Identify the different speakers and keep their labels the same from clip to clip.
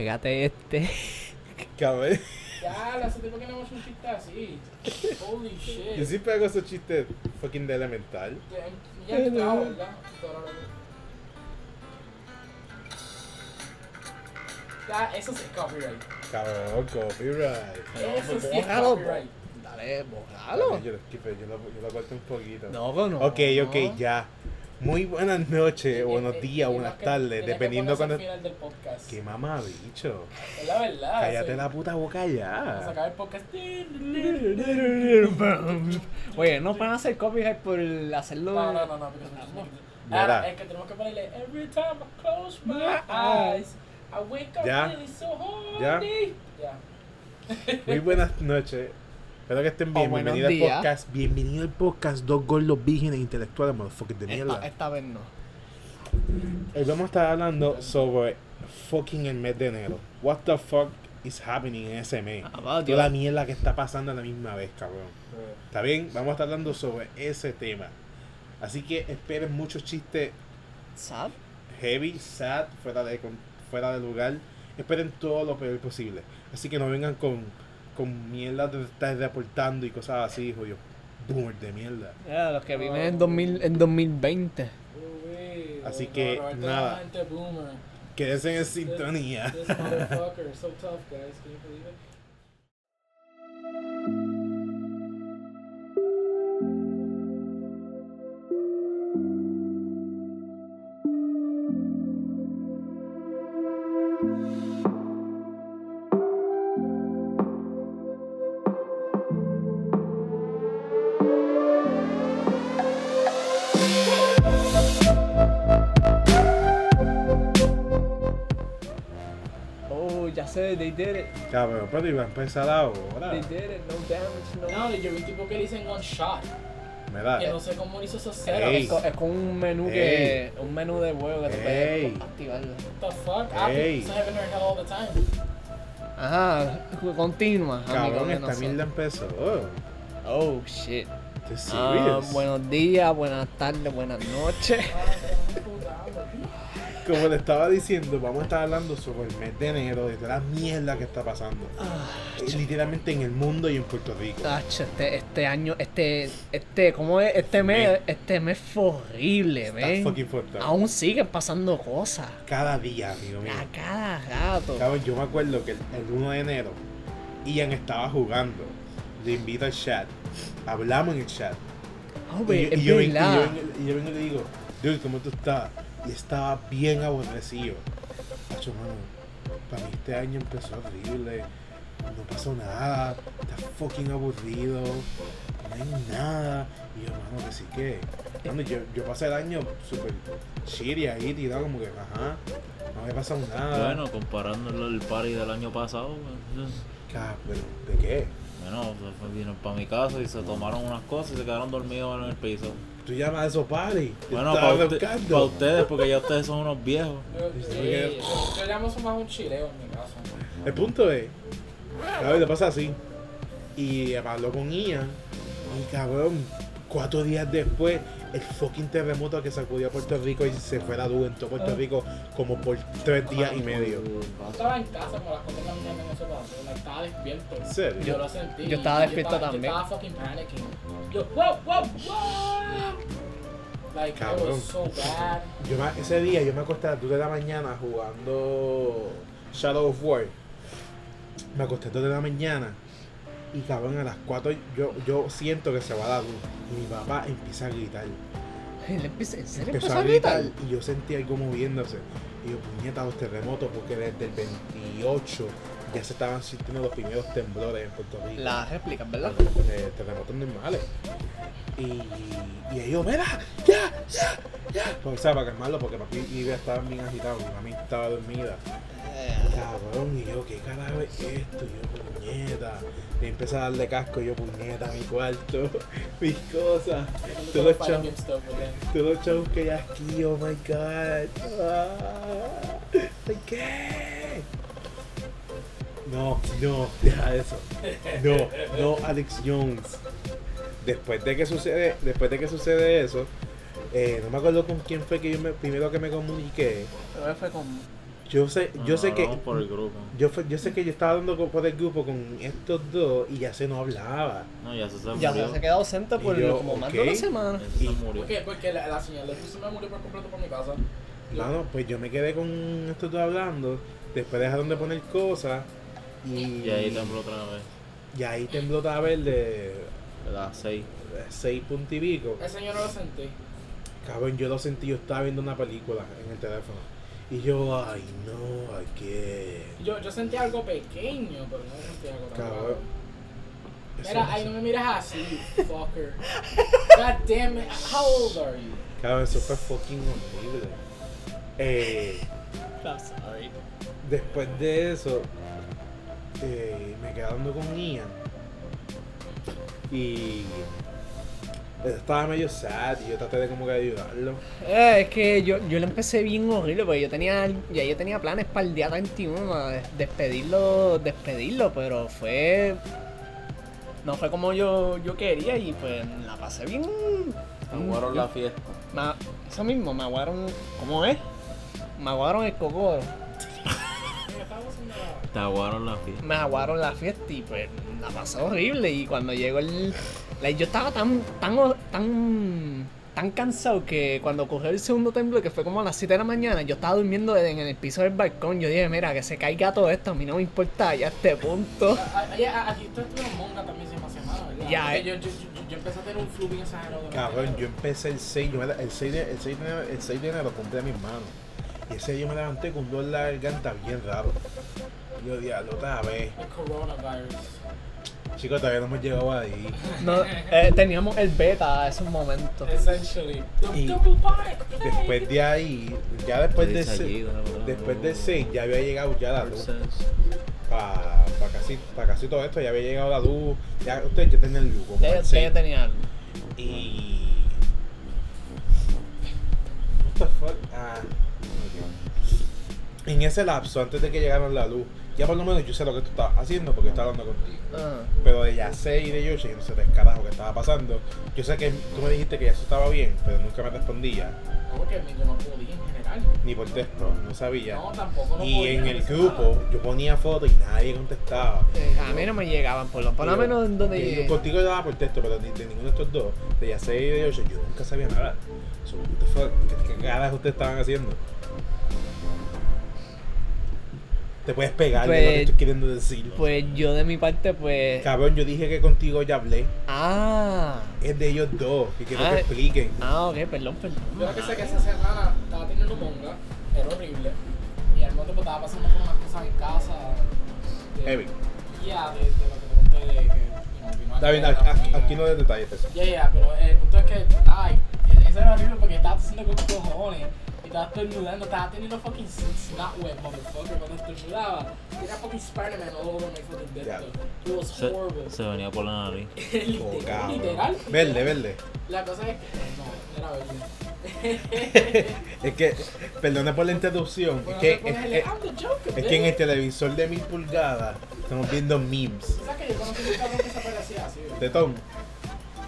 Speaker 1: Pégate este.
Speaker 2: Cabrón.
Speaker 3: Ya, hace tiempo que no hemos hecho un chiste así. Holy shit.
Speaker 2: Yo siempre hago esos chistes fucking de elemental.
Speaker 3: Ya, ya he entrado, ¿verdad? Pero ahora no. Ya, eso sí es copyright.
Speaker 2: Cabrón, copyright.
Speaker 3: Eso sí es
Speaker 1: Déjalo,
Speaker 3: copyright.
Speaker 1: Dale, bójalo.
Speaker 2: Yo, lo skipeo, yo, lo, yo lo corto un poquito.
Speaker 1: No, no. Eh,
Speaker 2: Ok, ok, ya. Muy buenas noches,
Speaker 3: Eh,
Speaker 2: buenos días, buenas tardes, dependiendo cuando...
Speaker 3: Es final del podcast.
Speaker 2: Qué mamá, bicho.
Speaker 3: Es la verdad.
Speaker 1: Ah,
Speaker 2: Cállate
Speaker 3: sí.
Speaker 2: la puta boca
Speaker 3: Vamos a
Speaker 2: ya.
Speaker 3: acabar el podcast.
Speaker 1: Oye, no van a hacer copyright por hacerlo.
Speaker 3: No, no, no, no, porque somos chistes.
Speaker 2: Mira.
Speaker 3: Ahora, es que tenemos que ponerle Every time I close my eyes, I wake up
Speaker 2: Ya.
Speaker 3: feeling so horny.
Speaker 2: Ya.
Speaker 3: Ya.
Speaker 2: Muy buenas noches. Espero que estén
Speaker 1: O
Speaker 2: bien.
Speaker 1: Oh, buenos
Speaker 2: Bienvenido al
Speaker 1: días.
Speaker 2: podcast. Bienvenido al podcast Dos Gordos Vírgenes Intelectuales, motherfuckers de
Speaker 1: Esta,
Speaker 2: mierda.
Speaker 1: esta vez no.
Speaker 2: Hoy vamos a estar hablando sobre fucking el mes de enero. What the fuck is happening en ese mes?
Speaker 1: Ah,
Speaker 2: Toda la mierda que está pasando a la misma vez, cabrón. ¿Está bien? Vamos a estar hablando sobre ese tema. Así que esperen muchos chistes
Speaker 1: ¿Sabes?
Speaker 2: heavy, sad, fuera de, con- fuera de lugar. Esperen todo lo peor posible. Así que no vengan con, con mierda de estar reportando y cosas así, jodido. Boomer de mierda.
Speaker 1: Era los que viven en, 2000, en 2020.
Speaker 3: Uy,
Speaker 2: Así
Speaker 3: no,
Speaker 2: que,
Speaker 3: Roberto,
Speaker 2: nada.
Speaker 3: la gente boomer.
Speaker 2: Quédense en sintonía.
Speaker 3: This motherfucker is so tough, guys. Can you believe it?
Speaker 1: Oh, ya sé, they did it.
Speaker 2: Cabrón, pero iba a empezar ahora.
Speaker 1: They did it. No damage, no.
Speaker 3: No, yo vi un tipo que le dicen one shot. Que
Speaker 2: Mira,
Speaker 3: no sé cómo hizo esos
Speaker 2: Ey.
Speaker 1: Es,
Speaker 3: setups.
Speaker 1: con, es con un menú que. Un menú de juego que te
Speaker 2: Ey.
Speaker 1: puedes activarlo.
Speaker 3: What the fuck? Ah,
Speaker 2: Ey.
Speaker 3: people have internet all the time.
Speaker 1: Ajá, continua. amigo
Speaker 2: cabrón,
Speaker 1: de
Speaker 2: esta
Speaker 1: nosotros.
Speaker 2: mierda empezó. Oh,
Speaker 1: Oh shit.
Speaker 2: ¿Te
Speaker 1: Ah,
Speaker 2: serious?
Speaker 1: buenos días, buenas tardes, buenas noches.
Speaker 3: Ah, qué puta, bro.
Speaker 2: Como le estaba diciendo, vamos a estar hablando sobre el mes de enero, de toda la mierda que está pasando. Eh, literalmente en el mundo y en Puerto Rico.
Speaker 1: Tacho, este, este año, este, este, ¿cómo es? Este mes, este mes fue horrible,
Speaker 2: Está
Speaker 1: ven.
Speaker 2: fucking fucked up.
Speaker 1: Aún siguen pasando cosas.
Speaker 2: Cada día, amigo mío.
Speaker 1: A cada rato.
Speaker 2: Cabrón, yo me acuerdo que el, el 1 de enero, Ian estaba jugando. Le invito al chat. Hablamos en el chat.
Speaker 1: Oh,
Speaker 2: Y,
Speaker 1: ve-
Speaker 2: yo- y
Speaker 1: es
Speaker 2: yo, ven- y
Speaker 1: verdad.
Speaker 2: yo ven- y yo vengo y le digo, este dude, ¿cómo tú estás? Y estaba bien aborrecido. Hacho, mano, para mí este año empezó horrible. No pasó nada. Está fucking aburrido. No hay nada. Y yo, mano, que sí que. Mano, yo, yo pasé el año súper shitty ahí, tirado como que, ajá. No me ha pasado nada.
Speaker 4: Bueno, comparándolo al party del año pasado, pues,
Speaker 2: Cabrón, Ah, ¿de qué?
Speaker 4: bueno, pues, fue- vino para mi casa y se tomaron unas cosas y se quedaron dormidos en el piso.
Speaker 2: Tú llamas a eso party. Yo
Speaker 4: Bueno,
Speaker 2: estaba
Speaker 4: para, usted-
Speaker 2: buscando.
Speaker 4: para ustedes, porque ya ustedes son unos viejos.
Speaker 3: Yo-
Speaker 2: Sí.
Speaker 3: sí, yo- Yo llamo eso más un chileo en mi caso.
Speaker 2: El punto es, cabrón, le pasa así. Y habló con Ian. Y cabrón, cuatro días después, el fucking terremoto que sacudió a Puerto Rico y se fue la duda en todo Puerto Rico como por tres días y
Speaker 4: Ah,
Speaker 2: medio.
Speaker 3: Yo estaba en casa como a las 4 de la mañana en ese paso. like, estaba despierto.
Speaker 2: ¿En serio?
Speaker 3: Yo lo sentí.
Speaker 1: Yo estaba despierto
Speaker 3: estaba-
Speaker 1: también.
Speaker 3: Yo estaba fucking panicking. Yo, wow, wow, wow. Like, it
Speaker 2: Cabrón.
Speaker 3: was so bad.
Speaker 2: Yo me- ese día yo me acosté a las 2 de la mañana jugando Shadow of War. Me acosté a las 2 de la mañana y cabrón a las 4 yo, yo siento que se va la luz. Y mi papá empieza a gritar.
Speaker 1: Él empieza- ¿En serio
Speaker 2: Empezó
Speaker 1: empezó
Speaker 2: a gritar y yo sentí algo moviéndose. Y yo, puñeta, los terremotos, porque desde el 28 ya se estaban sintiendo los primeros temblores en Puerto Rico.
Speaker 1: Las réplicas, ¿verdad?
Speaker 2: Eh, terremotos normales. Y, y ellos, mira, ya, ya, ya. Pues, o sea, para calmarlo, porque papi y yo estaban bien agitados, mi mami estaba dormida. Cabrón, y yo, ¿qué carajo es esto? Y yo, puñeta. Y empecé a darle casco, y yo, puñeta, mi cuarto, mis cosas,
Speaker 3: Yo
Speaker 2: todos
Speaker 3: lo
Speaker 2: los
Speaker 3: estaba
Speaker 2: chavos.
Speaker 3: bien stuff with them.
Speaker 2: Todos los chavos que hay aquí, oh my god. Ah, ¿Qué? No, no, deja eso. No, no, Alex Jones. Después de que sucede, después de que sucede eso, eh, no me acuerdo con quién fue que yo me, primero que me comuniqué.
Speaker 1: Pero fue con
Speaker 2: Yo sé, yo sé que.
Speaker 4: Hablamos por el grupo.
Speaker 2: Yo, fue- yo sé que yo estaba dando por el grupo con estos dos y ya se no hablaba.
Speaker 4: No, ya se, se
Speaker 1: Ya
Speaker 4: murió.
Speaker 1: se ha quedado ausente por
Speaker 2: Ah, Y yo,
Speaker 1: como más de una
Speaker 2: ok.
Speaker 1: semana.
Speaker 4: Ya se se murió.
Speaker 3: ¿Por qué? Porque la, la señal de se me murió por completo por mi casa.
Speaker 2: Mano, pues yo me quedé con estos dos hablando. Después dejaron de poner cosas. Y,
Speaker 4: Y ahí tembló otra vez.
Speaker 2: y ahí tembló otra vez de
Speaker 4: Las 6.
Speaker 2: 6 puntos y pico.
Speaker 3: Ese yo no lo sentí.
Speaker 2: Cabrón, yo lo sentí, yo estaba viendo una película en el teléfono. Y yo, ay no, ¿a qué?
Speaker 3: Yo, yo sentí algo pequeño, pero no sentí algo tan
Speaker 2: Cabrón.
Speaker 3: grave.
Speaker 2: Eso
Speaker 3: Mira,
Speaker 2: no
Speaker 3: ahí
Speaker 2: sé.
Speaker 3: no me miras así, fucker. God damn it, how old are you?
Speaker 2: Cabrón, eso fue fucking horrible. Eh, después de eso, eh, me quedé hablando con Ian. Y él estaba medio sad y yo traté de como que ayudarlo.
Speaker 1: Eh, es que yo, yo lo empecé bien horrible, porque yo tenía, ya yo tenía planes para el día 31, ma, de- despedirlo, despedirlo, pero fue... No fue como yo, yo quería y pues la pasé bien.
Speaker 4: Aguaron la fiesta.
Speaker 1: Ma- eso mismo, me aguaron... ¿Cómo es? Me aguaron el cocoro.
Speaker 3: Mira, estaba haciendo la-
Speaker 4: Te aguaron la fiesta.
Speaker 1: me aguaron la fiesta y pues la pasé horrible y cuando llegó el like, yo estaba tan tan ho- tan tan cansado que cuando cogió el segundo temblor que fue como a las 7 de la mañana yo estaba durmiendo en en el piso del balcón yo dije mira que se caiga todo esto a mí no me importa ya a este punto
Speaker 3: Ah, ah, ya, Aquí tú estuvieron monga también se me hace mal, ¿verdad?
Speaker 1: Ya,
Speaker 3: Porque
Speaker 1: eh.
Speaker 3: yo, yo, yo, yo empecé a tener un flu bien exagerado. de
Speaker 2: Cabrón,
Speaker 3: manera.
Speaker 2: yo empecé el 6, yo me la- el 6 de, el 6 de enero, el 6 de enero compré a mis manos. Y ese día yo me levanté con un dolor en la garganta bien raro. Y Yo diablo, otra vez.
Speaker 3: El coronavirus.
Speaker 2: Chicos, todavía no hemos llegado ahí.
Speaker 1: No, eh, teníamos el beta a esos momentos
Speaker 3: Essentially.
Speaker 2: Y
Speaker 3: Double pie.
Speaker 2: Después de ahí, ya después de ese,
Speaker 4: Desayuno, ¿no?
Speaker 2: después de 6 ya había llegado ya la luz.
Speaker 4: Versus.
Speaker 2: Para casi, pa casi todo esto ya había llegado la luz. Ya ustedes ya tenían luz. como
Speaker 1: ya,
Speaker 2: el
Speaker 1: yo- ya yo
Speaker 2: seis.
Speaker 1: tenía algo
Speaker 2: Y. What the fuck? Ah, ok. En ese lapso, antes de que llegaron la luz, ya por lo menos yo sé lo que tú estabas haciendo porque estaba hablando contigo.
Speaker 1: Ah.
Speaker 2: Pero de Yasei y de Yoshi, yo no sé descarajo qué estaba pasando. Yo sé que tú me dijiste que ya eso estaba bien, pero nunca me respondía,
Speaker 3: No, porque mi- yo no podía en general.
Speaker 2: ni por texto, no sabía.
Speaker 3: No, tampoco no
Speaker 2: y
Speaker 3: podía,
Speaker 2: en
Speaker 3: no
Speaker 2: el
Speaker 3: hice
Speaker 2: grupo,
Speaker 3: nada.
Speaker 2: yo ponía fotos y nadie contestaba.
Speaker 1: Eh, a mí no me llegaban por lo, por lo
Speaker 2: Yo-
Speaker 1: menos en donde
Speaker 2: yo- yo
Speaker 1: llegué.
Speaker 2: Contigo yo daba por texto, pero ni- de ninguno de estos dos, de Yasei y de Yoshi, yo nunca sabía nada. So, what the fuck, ¿qué, qué carajo ustedes estaban haciendo? Te puedes pegar de lo que
Speaker 1: Pues-
Speaker 2: estoy queriendo decir.
Speaker 1: pues yo de mi parte pues
Speaker 2: Cabrón, yo dije que contigo ya hablé.
Speaker 1: ah
Speaker 2: Es de ellos dos, que quiero
Speaker 1: Ah.
Speaker 2: que expliquen.
Speaker 1: ah ok perdón perdón
Speaker 3: Yo lo que sé que esa semana estaba teniendo monga, era horrible. Y al mismo tiempo estaba pasando por unas cosas en casa. de-
Speaker 2: Heavy.
Speaker 3: Ya, de, de lo que te conté de que no, vino
Speaker 2: Está bien,
Speaker 3: alguien,
Speaker 2: a- a-
Speaker 3: amiga.
Speaker 2: aquí no hay detalles. pues.
Speaker 3: Ya, ya, pero el punto es que, ay, e-, eso era horrible porque estaba haciendo con cojones y estaba estornudando, estaba teniendo fucking snot web, motherfucker, cuando estornudaba. Era fucking Spider-Man all over my fucking
Speaker 2: Ya.
Speaker 3: death. It was horrible.
Speaker 4: Se, se venía por la nariz.
Speaker 2: Oh,
Speaker 3: literal,
Speaker 2: cabrón.
Speaker 3: literal.
Speaker 2: Verde, verde.
Speaker 3: La cosa es que, no, era verde.
Speaker 2: Es que, perdona por la interrupción. Es
Speaker 3: Bueno,
Speaker 2: que,
Speaker 3: te pones
Speaker 2: es
Speaker 3: el-
Speaker 2: que-
Speaker 3: I'm the
Speaker 2: es
Speaker 3: Joker,
Speaker 2: que en este
Speaker 3: bitch.
Speaker 2: el televisor de mil pulgadas estamos viendo memes.
Speaker 3: ¿Sabes que yo conocí un cabrón que se parecía así? güey?
Speaker 2: Tetón,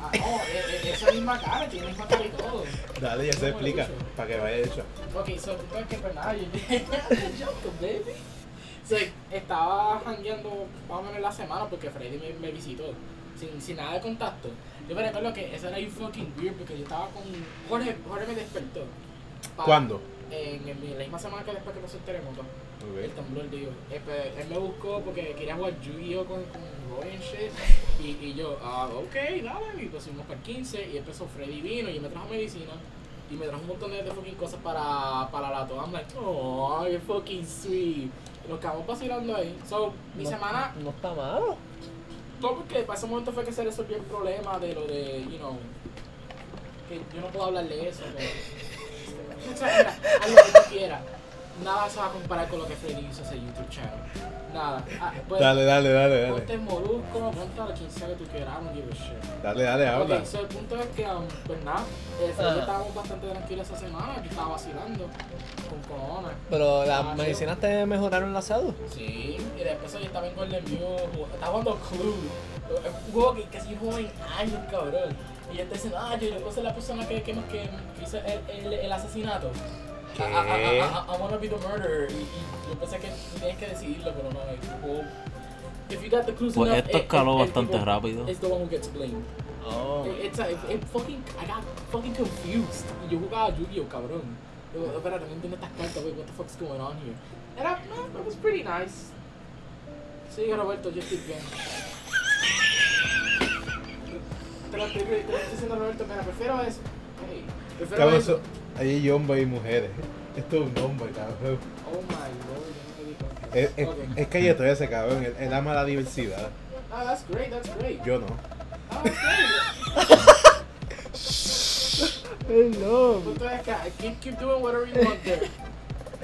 Speaker 3: Ah, no, e- e- esa misma cara, tiene la misma cara y todo.
Speaker 2: dale, ya se explica. Para que vaya hecho.
Speaker 3: Ok, so tú puedes que pues nada, yo dije, "I'm the Joker, baby. So, estaba jangueando más o menos la semana porque Freddy me, me visitó sin, sin nada de contacto. Yo me recuerdo que eso era un fucking weird porque yo estaba con. Jorge, Jorge me despertó. Pa-
Speaker 2: ¿Cuándo?
Speaker 3: En, en la misma semana que después que pasó el terremoto. El temblor, digo. Eh, pues, Él me buscó porque quería jugar Yu-Gi-Oh! con, con Roy and shit. Y, y yo, ah, ok, nada, y pusimos para el 15. Y empezó Freddy vino y me trajo medicina. Y me trajo un montón de, de fucking cosas para, para la tos. I'm like, oh, you're fucking sweet. Y nos quedamos vacilando ahí. So, mi
Speaker 1: No-
Speaker 3: semana,
Speaker 1: no está malo
Speaker 3: todo porque para ese momento fue que se resolvió el problema de lo de, you know, que yo no puedo hablar de eso. pero- O sea, mira, haz lo que tú quieras. Nada se va a comparar con lo que Freddy hizo ese YouTube channel. Nada. Ah, pues,
Speaker 2: Dale, dale, dale,
Speaker 3: Ponte
Speaker 2: dale.
Speaker 3: molusco, ponte a quien sea que tú quieras, no give a shit.
Speaker 2: Dale, dale, habla.
Speaker 3: Ok, so el punto es que, um, pues nada, eh, Freddy
Speaker 1: Ajá.
Speaker 3: estábamos bastante tranquilos esa semana, yo estaba vacilando con corona.
Speaker 1: pero las
Speaker 3: Ah, sí.
Speaker 1: medicinas te mejoraron la salud
Speaker 3: Sí, y después yo estaba en Golden View, jug- estaba jugando Clue. eh, Un juego que casi juego en años, cabrón. Y yo estoy diciendo, ah, yo le puse a la persona que, que, que hizo el, el, el asesinato. I, I, I,
Speaker 2: ¿Qué?
Speaker 3: I, I wanna be the murderer. Y, y yo pensé que tú tienes que decidirlo, pero no. Es tipo. If you got the clues
Speaker 4: Pues
Speaker 3: enough,
Speaker 4: esto
Speaker 3: it-
Speaker 4: escaló
Speaker 3: it- it-
Speaker 4: bastante
Speaker 3: tipo,
Speaker 4: rápido.
Speaker 3: It's the one who gets blamed.
Speaker 1: Oh.
Speaker 3: It- It's a, it, it fucking. I got fucking confused. Y yo jugaba Yu-Gi-Oh, cabrón. Yo, eh, espérate, no entiendo estas cartas, wait, what the fuck's going on here? And I, no, it was pretty nice. Sí, Roberto, yo estoy bien. Te lo estoy, te lo estoy diciendo, Roberto, mira, prefiero eso. Hey, prefiero
Speaker 2: Cabrón,
Speaker 3: eso.
Speaker 2: eso- ahí hay hombres y mujeres. Esto es un hombre, cabrón.
Speaker 3: Oh my lord, yo no me di cuenta.
Speaker 2: Es, es,
Speaker 3: Ok.
Speaker 2: es callejero ese cabrón, él, él ama la diversidad.
Speaker 3: Ah, that's great, that's great.
Speaker 2: Yo no.
Speaker 3: Ah, that's great. But that's ca- keep, keep doing whatever you want there.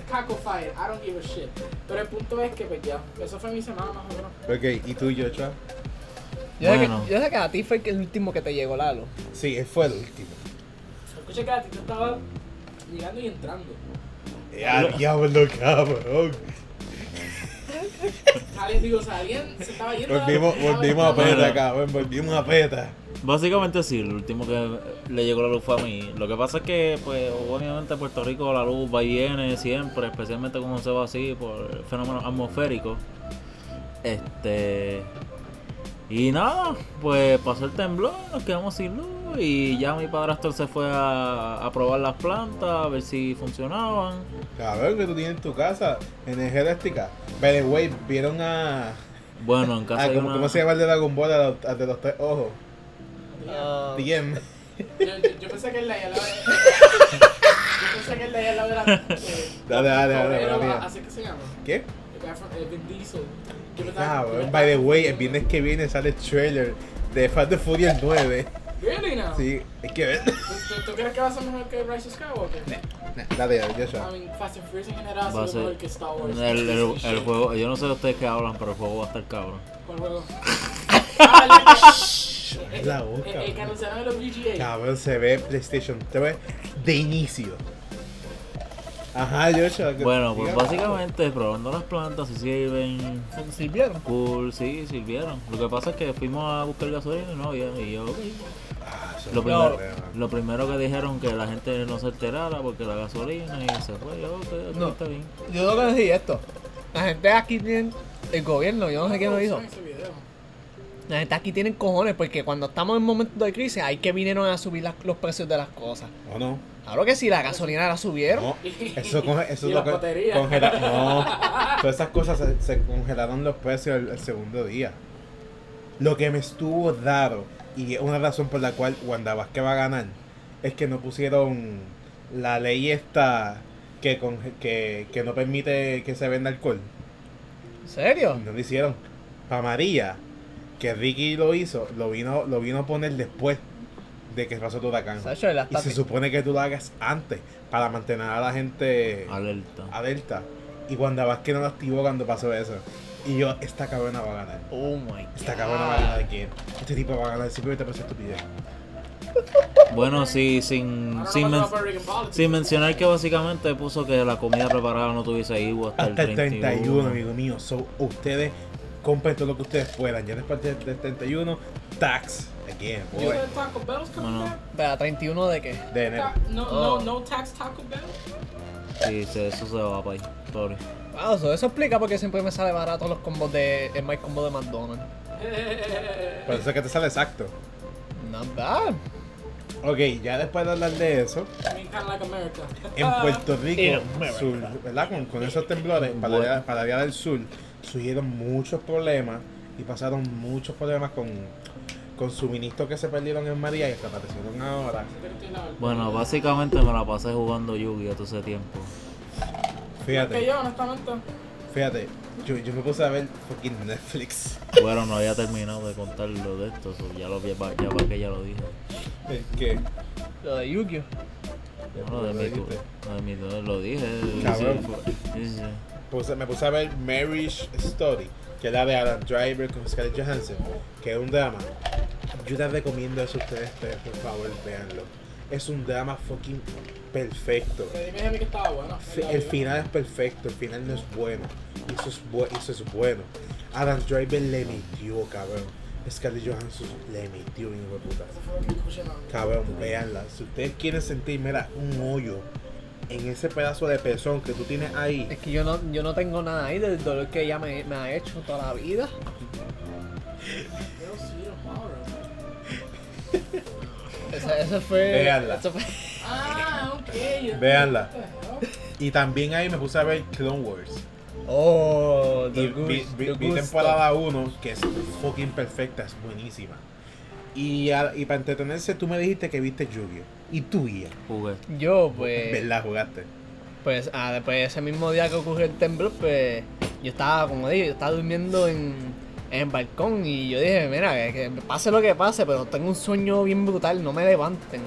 Speaker 3: Cacofight, I don't give a shit. Pero el punto es que, pues ya, eso fue mi semana más o menos.
Speaker 2: Ok, ¿y tú, Joshua?
Speaker 1: Yo, sé que,
Speaker 4: Bueno.
Speaker 1: yo sé que a ti fue el que- el último que te llegó, Lalo.
Speaker 2: Sí, él fue el último.
Speaker 3: Escucha que a ti te estaba mirando y entrando.
Speaker 2: Ya, Eh, diablo, cabrón.
Speaker 3: Salen, Ah, digo, salían, se estaba yendo. Ah,
Speaker 2: Volvimos,
Speaker 3: estaba
Speaker 2: volvimos a
Speaker 3: entrando.
Speaker 2: peta, cabrón, volvimos a peta.
Speaker 4: Básicamente sí, el último que le llegó la luz fue a mí. Lo que pasa es que, pues, obviamente en Puerto Rico la luz va y viene siempre, especialmente cuando se va así por fenómenos atmosféricos. Este. Y nada, pues pasó el temblor, nos quedamos sin luz y ya mi padrastro se fue a, a probar las plantas, a ver si funcionaban.
Speaker 2: Cabrón, que tú tienes en tu casa, energía eléctrica. By the way, vieron a.
Speaker 4: Bueno, en casa
Speaker 2: a
Speaker 4: hay
Speaker 2: como,
Speaker 4: una-
Speaker 2: Ah, ¿Cómo se llama el de Dragon Ball? Al al de los tres ojos.
Speaker 1: Ah,
Speaker 2: Bien.
Speaker 3: Yo, yo, yo pensé que el de allá al lado era- Yo pensé que el de allá al lado era. eh,
Speaker 2: Dale, dale, dale,
Speaker 3: Obrero,
Speaker 2: dale, mira.
Speaker 3: Así que se llama.
Speaker 2: ¿Qué?
Speaker 3: El guy from- eh, Vin Diesel. Yo me estaba- yo me
Speaker 2: Cabrón,
Speaker 3: estaba
Speaker 2: Ah, by the way, el
Speaker 3: confundiendo.
Speaker 2: viernes que viene sale el trailer de Fast and Furious 9.
Speaker 3: Really now?
Speaker 2: Sí, es que ver.
Speaker 3: ¿Tú, tú crees que va a ser mejor que Rise of Skywalker?
Speaker 2: Dale,
Speaker 3: I
Speaker 2: Joshua.
Speaker 3: mean, Fast and Furious en general ha
Speaker 4: Va a
Speaker 3: sido mejor
Speaker 4: ser
Speaker 3: que Star Wars.
Speaker 4: el, el- el juego, yo no sé de ustedes qué hablan, pero el juego va a estar cabrón.
Speaker 3: ¿Cuál juego? Ah, la-
Speaker 2: es la boca,
Speaker 3: el- El que
Speaker 2: bro.
Speaker 3: anunciaron en los VGA.
Speaker 2: Cabrón, se ve PlayStation 3 de inicio. Ajá, Joshua. que-
Speaker 4: Bueno, pues
Speaker 2: diga.
Speaker 4: básicamente probando las plantas, si sirven,
Speaker 1: ¿se- ¿Sirvieron?
Speaker 4: cool, sí, sirvieron. Lo que pasa es que fuimos a buscar gasolina y no había, y yo, ok.
Speaker 2: Ah, eso
Speaker 4: Lo
Speaker 2: es
Speaker 4: primero,
Speaker 2: problema.
Speaker 4: lo primero que dijeron que la gente no se alterara porque la gasolina y se fue, yo, ok, ok,
Speaker 1: No.
Speaker 4: está bien.
Speaker 1: Yo tengo que decir esto. La gente aquí tiene. El gobierno, yo no sé quién lo hizo.
Speaker 3: Ese video.
Speaker 4: Mm,
Speaker 1: La gente aquí tiene cojones porque cuando estamos en momentos de crisis, hay que vinieron a subir las- los precios de las cosas.
Speaker 2: ¿O no?
Speaker 1: Claro que sí, la gasolina la subieron.
Speaker 2: No, eso, conge- eso
Speaker 3: Y
Speaker 2: es lo
Speaker 3: las
Speaker 2: que
Speaker 3: baterías.
Speaker 2: congela- No, todas esas cosas se, se congelaron los precios el, el segundo día. Lo que me estuvo raro, y es una razón por la cual Wanda Vázquez va a ganar, es que no pusieron la ley esta que, conge- que, que no permite que se venda alcohol.
Speaker 1: ¿En serio?
Speaker 2: No lo hicieron. Para María, que Ricky lo hizo, lo vino, lo vino a poner después de que pasó tu huracán.
Speaker 1: Sacho, la
Speaker 2: Y se supone que tú lo hagas antes para mantener a la gente
Speaker 4: Alerta.
Speaker 2: a Delta. Y Wanda Vázquez no lo activó cuando pasó eso. Y yo, esta cabrona va a ganar.
Speaker 1: Oh my god.
Speaker 2: Esta cabrona va a ganar aquí. Este tipo va a ganar simplemente por ser estupidez.
Speaker 4: Bueno, sí,
Speaker 3: I
Speaker 4: sin,
Speaker 3: don't
Speaker 4: sin,
Speaker 3: know
Speaker 4: men-
Speaker 3: about Puerto Rican politics.
Speaker 4: sin mencionar que básicamente puso que la comida preparada no tuviese IVA hasta,
Speaker 2: Hasta el 31, amigo mío. So, ustedes compren todo lo que ustedes puedan. Ya después del del 31, tax. Again,
Speaker 3: You
Speaker 2: boy.
Speaker 3: said Taco Bell's coming
Speaker 4: Bueno.
Speaker 3: back?
Speaker 1: Espera, 31 de qué?
Speaker 2: De enero.
Speaker 3: Ta- No,
Speaker 1: Oh.
Speaker 3: no, no tax Taco Bell.
Speaker 4: Sí, se- eso se va para ahí. Sorry.
Speaker 1: Wow, eso, eso explica por qué siempre me sale barato los combos de. el my combo de McDonald's.
Speaker 2: Por eso es que te sale exacto.
Speaker 1: Not bad.
Speaker 2: Ok, ya después de hablar de eso,
Speaker 3: I mean, kind of like America.
Speaker 2: en Puerto Rico,
Speaker 1: En América.
Speaker 2: sur, ¿verdad? Con, con esos temblores, para, la, área- para el área del sur, surgieron muchos problemas y pasaron muchos problemas con, con suministros que se perdieron en María y que aparecieron ahora.
Speaker 4: Bueno, básicamente me la pasé jugando Yu-Gi-Oh todo ese tiempo.
Speaker 3: Que
Speaker 2: Fíjate,
Speaker 3: yo, honestamente.
Speaker 2: fíjate, yo, yo me puse a ver fucking Netflix.
Speaker 4: Bueno, no había terminado de contar lo de esto, so ya lo vi, ya para que ya lo dije.
Speaker 2: Es que,
Speaker 1: Lo de Yu-Gi-Oh.
Speaker 4: No, lo de mi
Speaker 2: dijiste.
Speaker 4: lo de mi lo dije.
Speaker 2: Cabrón.
Speaker 4: Sí, fue- sí, sí.
Speaker 2: Puse- me puse a ver Marriage Story, que es la de Adam Driver con Scarlett Johansson, que es un drama. Yo les recomiendo eso a ustedes, tres, por favor, véanlo. Es un drama fucking perfecto.
Speaker 3: Te dije a mí que estaba bueno.
Speaker 2: Fi- El final es perfecto, el final no es bueno. Y eso es, bu- eso es bueno. Adam Driver le metió, cabrón. Scarlett Johansson le metió, hijo de puta.
Speaker 3: Eso fue lo que escuché, mami.
Speaker 2: Cabrón, véanla. Si ustedes quieren sentir, mira, un hoyo en ese pedazo de pezón que tú tienes ahí.
Speaker 1: Es que yo no, yo no tengo nada ahí del dolor que ella me, me ha hecho toda la vida.
Speaker 3: Yo sí, los Marlboro.
Speaker 1: Esa- Eso fue.
Speaker 2: Véanla.
Speaker 1: eso fue-
Speaker 3: Ah, ok. yo-
Speaker 2: Véanla. Y también ahí me puse a ver Clone Wars.
Speaker 1: Oh,
Speaker 2: Y
Speaker 1: the
Speaker 2: vi,
Speaker 1: goose,
Speaker 2: vi-
Speaker 1: the
Speaker 2: vi
Speaker 1: good
Speaker 2: temporada 1, que es fucking perfecta, es buenísima. Y, a- y para entretenerse, tú me dijiste que viste Yu-Gi-Oh! Y tú, guía.
Speaker 4: Jugué.
Speaker 1: stuff. Yo, pues.
Speaker 2: ¿Verdad? Jugaste.
Speaker 1: Pues ah, después ese mismo día que ocurrió el temblor, pues. Yo estaba, como dije, yo estaba durmiendo en, en el balcón y yo dije, mira, que, que pase lo que pase, pero tengo un sueño bien brutal, no me levanten.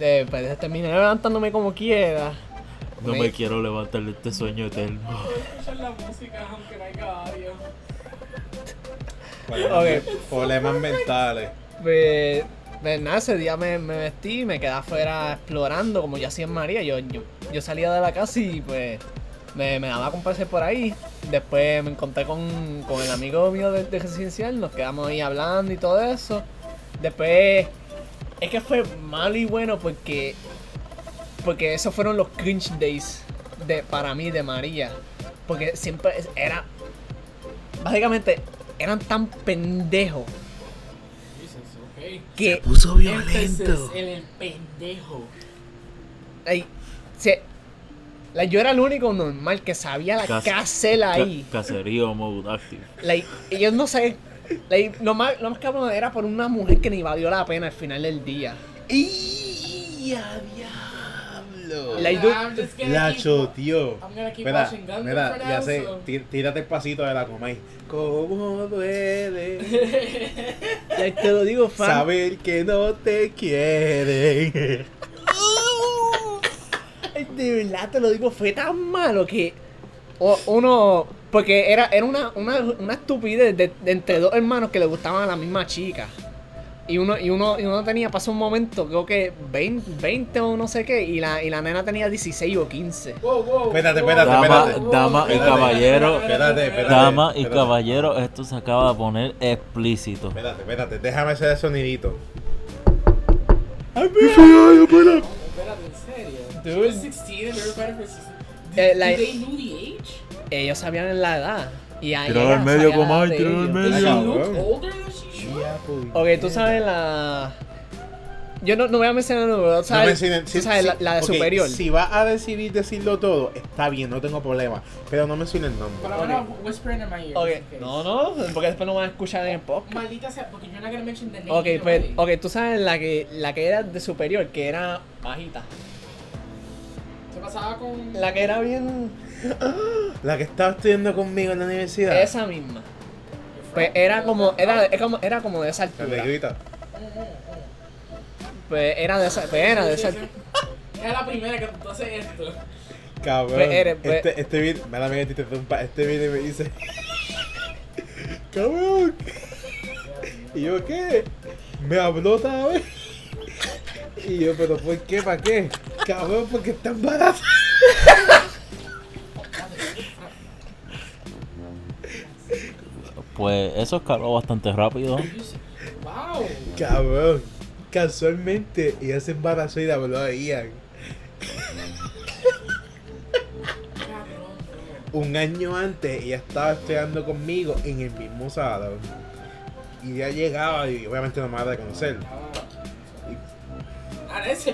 Speaker 1: Después terminé levantándome como quiera.
Speaker 4: No
Speaker 1: Me-
Speaker 4: me quiero levantar de este sueño eterno.
Speaker 3: Puedo escuchar la música aunque no haya audio.
Speaker 2: Problemas,
Speaker 1: Ok.
Speaker 2: men- problemas mentales.
Speaker 1: Pues, pues nada, ese día me, me vestí y me quedé afuera explorando, como yo hacía en María. Yo, yo, yo salía de la casa y pues me, me daba con pasear por ahí. Después me encontré con, con el amigo mío de, de residencial, nos quedamos ahí hablando y todo eso. Después, es que fue malo y bueno porque, porque esos fueron los cringe days de, para mí de María. Porque siempre es- era, básicamente, eran tan pendejos
Speaker 3: Dices, ok.
Speaker 1: que
Speaker 4: Puso
Speaker 3: Entonces, en el pendejo.
Speaker 1: Ay, se- like, yo era el único normal que sabía la
Speaker 4: Cas-
Speaker 1: casela ahí.
Speaker 4: caserío mode active.
Speaker 1: Like, ellos no saben. like, lo, más, lo más cabrón era por una mujer que ni valió la pena al final del día.
Speaker 2: ¡Y a diablo!
Speaker 1: La- idu-
Speaker 3: I'm just gonna
Speaker 2: La
Speaker 3: keep-
Speaker 2: choteó.
Speaker 3: I'm gonna keep
Speaker 2: Mira,
Speaker 3: watching Gundam
Speaker 2: mira,
Speaker 3: for
Speaker 2: ya
Speaker 3: now,
Speaker 2: sé,
Speaker 3: so-
Speaker 2: tí- tírate el pasito de la coma ahí. ¿Cómo duele
Speaker 1: Like, te lo digo, fan.
Speaker 2: saber que no te quieren?
Speaker 1: Ay, De verdad te lo digo, fue tan malo que o- uno. Porque era, era una, una, una estupidez de, de entre dos hermanos que le gustaban a la misma chica. Y uno, y uno, y uno tenía, pasó un momento, creo que 20, 20 o no sé qué, y la, y la nena tenía 16 o 15.
Speaker 3: Wow, wow,
Speaker 2: Espérate,
Speaker 3: wow,
Speaker 2: espérate,
Speaker 3: wow,
Speaker 2: espérate.
Speaker 3: wow,
Speaker 4: Dama
Speaker 3: wow,
Speaker 4: y
Speaker 3: espérate,
Speaker 4: caballero.
Speaker 2: Espérate, espérate.
Speaker 4: Dama y
Speaker 2: espérate.
Speaker 4: caballero, esto se acaba de poner explícito.
Speaker 2: Espérate, espérate, déjame hacer el sonidito.
Speaker 3: Espérate, en serio.
Speaker 1: Dude.
Speaker 3: She was 16 and everybody was 16. Did-
Speaker 1: Eh,
Speaker 3: did
Speaker 1: like-
Speaker 3: they know the age?
Speaker 1: Ellos sabían la edad. Y ahí
Speaker 4: Tíralo
Speaker 1: ella
Speaker 4: al medio,
Speaker 1: sabía la
Speaker 4: Comay,
Speaker 1: de
Speaker 4: tíralo al
Speaker 1: ellos.
Speaker 4: medio.
Speaker 3: Did she
Speaker 2: Ah, cabrón.
Speaker 3: look older than she should?
Speaker 1: Ok, tú sabes la. Yo no, no voy a mencionar el número, tú
Speaker 2: No
Speaker 1: sabes,
Speaker 2: mencionen- sí,
Speaker 1: tú sabes
Speaker 2: sí,
Speaker 1: la, la de
Speaker 2: ok,
Speaker 1: superior.
Speaker 2: Si vas a decidir decirlo todo, está bien, no tengo problema. Pero no menciones el nombre.
Speaker 3: But I'm gonna whisper it in my ear.
Speaker 1: Ok,
Speaker 3: okay.
Speaker 1: no, no, porque después no van a escuchar en el podcast.
Speaker 3: Maldita sea, porque you're not gonna mention the name.
Speaker 1: Ok,
Speaker 3: either
Speaker 1: pues,
Speaker 3: way.
Speaker 1: ok, tú sabes la que, la que era de superior, que era bajita.
Speaker 3: Se pasaba con.
Speaker 1: La que era bien.
Speaker 2: La que estaba estudiando conmigo en la universidad.
Speaker 1: Esa misma. Pues era como, era, era como, era como de esa
Speaker 2: La
Speaker 1: altura.
Speaker 2: negrita.
Speaker 1: Pues era de esa, pues era de esa altura.
Speaker 3: Es la primera que tú haces esto.
Speaker 2: Cabrón.
Speaker 1: Pues eres- pues-
Speaker 2: Este, este video. Mala mía que te interrumpa. Este video me dice. Cabrón. ¿Y yo qué? Me habló otra vez. Y yo, pero ¿por qué? ¿Para qué? Cabrón, porque está embarazada.
Speaker 4: Pues eso escaló bastante rápido.
Speaker 3: Wow.
Speaker 2: Cabrón. Casualmente, ella se embarazó y le habló a Ian.
Speaker 3: Cabrón, bro.
Speaker 2: un año antes ella estaba estudiando conmigo en el mismo salón. Y ya llegaba y obviamente no me daba de conocer.
Speaker 3: Ah, ese-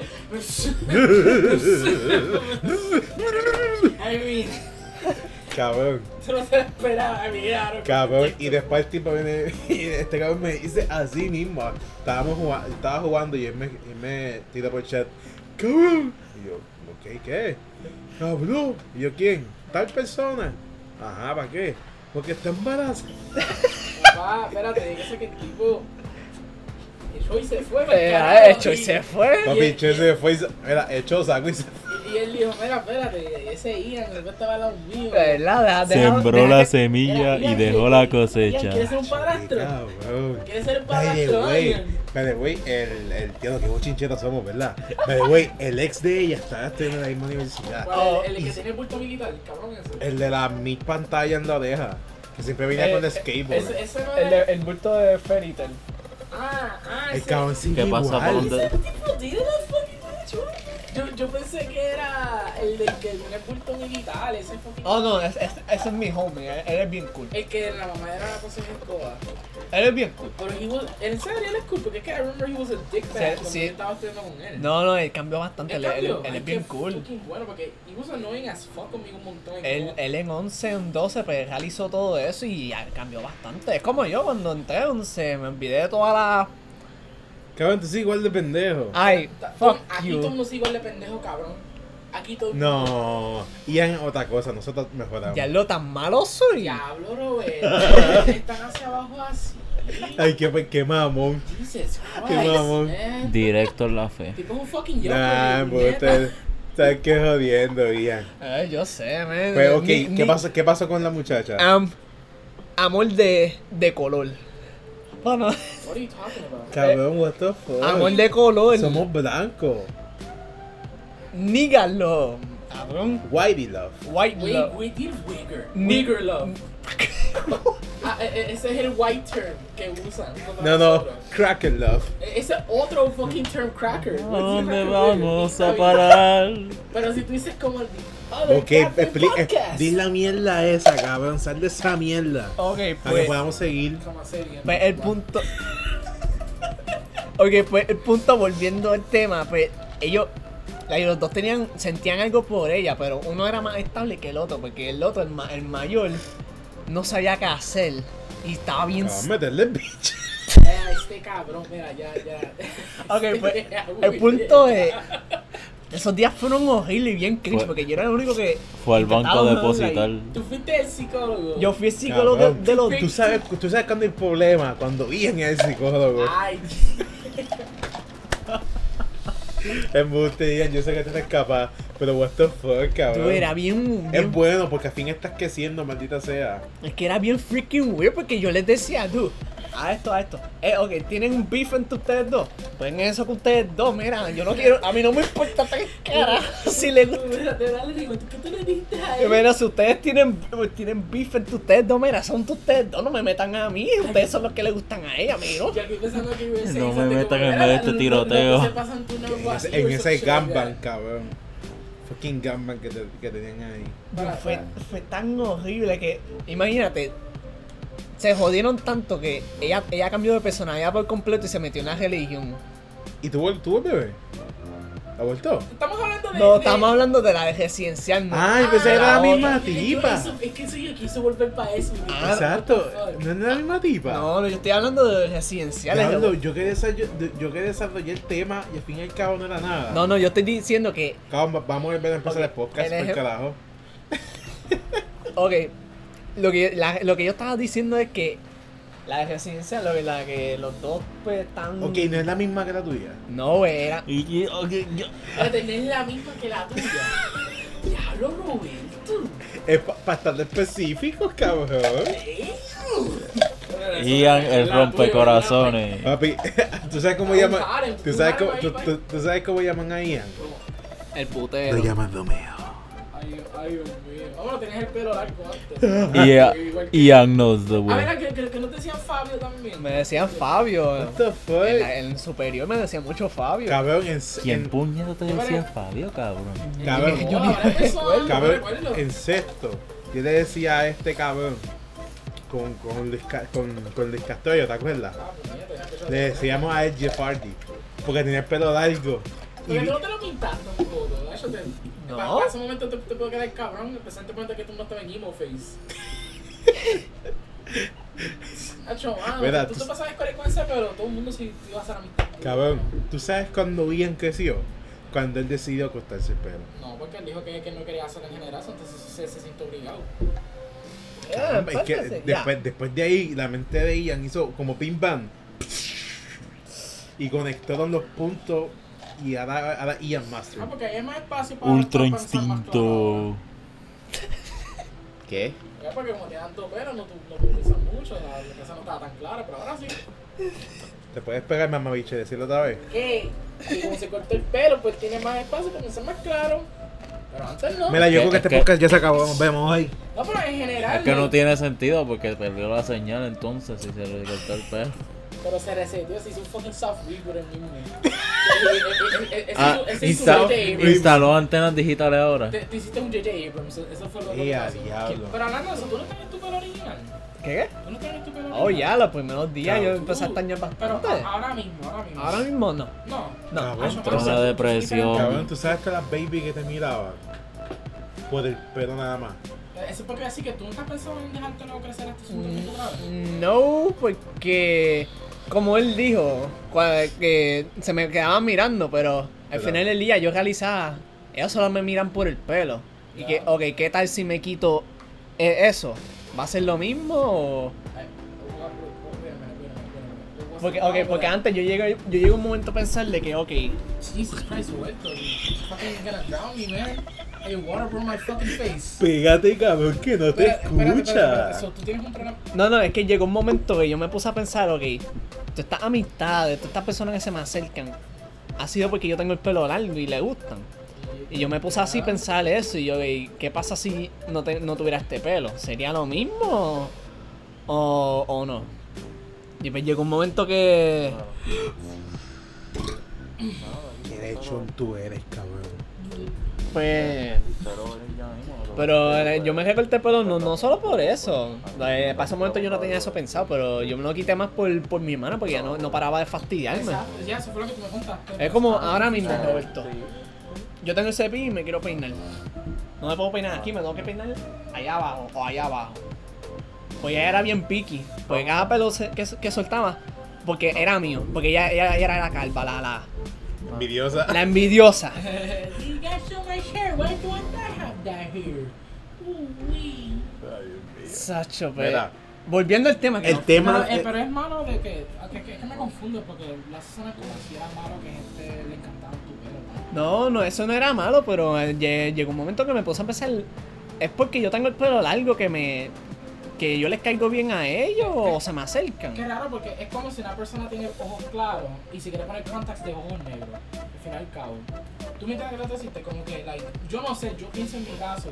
Speaker 3: I mean,
Speaker 2: Cabrón,
Speaker 3: tú no te lo esperabas, I mean, yeah, I don't-
Speaker 2: cabrón. Y después el tipo viene y este cabrón me dice así mismo. Estábamos jugando, estaba jugando y él me, él me tira por chat. Cabrón. Y yo, ok, ¿qué? Habló. Y yo, ¿quién? Tal persona. Ajá, ¿para qué? Porque está embarazada.
Speaker 3: Papá, espérate, yo sé que el tipo. El Choy se fue, para el
Speaker 1: Pues Era
Speaker 3: carajo,
Speaker 1: hecho y Eh, se fue.
Speaker 2: Papi, che, se fue y se- Mira, echó saco y se
Speaker 3: Y él dijo: Mira, espérate, ese Ian, el que estaba al lado mío.
Speaker 1: ¿Verdad? Deja- deja-
Speaker 4: Sembró
Speaker 1: deja
Speaker 4: la
Speaker 1: que-
Speaker 4: semilla
Speaker 3: Era,
Speaker 4: y
Speaker 3: Ian,
Speaker 4: dejó
Speaker 3: ¿quiere-
Speaker 4: la
Speaker 3: Ian,
Speaker 4: cosecha.
Speaker 3: ¿Quieres ser un padrastro?
Speaker 2: Cabrón.
Speaker 3: ¿Quieres ser
Speaker 2: By the
Speaker 3: padrastro?
Speaker 2: way,
Speaker 3: Ian?
Speaker 2: by the way, el, el tío, que bochinchetas somos, ¿verdad? By the way, el ex de ella está estudiando en la misma universidad.
Speaker 1: Oh.
Speaker 3: Bueno, Pues, el, el que tiene el bulto militar, el cabrón
Speaker 4: Eh,
Speaker 3: ese.
Speaker 2: El de la mil pantalla en la oreja, que siempre venía
Speaker 1: Eh,
Speaker 2: con
Speaker 1: eh,
Speaker 2: el skateboard.
Speaker 3: Ese, ese no
Speaker 1: El,
Speaker 3: era.
Speaker 1: el bulto de Feritel.
Speaker 3: Ah, ah,
Speaker 2: el
Speaker 3: ese.
Speaker 2: cabrón sigue
Speaker 4: ¿Qué pasa?
Speaker 2: igual.
Speaker 4: ¿Por dónde?
Speaker 3: Ese tipo tiene la fucking Choy. Yo, yo pensé que era el del que tenía el bulto militar, ese fucking.
Speaker 1: Oh, no, es- es- ese es mi homie. Él, él es bien cool.
Speaker 3: El que la mamá era la consejera Escoba.
Speaker 1: Él es bien cool.
Speaker 3: Pero he was, en serio él es cool, porque es que I remember he was a dickbag
Speaker 1: Sí,
Speaker 3: cuando
Speaker 1: sí.
Speaker 3: yo estaba estudiando con él.
Speaker 1: No, no, él cambió bastante.
Speaker 3: En
Speaker 1: Él, él-
Speaker 3: cambio,
Speaker 1: él
Speaker 3: ay,
Speaker 1: es bien
Speaker 3: qué
Speaker 1: cool.
Speaker 3: fucking bueno, porque he was annoying as fuck conmigo un montón. en
Speaker 1: Él, eh,
Speaker 3: cosas.
Speaker 1: él en 11, en 12, pues realizó todo eso y ah, cambió bastante. Es como yo cuando entré en 11, me olvidé de todas las.
Speaker 2: Cabrón, tú sí igual de pendejo.
Speaker 3: Ah.
Speaker 1: Ay,
Speaker 3: Tom,
Speaker 1: fuck
Speaker 3: aquí todo el
Speaker 1: you.
Speaker 3: mundo es igual de pendejo, cabrón. Aquí todo.
Speaker 2: No, Ian es otra cosa, nosotros mejoramos.
Speaker 1: Ya lo tan malo soy.
Speaker 3: Diablo, Roberto. Están hacia abajo así.
Speaker 2: Ay, qué, qué mamón.
Speaker 3: Jesus
Speaker 2: Qué
Speaker 3: Christ,
Speaker 2: mamón.
Speaker 3: man.
Speaker 4: Directo en la fe.
Speaker 3: Tipo es un fucking yoker.
Speaker 2: Nah, pues ustedes están que jodiendo, Ian.
Speaker 1: Eh, yo sé, man.
Speaker 2: Pero, Pues, ok,
Speaker 1: Ni-
Speaker 2: ¿qué
Speaker 1: ni-
Speaker 2: pasó, ¿qué pasó con la muchacha?
Speaker 1: Am- amor de, de color. Bueno,
Speaker 3: What are you talking about?
Speaker 2: Cabrón, what the fuck.
Speaker 1: amor de color.
Speaker 2: Somos blancos.
Speaker 1: Nigga love. Cabrón.
Speaker 2: Whitey love.
Speaker 1: White
Speaker 3: We,
Speaker 1: love.
Speaker 3: we did wigger.
Speaker 1: Ni-
Speaker 3: Wigger love. Ah, e- e- ese es el white term que usan. contra
Speaker 2: No, no,
Speaker 3: nosotros.
Speaker 2: cracker love.
Speaker 3: E- Ese es otro fucking term cracker.
Speaker 4: ¿A
Speaker 3: What's
Speaker 4: ¿Dónde
Speaker 3: cracker
Speaker 4: vamos
Speaker 3: wigger?
Speaker 4: a parar?
Speaker 3: Pero si tú dices como el other
Speaker 2: Ok, eh,
Speaker 3: goddamn
Speaker 2: explica.
Speaker 3: podcast.
Speaker 2: Di la mierda esa, cabrón. Sal de esa mierda.
Speaker 1: Ok,
Speaker 2: Para que
Speaker 1: pues.
Speaker 2: podamos seguir.
Speaker 3: Como serie.
Speaker 1: Pues el punto. ok, pues el punto volviendo al tema, pues ellos. like, los dos tenían, sentían algo por ella, pero uno era más estable que el otro, porque el otro, el, ma- el mayor, no sabía qué hacer. Y estaba bien.
Speaker 2: Vamos a meterle bicho.
Speaker 3: Eh, este cabrón, mira, ya, ya.
Speaker 1: Ok, pues
Speaker 3: Ya,
Speaker 1: el
Speaker 3: Ah, uy,
Speaker 1: punto
Speaker 3: ya.
Speaker 1: es. Esos días fueron horribles y bien cringe,
Speaker 4: Fue-
Speaker 1: porque yo era el único que.
Speaker 4: Fue al banco a
Speaker 1: intentaba hablar
Speaker 4: depositar.
Speaker 1: ahí.
Speaker 3: Tú fuiste el psicólogo.
Speaker 1: Yo fui el psicólogo de,
Speaker 2: Cabrón.
Speaker 1: de los
Speaker 2: Tú sabes, tú sabes cuando hay problema, cuando Ian es el psicólogo.
Speaker 3: Ay,
Speaker 2: Embuste, Ian, yo sé que tú eres capaz, pero what the fuck, cabrón.
Speaker 1: Tú era bien.
Speaker 2: Es
Speaker 1: bien-
Speaker 2: bueno porque al fin estás creciendo, maldita sea.
Speaker 1: Es que era bien freaking weird porque yo les decía, dude, a esto, a esto. Eh, ok, tienen un beef entre ustedes dos. Pues en eso que ustedes dos, mira, yo no quiero, a mí no me importa tres caras. Si le gusta.
Speaker 3: mira, de verdad le digo, ¿tú- ¿qué tú le diste a él?
Speaker 1: Mira, si ustedes tienen, tienen beef entre ustedes dos, mira, son de ustedes dos, no me metan a mí. Ustedes son los que le gustan a ella, miro.
Speaker 3: Yo aquí pensando que iba a decir,
Speaker 4: No me
Speaker 3: exacto,
Speaker 4: metan
Speaker 3: como,
Speaker 4: en
Speaker 3: mira,
Speaker 4: medio de este
Speaker 3: no- no-
Speaker 4: tiroteo.
Speaker 3: no se pasan tu
Speaker 2: En
Speaker 3: nuevo así,
Speaker 2: ese, en
Speaker 3: or
Speaker 2: ese
Speaker 3: some shit
Speaker 2: Gamban,
Speaker 3: like that.
Speaker 2: cabrón. Fucking Gamban que, te- que tenían ahí.
Speaker 1: Pero fue, fue tan horrible que, imagínate, se jodieron tanto que ella, ella cambió de personalidad por completo y se metió en la religión.
Speaker 2: ¿Y tú vuel- tuvo bebé? ¿Ha vuelto?
Speaker 3: Estamos hablando de.
Speaker 1: No,
Speaker 3: de- Ah,
Speaker 1: estamos hablando de la de residencial, ¿no? Ah,
Speaker 2: Ay, Ah, pensé que era la
Speaker 1: la
Speaker 2: misma
Speaker 3: es que yo
Speaker 2: tipa.
Speaker 3: eso- Es que eso yo quiso volver para eso. y-
Speaker 1: Ah,
Speaker 2: Exacto.
Speaker 3: what the fuck.
Speaker 2: ¿No es la misma tipa?
Speaker 1: No, no, yo estoy hablando de residenciales.
Speaker 2: Diablo,
Speaker 1: de-
Speaker 2: yo que desarrollé, yo que desarrollé el tema y al fin y al cabo no era nada.
Speaker 1: No, no, yo estoy diciendo que,
Speaker 2: Cabrón, va- vamos a volver a empezar el podcast,
Speaker 1: el
Speaker 2: por
Speaker 1: eje-
Speaker 2: carajo.
Speaker 1: ok, lo que, la- lo que yo estaba diciendo es que la de residencial, lo que, la que los dos pues están...
Speaker 2: Ok, no es la misma que la tuya.
Speaker 1: No, güey, era...
Speaker 4: Y, y- ok, yo-
Speaker 3: Para tener la misma que la tuya. Diablo, Roberto.
Speaker 2: Es para estar específicos, cabrón.
Speaker 4: Ian, el
Speaker 3: La tuya,
Speaker 4: rompecorazones.
Speaker 2: Papi, ¿tú sabes cómo
Speaker 3: Ah,
Speaker 2: llaman?
Speaker 3: paren,
Speaker 2: ¿Tú sabes cómo,
Speaker 3: paren,
Speaker 2: tú,
Speaker 3: paren.
Speaker 2: tú- tú sabes cómo llaman a Ian?
Speaker 1: El putero.
Speaker 2: llaman Romeo.
Speaker 3: Ay, ay, Dios mío. Ahora tenés el pelo largo antes.
Speaker 4: Ian,
Speaker 3: Igual que-
Speaker 4: Ian knows the
Speaker 3: A
Speaker 4: way.
Speaker 3: ver, que, que, que no te decían Fabio también.
Speaker 1: Me decían Fabio.
Speaker 2: What the
Speaker 1: En,
Speaker 2: fuck?
Speaker 1: la- en superior me decían mucho Fabio.
Speaker 2: Cabrón, en,
Speaker 4: ¿Quién
Speaker 2: en,
Speaker 4: puñado te decía Fabio, cabrón?
Speaker 2: cabrón,
Speaker 1: Yo ni
Speaker 3: Ahora empezó,
Speaker 1: recuerdo.
Speaker 2: cabrón,
Speaker 3: recuerdo.
Speaker 2: en sexto, yo le decía a este cabrón con, con, Luis, Ca- con, con Luis Castorio, ¿te acuerdas?
Speaker 3: Ah, puñeta, ya empezó.
Speaker 2: Le decíamos a él Jeffardy porque tenía el pelo largo. Y
Speaker 3: Porque tú no te lo pintas tampoco. ¿verdad? Yo te-
Speaker 1: No.
Speaker 3: pa- Para ese momento te, te puedo quedar cabrón. Empezando cuenta que tú no estabas en emo face. Hacho, mano,
Speaker 2: Mira,
Speaker 3: tú
Speaker 2: tú-
Speaker 3: te pasas de consecuencia, pero todo el mundo sí te iba a hacer amistad.
Speaker 2: Cabrón, ¿tú sabes cuándo Ian creció? Cuando él decidió cortarse el pelo.
Speaker 3: No, porque él dijo que, que no quería hacer en general, entonces se, se siente obligado.
Speaker 1: Eh,
Speaker 3: Ah,
Speaker 2: Caramba, es que
Speaker 1: espérate, ya.
Speaker 2: después, después de ahí, la mente de Ian hizo como ping pong Y conectaron los puntos y ahora, ahora Ian Master.
Speaker 3: Ah, porque ahí hay más espacio para.
Speaker 4: Ultra
Speaker 3: para pensar más
Speaker 4: instinto.
Speaker 2: ¿Qué?
Speaker 3: claro. Ya, porque como te dan dos pelos, no, tú- no utilizas mucho. La la cosa no estaba tan clara, pero ahora sí.
Speaker 2: ¿Te puedes pegar, mamabiche, decirlo otra vez?
Speaker 3: que que como se cortó el pelo, pues tiene más espacio para pensar más claro. Pero antes no.
Speaker 2: Mira, yo creo que
Speaker 4: Es
Speaker 2: este
Speaker 4: que-
Speaker 2: podcast ya se acabó. Nos vemos hoy.
Speaker 3: No, pero en general.
Speaker 4: Es que no
Speaker 3: like,
Speaker 4: tiene sentido porque perdió la señal entonces si se le cortó el pelo.
Speaker 3: Pero se reseteó, se hizo un fucking soft reboot el mismo. Ese- ese- ese-
Speaker 4: Ah,
Speaker 3: ese hizo
Speaker 4: insta-
Speaker 3: un JJ Abrams.
Speaker 4: instaló antenas digitales ahora.
Speaker 3: Te, te hiciste un JJ Abrams, eso fue lo
Speaker 2: Eh,
Speaker 3: que
Speaker 2: a
Speaker 3: pasó.
Speaker 2: diablo.
Speaker 3: Pero hablando de eso, tú no tenías tu pelo original.
Speaker 1: ¿Qué?
Speaker 3: Tú no tenías tu pelo original.
Speaker 1: Oh, ya, los primeros días
Speaker 2: Claro.
Speaker 1: yo empecé a extrañar
Speaker 3: Pero
Speaker 1: bastante.
Speaker 3: a- ahora mismo, ahora mismo.
Speaker 1: Ahora mismo no.
Speaker 3: No.
Speaker 1: No.
Speaker 2: Cabrón,
Speaker 3: Ah, yo
Speaker 2: tú-
Speaker 4: Entró una
Speaker 3: pensé-
Speaker 4: depresión.
Speaker 2: Cabrón, tú sabes que las baby que te miraban por el pelo nada más.
Speaker 3: Eso es porque así que tú nunca has pensado en dejártelo crecer hasta su último grado.
Speaker 1: Mm, No, porque como él dijo, cua- que se me quedaban mirando, pero al
Speaker 2: Claro.
Speaker 1: final del día yo realizaba, ellos solo me miran por el pelo. Y que,
Speaker 3: Claro.
Speaker 1: ok, ¿qué tal si me quito eh, eso? ¿Va a ser lo mismo o...?
Speaker 3: Ay, oh, oh, oh, espérame, espérame, espérame. It
Speaker 1: Porque,
Speaker 3: wasn't
Speaker 1: ok, porque
Speaker 3: all
Speaker 1: antes yo llegué, yo llegué a un momento a pensar de que, ok,
Speaker 3: that. Jesus Christ, Roberto, you fucking gonna drown me, man. Hey, water broke my fucking face.
Speaker 2: Pégate, cabrón, que no te
Speaker 3: Espérate, espérate, espérate, espérate.
Speaker 2: escucha.
Speaker 3: So, tú tienes un problema.
Speaker 1: no, no, es que llegó un momento que yo me puse a pensar, ok, todas estas amistades, todas estas personas que se me acercan, ha sido porque yo tengo el pelo largo y le gustan. Y yo me puse así a pensar eso y yo, "Ey, ¿qué pasa si no, te- no tuviera este pelo? ¿Sería lo mismo o, o no? Y pues llegó un momento que...
Speaker 2: Qué lechón tú eres, cabrón.
Speaker 1: Pues... Pero eh, yo me recorté el pelo no, no solo por eso. Eh, para ese momento yo no tenía eso pensado, pero yo me lo quité más por, por mi hermana porque ya no, no paraba de fastidiarme.
Speaker 3: Exacto, ya, eso fue lo que tú me contaste.
Speaker 1: Es como
Speaker 2: Ah,
Speaker 1: ahora mismo, Roberto. Yo tengo el cepillo y me quiero peinar. No me puedo peinar aquí, me tengo que peinar allá abajo o allá abajo. Pues ella era bien piqui,
Speaker 2: Oh.
Speaker 1: porque cada pelo se- que, que soltaba, porque era mío, porque ella, ella- ella era la calva, la, la,
Speaker 2: Envidiosa.
Speaker 1: la envidiosa.
Speaker 3: You got so much hair, why do I not have that hair? Ooh, wee.
Speaker 1: Sacho, pero-
Speaker 2: Mira.
Speaker 1: Volviendo al tema, que
Speaker 2: El
Speaker 1: no-
Speaker 2: tema.
Speaker 3: Pero, eh, pero es malo de que, que, que, que me confundo porque la hace sonar como si era malo que gente le encantaba tu pelo. ¿no?
Speaker 1: No, no, eso no era malo, pero eh, lle- llegó un momento que me puse a pensar, es porque yo tengo el pelo largo que me... que yo les caigo bien a ellos o se me acercan.
Speaker 3: Qué raro porque es como si una persona tiene ojos claros y se quiere poner contacts de ojos negros. Al final al cabo. Tú me entiendes que te hiciste como que, like, yo no sé, yo pienso en mi caso,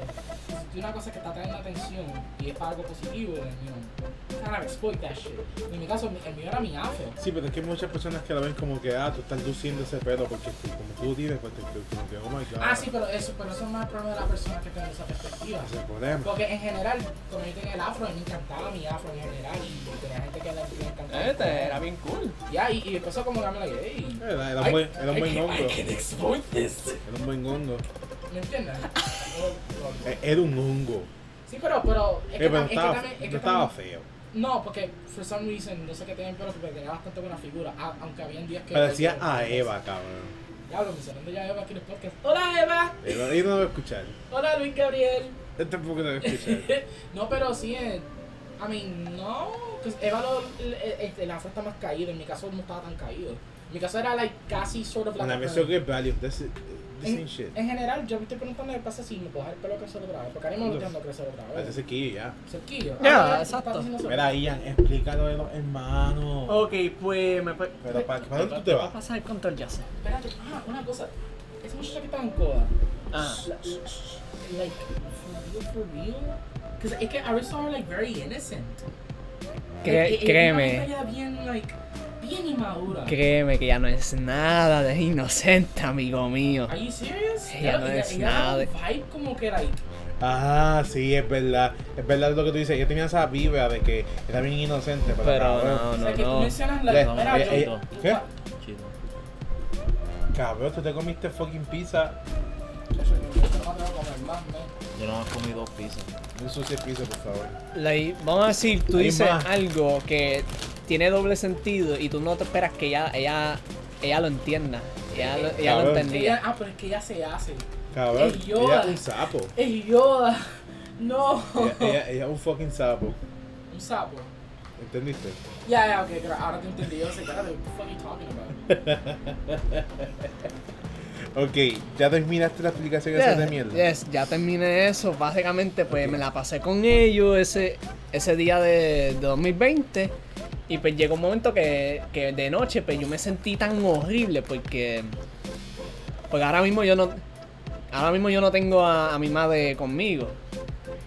Speaker 3: si es una cosa que está atrayendo atención y es para algo positivo, then, you know, kind of exploit that shit. En mi caso, mi- el mío era mi afro.
Speaker 2: Sí, pero es que hay muchas personas que la ven como que, ah, tú estás luciendo ese pelo porque tú- como tú tienes, pues te como que, oh my god.
Speaker 3: Ah, sí, pero eso, pero eso es más el problema de la persona que tiene esa perspectiva.
Speaker 2: Ese es el problema.
Speaker 3: Porque en general, cuando yo tenía el afro, a mí me encantaba mi afro en general y tenía gente que le, le encantaba.
Speaker 1: Este bien cool.
Speaker 3: Ya, y, y empezó como que me like, hey,
Speaker 2: Era, era un buen, era un
Speaker 3: I
Speaker 2: buen
Speaker 3: can-
Speaker 2: hongo.
Speaker 3: I can exploit this.
Speaker 2: Era un buen hongo.
Speaker 3: ¿Me entiendes?
Speaker 2: Eh, Era un hongo.
Speaker 3: Sí, pero, pero, es
Speaker 2: Eh,
Speaker 3: que,
Speaker 2: pero no
Speaker 3: tam- es que
Speaker 2: estaba,
Speaker 3: también, es que
Speaker 2: no estaba
Speaker 3: también-
Speaker 2: feo.
Speaker 3: No, porque, for some reason, no sé qué tenían, pero porque tenía bastante buena figura, a- aunque habían días que...
Speaker 2: Parecía a Eva, cabrón.
Speaker 3: Diablo, mencionando ya a Eva aquí en el podcast. ¡Hola, Eva!
Speaker 2: Eva, ella no lo va a escuchar.
Speaker 3: ¡Hola, Luis Gabriel!
Speaker 2: Él tampoco lo va a escuchar.
Speaker 3: no, pero sí, eh, I mean, no. pues, Eva, lo- el, el- el afro está más caído. En mi caso no estaba tan caído. En mi caso era like, casi sort of like.
Speaker 2: Una
Speaker 3: a
Speaker 2: vez
Speaker 3: perm.
Speaker 2: que value, this, is- this
Speaker 3: en,
Speaker 2: ain't shit.
Speaker 3: en general, yo me estoy preguntando qué pasa si me puedo dejar el pelo crecer otra vez. Porque ahora mismo no
Speaker 2: Los-
Speaker 3: tengo crecer otra
Speaker 2: Parece
Speaker 3: vez.
Speaker 2: que ya.
Speaker 3: Cerquillo.
Speaker 1: Ya,
Speaker 3: Ah,
Speaker 1: exacto.
Speaker 3: estás diciendo eso.
Speaker 2: Mira, Ian, explícalo de los hermanos.
Speaker 3: Oh,
Speaker 1: Ok, pues me... pa-
Speaker 2: Pero, ¿para, ¿para dónde tú te
Speaker 1: ¿Qué va a
Speaker 2: vas?
Speaker 1: pasar con todo el jazz?
Speaker 3: Espérate, ah, una cosa. Esa muchacha que estaba en coda.
Speaker 1: Ah.
Speaker 3: La- la- Like, for real, for real. Because es que I always saw her like very innocent. Like,
Speaker 1: Cre-
Speaker 3: e- ella
Speaker 1: créeme,
Speaker 3: era bien, like, bien inmadura.
Speaker 1: créeme que ya no es nada de inocente, amigo mío.
Speaker 3: Are you serious?
Speaker 1: Ella no es nada.
Speaker 3: Era un vibe como que like,
Speaker 2: Ah, sí, es verdad. Es verdad lo que tú dices. Ella tenía esa vibra de que era bien inocente, pero,
Speaker 1: Pero
Speaker 2: cabrón,
Speaker 1: no,
Speaker 3: o sea,
Speaker 1: no,
Speaker 3: que tú
Speaker 1: no.
Speaker 3: mencionas la
Speaker 2: No,
Speaker 3: mira,
Speaker 2: eh,
Speaker 3: yo-
Speaker 2: eh,
Speaker 3: yo-
Speaker 2: ¿qué?
Speaker 4: Chido.
Speaker 2: Cabrón, tú te comiste fucking pizza.
Speaker 3: Yo- yo- yo no tengo que comer más, ¿no?
Speaker 4: Yo no más comí dos pizzas.
Speaker 2: Un sucio pizza, por favor.
Speaker 1: Like, vamos a decir, tú
Speaker 2: Hay
Speaker 1: dices
Speaker 2: más.
Speaker 1: algo que tiene doble sentido y tú no te esperas que ella, ella, ella lo entienda. Ella, lo- ella lo
Speaker 2: Cabrón.
Speaker 1: entendía.
Speaker 3: Ella- ah, pero es que ella se hace.
Speaker 2: Cabrón,
Speaker 3: Ey, yo-
Speaker 2: ella es un sapo.
Speaker 3: Es Yoda. ah, No.
Speaker 2: Ella, ella, ella es un fucking sapo.
Speaker 3: Un sapo.
Speaker 2: ¿Entendiste?
Speaker 3: Ya, ya, ok, pero ahora te entendí. Yo sé, cara, what the fuck are you talking about?
Speaker 2: Ok, ya terminaste la explicación esa de mierda.
Speaker 1: Yes, yes, ya terminé eso. Básicamente, pues me la pasé con ellos ese, ese día de, de 2020. Y pues llegó un momento que, que de noche, pues yo me sentí tan horrible porque. Porque ahora mismo yo no. Ahora mismo yo no tengo a, a mi madre conmigo.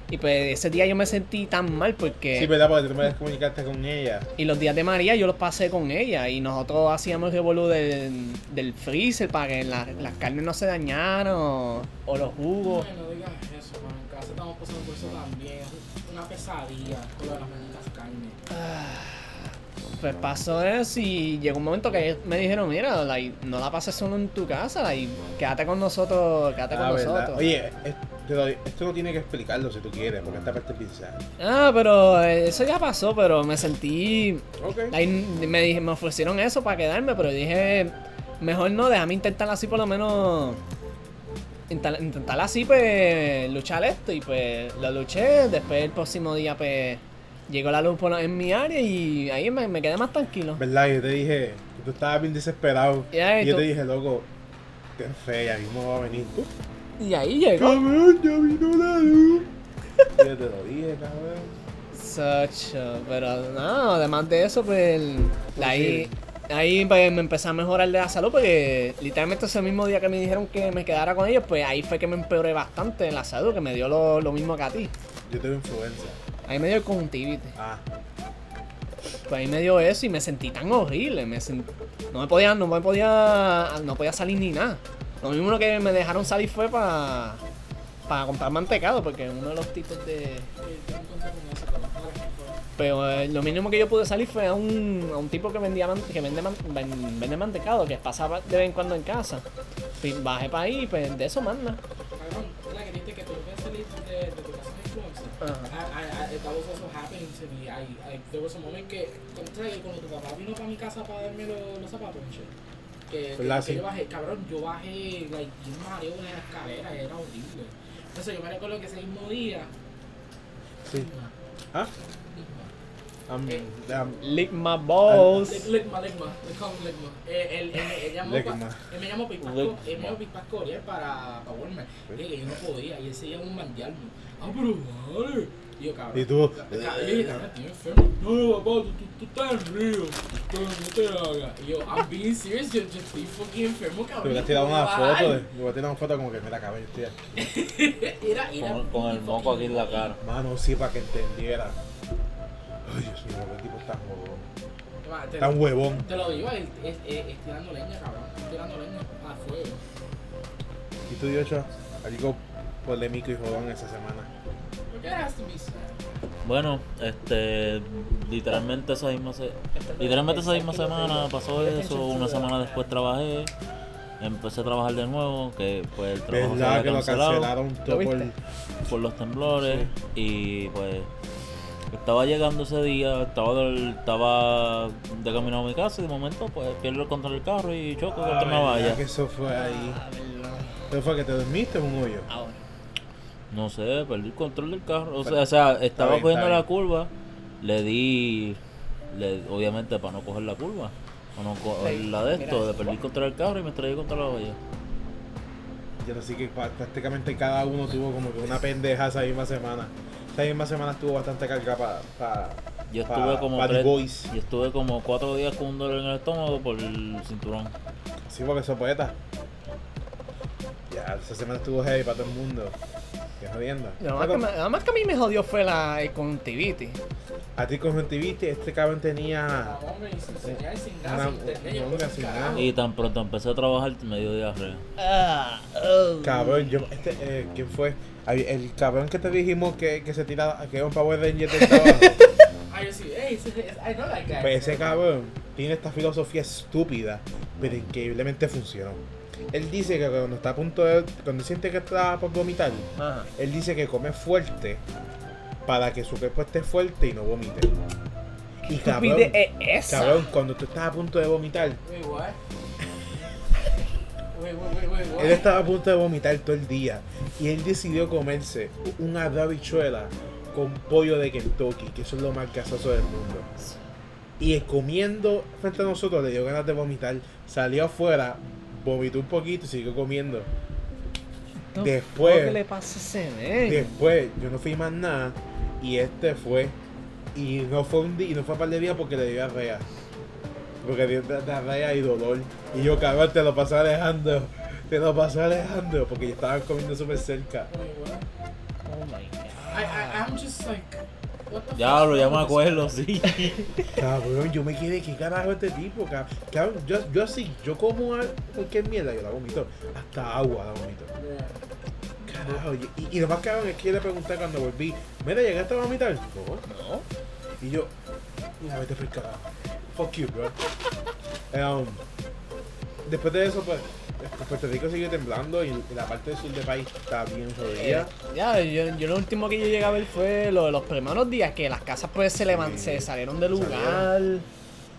Speaker 1: Y pues ese día yo me sentí tan mal porque...
Speaker 2: Sí, ¿verdad? Porque tú me descomunicaste con ella.
Speaker 1: Y los días de María yo los pasé con ella y nosotros hacíamos el revolú del, del freezer para que la- las carnes no se dañaran o, o los jugos.
Speaker 3: Ay, no digas eso, man. En casa estamos pasando por eso también. Es una pesadilla con las malditas carnes.
Speaker 1: Pues pasó eso y llegó un momento que me dijeron, mira, like, no la pases solo en tu casa, like, quédate con nosotros, quédate
Speaker 2: Ah,
Speaker 1: con
Speaker 2: ¿verdad?
Speaker 1: nosotros.
Speaker 2: Oye, es- te lo- esto no tiene que explicarlo si tú quieres, porque esta parte es bien sad.
Speaker 1: Ah, pero eso ya pasó, pero me sentí...
Speaker 2: Ok.
Speaker 1: like, me, dije, me ofrecieron eso para quedarme, pero dije, mejor no, déjame intentar así por lo menos... Intentar, intentar así, pues, luchar esto y pues lo luché. Después el próximo día, pues, llegó la luz por- en mi área y ahí me, me quedé más tranquilo.
Speaker 2: ¿Verdad? Yo te dije, que tú estabas bien desesperado.
Speaker 1: Ya, y
Speaker 2: y yo
Speaker 1: tú-
Speaker 2: te dije, loco, ten fe, ya mismo va a venir. ¡Uf!
Speaker 1: Y ahí llegó.
Speaker 2: Cabrón, ya vino la luz. Yo te lo dije, cabrón.
Speaker 1: Sacho, pero no, además de eso, pues el- ahí, ahí pues, me empecé a mejorar de la salud porque literalmente ese mismo día que me dijeron que me quedara con ellos, pues ahí fue que me empeoré bastante en la salud, que me dio lo, lo mismo que a ti.
Speaker 2: Yo tengo influenza.
Speaker 1: Ahí me dio el conjuntivitis.
Speaker 2: Ah,
Speaker 1: Pues ahí me dio eso y me sentí tan horrible, me sen- no me podía, no me podía, no podía salir ni nada. Lo mismo que me dejaron salir fue para para comprar mantecado, porque uno de los tipos de
Speaker 3: Eh, Yo me encontré con eso, pero por ejemplo,
Speaker 1: Pero eh, lo mínimo que yo pude salir fue a un, a un tipo que vendía man- que vende, man- ven- vende mantecado, que pasaba de vez en cuando en casa. Y bajé para ahí, pues de eso manda.
Speaker 3: cabrón, la que dijiste que tú puedes salir de, de tu casa de influencer. Ah,
Speaker 1: Ajá.
Speaker 3: I, I, I, that was also happening to me. I, I, there was a moment que, contra, que cuando tu papá vino para mi casa para darme lo- los zapatos, che, que, que,
Speaker 2: ¿Verdad?
Speaker 3: que
Speaker 2: Sí.
Speaker 3: yo bajé, cabrón, yo bajé, like, yo me mareo en la escalera, era horrible. Entonces yo me recuerdo que ese mismo día,
Speaker 2: sí. Ah, am- am-
Speaker 1: Lick my balls.
Speaker 3: Legma, Legma, le call him Legma. Eh, él, él, él llamó pa-
Speaker 2: Legma.
Speaker 3: él me llamó Pispasco,
Speaker 4: Legma.
Speaker 3: él me llamó Pispasco Oriel para, para Walmart. Le dije que yo no podía y él se iba a mandiarme. Ah, pero vale. Y yo, cabrón.
Speaker 2: Y tú,
Speaker 3: Ca- Yo dije, cabrón, estoy enfermo. No, papá, tú, tú, tú estás en río. Pero no te hagas. Y yo, I'm being serious, yo, yo estoy fucking enfermo,
Speaker 2: te
Speaker 3: cabrón.
Speaker 2: hubieras tirado una foto. de- Me voy a tirar una foto como que me la acabé. Tía.
Speaker 3: Era, era
Speaker 4: Con, con el moco aquí en la cara.
Speaker 2: Mano, sí, para que entendiera. Ay, Dios mío, qué tipo tan huevón.
Speaker 3: Ma, te-
Speaker 2: Tan huevón.
Speaker 3: Te lo digo, es, es, es, es tirando leña, cabrón. Tirando leña a fuego.
Speaker 2: Y tú, Yocho, algo polémico y jodón esa semana.
Speaker 3: Porque has to be sad.
Speaker 4: Bueno, este, literalmente esa misma, se- literalmente esa misma semana pasó eso, una semana después trabajé, empecé a trabajar de nuevo, que pues el trabajo se
Speaker 2: ¿Verdad
Speaker 4: había
Speaker 2: que lo
Speaker 4: cancelado
Speaker 2: cancelaron todo por.
Speaker 1: viste?
Speaker 4: por los temblores y pues estaba llegando ese día, estaba, del- estaba de camino a mi casa y de momento pues pierdo el control del carro y choco
Speaker 2: Ah,
Speaker 4: contra una
Speaker 2: ¿verdad
Speaker 4: valla.
Speaker 2: que eso fue ahí.
Speaker 1: Ah, verdad.
Speaker 2: Pero fue que te dormiste en un hoyo.
Speaker 1: Ahora.
Speaker 4: No sé, perdí el control del carro. O sea,
Speaker 2: Pero-
Speaker 4: o sea,
Speaker 2: está
Speaker 4: estaba
Speaker 2: bien,
Speaker 4: cogiendo
Speaker 2: está
Speaker 4: la curva, le di, le- obviamente para no coger la curva, para no coger
Speaker 1: Sí,
Speaker 4: la de
Speaker 1: mira
Speaker 4: esto,
Speaker 1: eso.
Speaker 4: de perdí el control del carro y me estrellé contra la valla.
Speaker 2: Yo no sé que pa- prácticamente cada uno tuvo como que una pendeja esa misma semana. Esa misma semana estuvo bastante cargada para.
Speaker 4: Yo estuve como
Speaker 2: Bad
Speaker 4: tres,
Speaker 2: Boys.
Speaker 4: yo estuve como cuatro días con un dolor en el estómago por el cinturón.
Speaker 2: Sí, porque soy poeta. Ya, esa semana estuvo heavy para todo el mundo. Qué jodiendo.
Speaker 1: Lo más, que me- lo más que a mí me jodió fue la eh, el conjuntivitis.
Speaker 2: A ti conjuntivitis, este cabrón tenía.
Speaker 3: Ah, hombre, y sin señal, sin
Speaker 2: Una-
Speaker 3: nada, sin internet, yo
Speaker 2: una-
Speaker 3: pues,
Speaker 2: sin
Speaker 3: carajo.
Speaker 2: nada.
Speaker 4: Y tan pronto empecé a trabajar me dio diarrea.
Speaker 1: Ah, oh.
Speaker 2: Cabrón, yo. Este, eh, ¿Quién fue? Ay, El cabrón que te dijimos que, que se tira. que es un Power Ranger del trabajo.
Speaker 3: Ah, yo sí, hey, ese- ese- I know that guy.
Speaker 2: Pues ese cabrón tiene esta filosofía estúpida, pero increíblemente funcionó. Él dice que cuando está a punto de. cuando siente que está por vomitar,
Speaker 1: Ajá.
Speaker 2: él dice que come fuerte para que su cuerpo esté fuerte y no vomite. Y cabrón,
Speaker 1: Estupidez es esa?
Speaker 2: cabrón, cuando tú estás a punto de vomitar,
Speaker 3: Wait, what? Wait, wait, wait, wait, what?
Speaker 2: él estaba a punto de vomitar todo el día y él decidió comerse una habichuela con pollo de Kentucky, que eso es lo más gasoso del mundo. Y él comiendo frente a nosotros le dio ganas de vomitar, salió afuera, vomitó un poquito y siguió comiendo.
Speaker 1: No,
Speaker 2: después-
Speaker 1: ¿Qué le pasa a ese men?
Speaker 2: Después yo no fui más nada y este fue. Y no fue un día, y no fue un par de días porque le dio diarrea. Porque dio di- diarrea y dolor. Y yo, cabrón, te lo pasé alejando. Te lo pasé alejando porque yo estaba comiendo súper cerca.
Speaker 3: Wait, what?
Speaker 1: Oh my God.
Speaker 3: I, I, was just like, what the fuck?
Speaker 4: Diablo, ya me acuerdo, sí.
Speaker 2: Cabrón, yo me quedé, ¿qué carajo este tipo? cab- Cabrón, yo, yo así, yo como a- cualquier mierda, yo la vomito. Hasta agua la vomito.
Speaker 3: Yeah.
Speaker 2: Carajo, y- y, y lo más cabrón es que yo le pregunté cuando volví, mira, ¿llegaste a vomitar? No.
Speaker 1: No.
Speaker 2: Y yo, mira, vete por el carajo. Fuck you, bro. Eh, um, después de eso, pues, este, Puerto Rico sigue temblando y, y la parte del sur del país está bien jodida.
Speaker 1: Ya, yo, yo lo último que yo llegué a ver fue lo de los primeros días que las casas pues se, levan-
Speaker 2: Sí.
Speaker 1: se salieron del lugar.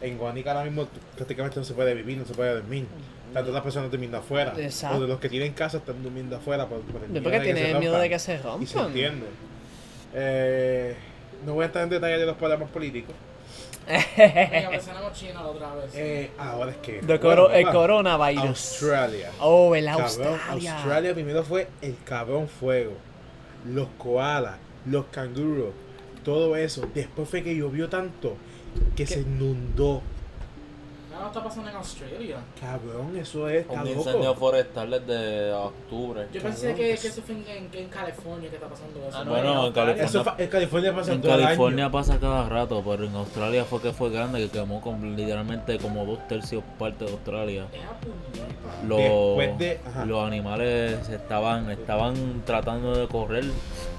Speaker 2: En Guanica ahora mismo prácticamente no se puede vivir, no se puede dormir. Tantas las personas durmiendo afuera.
Speaker 1: Exacto.
Speaker 2: O de los que tienen casa están durmiendo afuera por, por el
Speaker 1: Después que
Speaker 2: de que se
Speaker 1: tienen miedo de
Speaker 2: rompan.
Speaker 1: que se rompan.
Speaker 2: Y se entiende. Eh, no voy a estar en detalle de los problemas políticos.
Speaker 3: Venga, mencionamos China la otra vez.
Speaker 2: Eh, ahora es que.
Speaker 1: De coro-
Speaker 2: bueno,
Speaker 1: el
Speaker 2: papá,
Speaker 1: coronavirus.
Speaker 2: Australia.
Speaker 1: Oh, el
Speaker 2: Cabrón,
Speaker 1: Australia.
Speaker 2: Australia primero fue el cabrón fuego, los koalas, los canguros, todo eso. Después fue que llovió tanto que se inundó.
Speaker 3: Nada está pasando en Australia.
Speaker 2: Cabrón, eso es, está
Speaker 4: Un incendio
Speaker 2: loco.
Speaker 4: forestal desde octubre.
Speaker 3: Yo
Speaker 2: Cabrón,
Speaker 3: pensé que,
Speaker 2: es-
Speaker 3: que eso fue en, en- en California que está pasando eso.
Speaker 1: Ah, no,
Speaker 4: Bueno, en California.
Speaker 2: Eso fa- en California pasa
Speaker 4: En
Speaker 2: todo el año.
Speaker 4: California pasa cada rato, pero en Australia fue que fue grande, que quemó con, literalmente como dos tercios parte de Australia.
Speaker 3: Es a puñeta.
Speaker 4: Los,
Speaker 2: Después de- ajá.
Speaker 4: los animales estaban, estaban tratando de correr,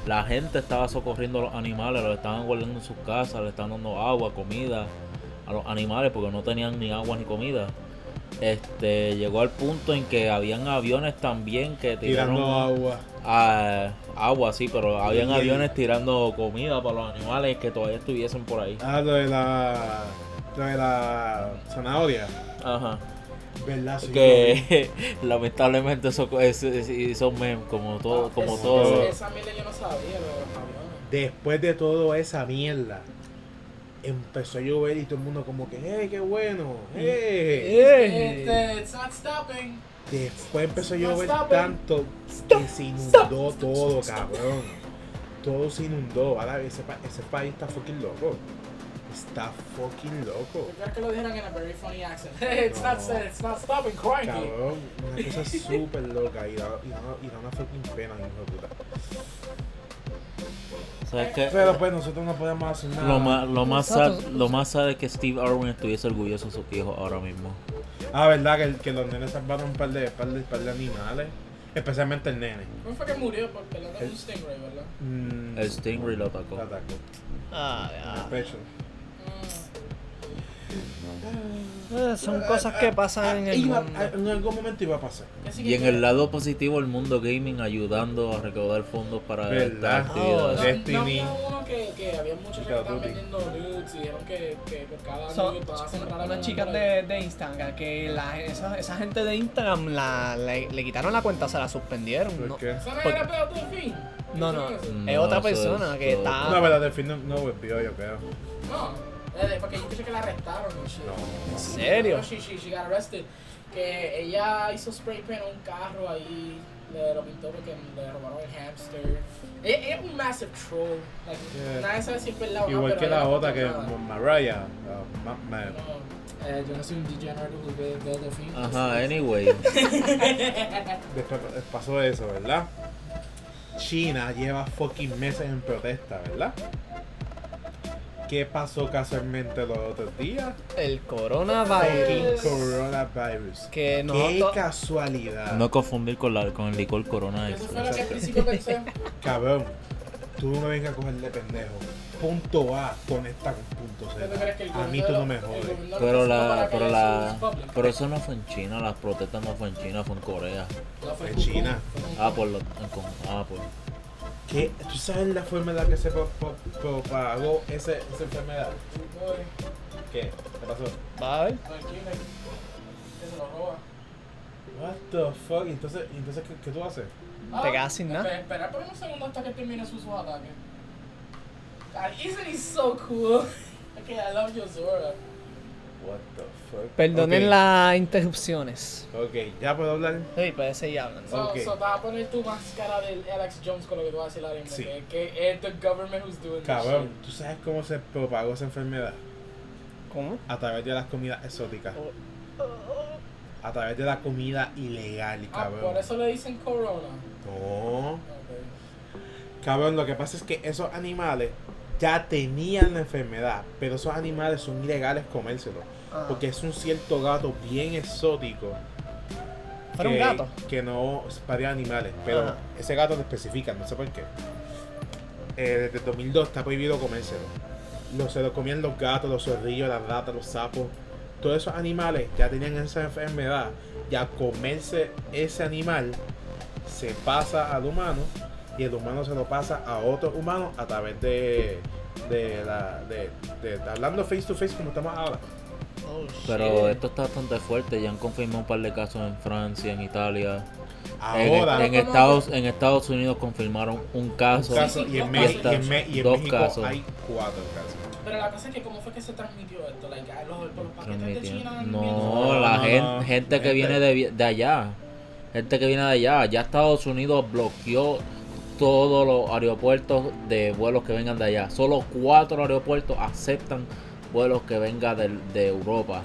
Speaker 4: la gente estaba socorriendo a los animales, los estaban guardando en sus casas, le estaban dando agua, comida a los animales porque no tenían ni agua ni comida. Este llegó al punto en que habían aviones también que tiraron
Speaker 2: tirando agua.
Speaker 4: Ah, agua, sí, pero habían
Speaker 2: Y-
Speaker 4: aviones tirando comida para los animales que todavía estuviesen por ahí.
Speaker 2: Ah, lo de la. Lo de la zanahoria.
Speaker 4: Ajá.
Speaker 2: ¿Verdad? Sí, yo
Speaker 4: Que lamentablemente eso es, es- y son memes, como todo, como
Speaker 3: Esa-
Speaker 4: todo.
Speaker 3: esa- Esa mierda yo no sabía, lo de los aviones.
Speaker 2: vi. Después de toda esa mierda, empezó a llover y todo el mundo como que, ¡eh, qué bueno! ¡eh!
Speaker 1: Eh.
Speaker 3: Este, it's not stopping.
Speaker 2: Después empezó a
Speaker 3: No,
Speaker 2: llover
Speaker 3: stop it.
Speaker 2: tanto que se inundó todo, cabrón. Todo se inundó. Ahora ese, pa- ese país está fucking loco. Está fucking loco.
Speaker 3: Yo creo que lo dijeron en a very funny accent. it's,
Speaker 2: No.
Speaker 3: not, st- it's not stopping, cranky.
Speaker 2: Cabrón, una cosa súper loca y da, y, da- y da una fucking pena, hijo de puta.
Speaker 4: ¿Sabes qué?
Speaker 2: Pero pues nosotros no podemos hacer nada.
Speaker 4: Lo más, lo más sad,
Speaker 1: Nosotros-
Speaker 4: lo más sad es que Steve Irwin estuviese orgulloso de sus hijos ahora mismo.
Speaker 2: Ah, verdad que, el- que los nenes salvaron un par de, par de, par de animales. Especialmente el nene.
Speaker 3: ¿Cómo fue que murió por pelota de un stingray, verdad?
Speaker 2: Mm,
Speaker 4: El Stingray lo atacó.
Speaker 2: lo atacó.
Speaker 1: Ah,
Speaker 2: Pecho.
Speaker 3: Mm.
Speaker 1: ya. Eh, Son cosas que pasan en el
Speaker 2: Iba-
Speaker 1: mundo.
Speaker 2: en algún momento iba a pasar.
Speaker 3: Así que
Speaker 4: Y en el lado positivo, el mundo gaming ayudando a recaudar fondos para
Speaker 2: ¿Verdad?
Speaker 4: estas actividades.
Speaker 3: No,
Speaker 2: Destiny.
Speaker 3: no había uno que, que había muchos
Speaker 2: Call
Speaker 3: que
Speaker 2: of
Speaker 3: estaban
Speaker 2: Duty.
Speaker 3: vendiendo nudes y dijeron que, que por cada
Speaker 1: Son
Speaker 3: nude pagasen para
Speaker 1: unas chicas de, de Instagram que la- esa, esa gente de Instagram la, le, le quitaron la cuenta, se la suspendieron.
Speaker 2: ¿Por
Speaker 1: no,
Speaker 2: qué?
Speaker 3: ¿Eso no
Speaker 1: Por-
Speaker 3: era pedo tu fin?
Speaker 1: No, no.
Speaker 3: ¿Eso
Speaker 4: Mm.
Speaker 1: Es
Speaker 4: No,
Speaker 1: otra
Speaker 4: eso es
Speaker 1: persona que
Speaker 4: todo.
Speaker 1: está.
Speaker 2: No, pero del fin no, no volvió, yo creo.
Speaker 3: No, eh, porque yo pensé que la arrestaron y shit.
Speaker 2: No.
Speaker 1: ¿En serio?
Speaker 3: No, she, she, she got arrested. Que ella hizo spray paint a un carro ahí, le lo pintó porque le robaron el hamster. Ella, ella es un massive troll. Like,
Speaker 2: Yeah.
Speaker 3: Nadie sabe si es verdad o no,
Speaker 2: Igual
Speaker 3: pero
Speaker 2: que
Speaker 3: ella
Speaker 2: la
Speaker 3: no
Speaker 2: otra que
Speaker 3: contó nada.
Speaker 2: es Mariah. la ma- ma-
Speaker 3: No, eh, yo no soy un degenerate que ve ve delfín.
Speaker 4: Ajá, anyway.
Speaker 2: Después pasó eso, ¿verdad? China lleva fucking meses en protesta, ¿verdad? ¿Qué pasó casualmente los otros días?
Speaker 1: El
Speaker 2: Fucking
Speaker 1: coronavirus.
Speaker 2: coronavirus.
Speaker 1: Que no.
Speaker 2: Qué
Speaker 1: to-
Speaker 2: casualidad.
Speaker 4: No confundir con, la, con el licor corona
Speaker 3: Eso fue
Speaker 4: extra.
Speaker 3: lo que al principio pensé.
Speaker 2: Cabrón, tú no me vengas a coger de pendejo. Punto A conecta con punto
Speaker 3: ¿Tú te crees
Speaker 2: Z.
Speaker 3: que el
Speaker 2: A mí
Speaker 3: gobierno-
Speaker 2: tú no me
Speaker 3: el
Speaker 2: jodes.
Speaker 3: gobierno
Speaker 4: Pero
Speaker 3: lo
Speaker 4: la,
Speaker 3: hizo para
Speaker 4: pero
Speaker 3: que
Speaker 4: la,
Speaker 3: eso fuese public?
Speaker 4: pero eso no fue en China, las protestas no fue en China, fue en Corea.
Speaker 3: No, fue
Speaker 2: En
Speaker 3: Hong Kong,
Speaker 2: China.
Speaker 3: fue en Hong
Speaker 4: Ah,
Speaker 3: Kong.
Speaker 4: por lo, en con- ah, por.
Speaker 2: ¿Qué? ¿Tú sabes la forma en la que se pro- pro- propagó ese- esa enfermedad?
Speaker 3: Boy,
Speaker 2: ¿Qué? ¿Qué pasó?
Speaker 1: Va a ver.
Speaker 3: tranquila, que se lo roba.
Speaker 2: What the fuck? Entonces, entonces ¿qué, qué tú haces?
Speaker 1: Te
Speaker 3: Ah,
Speaker 1: quedas sin nada.
Speaker 3: Espera, espera por un segundo hasta que termine su, su ataque. God, isn't he so cool? Okay, I love your Zora.
Speaker 2: What the fuck?
Speaker 1: Perdonen
Speaker 2: Ok,
Speaker 1: las interrupciones.
Speaker 2: Ok, ya puedo hablar.
Speaker 1: Sí, puedes seguir hablando.
Speaker 3: So,
Speaker 2: Ok.
Speaker 3: so te vas a poner tu máscara del Alex Jones con lo que tú vas a decir ahora mismo,
Speaker 2: Sí.
Speaker 3: que- Que es the government who's doing this
Speaker 2: Cabrón,
Speaker 3: shit.
Speaker 2: ¿tú sabes cómo se propagó esa enfermedad?
Speaker 1: ¿Cómo?
Speaker 2: A través de las comidas exóticas. A través de la comida ilegal,
Speaker 3: Ah,
Speaker 2: cabrón.
Speaker 3: por eso le dicen Corona.
Speaker 2: No.
Speaker 3: Okay.
Speaker 2: Cabrón, lo que pasa es que esos animales ya tenían la enfermedad, pero esos animales son ilegales comérselos.
Speaker 1: Ah,
Speaker 2: Porque es un cierto gato bien exótico.
Speaker 1: Fuera un
Speaker 2: que-
Speaker 1: gato.
Speaker 2: Que no paría animales, pero
Speaker 1: Ajá.
Speaker 2: ese gato te especifica, no sé por qué. Eh, desde 2002 está prohibido comérselo. Los, se lo comían los gatos, los zorrillos, las ratas, los sapos. Todos esos animales ya tenían esa enfermedad. Y al comerse ese animal, se pasa al humano y el humano se lo pasa a otro humano a través de. de la. de- de- hablando face to face como estamos ahora.
Speaker 1: Oh,
Speaker 4: Pero
Speaker 1: shit.
Speaker 4: esto está bastante fuerte, ya han confirmado un par de casos en Francia, en Italia. En-
Speaker 2: Ahora.
Speaker 4: en, Estados, en Estados Unidos confirmaron un caso.
Speaker 2: Un caso, y en,
Speaker 3: Dos
Speaker 2: México, y en,
Speaker 4: casos.
Speaker 2: Me- y en
Speaker 4: Dos
Speaker 2: México
Speaker 4: casos.
Speaker 2: hay cuatro casos.
Speaker 3: Pero la cosa es que, ¿cómo fue que se transmitió esto? Like, a los, por los paquetes de
Speaker 4: transmitido.
Speaker 3: China.
Speaker 4: No,
Speaker 3: enviando-
Speaker 4: la
Speaker 2: No, no,
Speaker 4: gen-
Speaker 2: no.
Speaker 4: gente, que
Speaker 2: Gente.
Speaker 4: viene de, vi- de allá. Gente que viene de allá. Ya Estados Unidos bloqueó todos los aeropuertos de vuelos que vengan de allá. Solo cuatro aeropuertos aceptan vuelos que vengan del- de, Europa.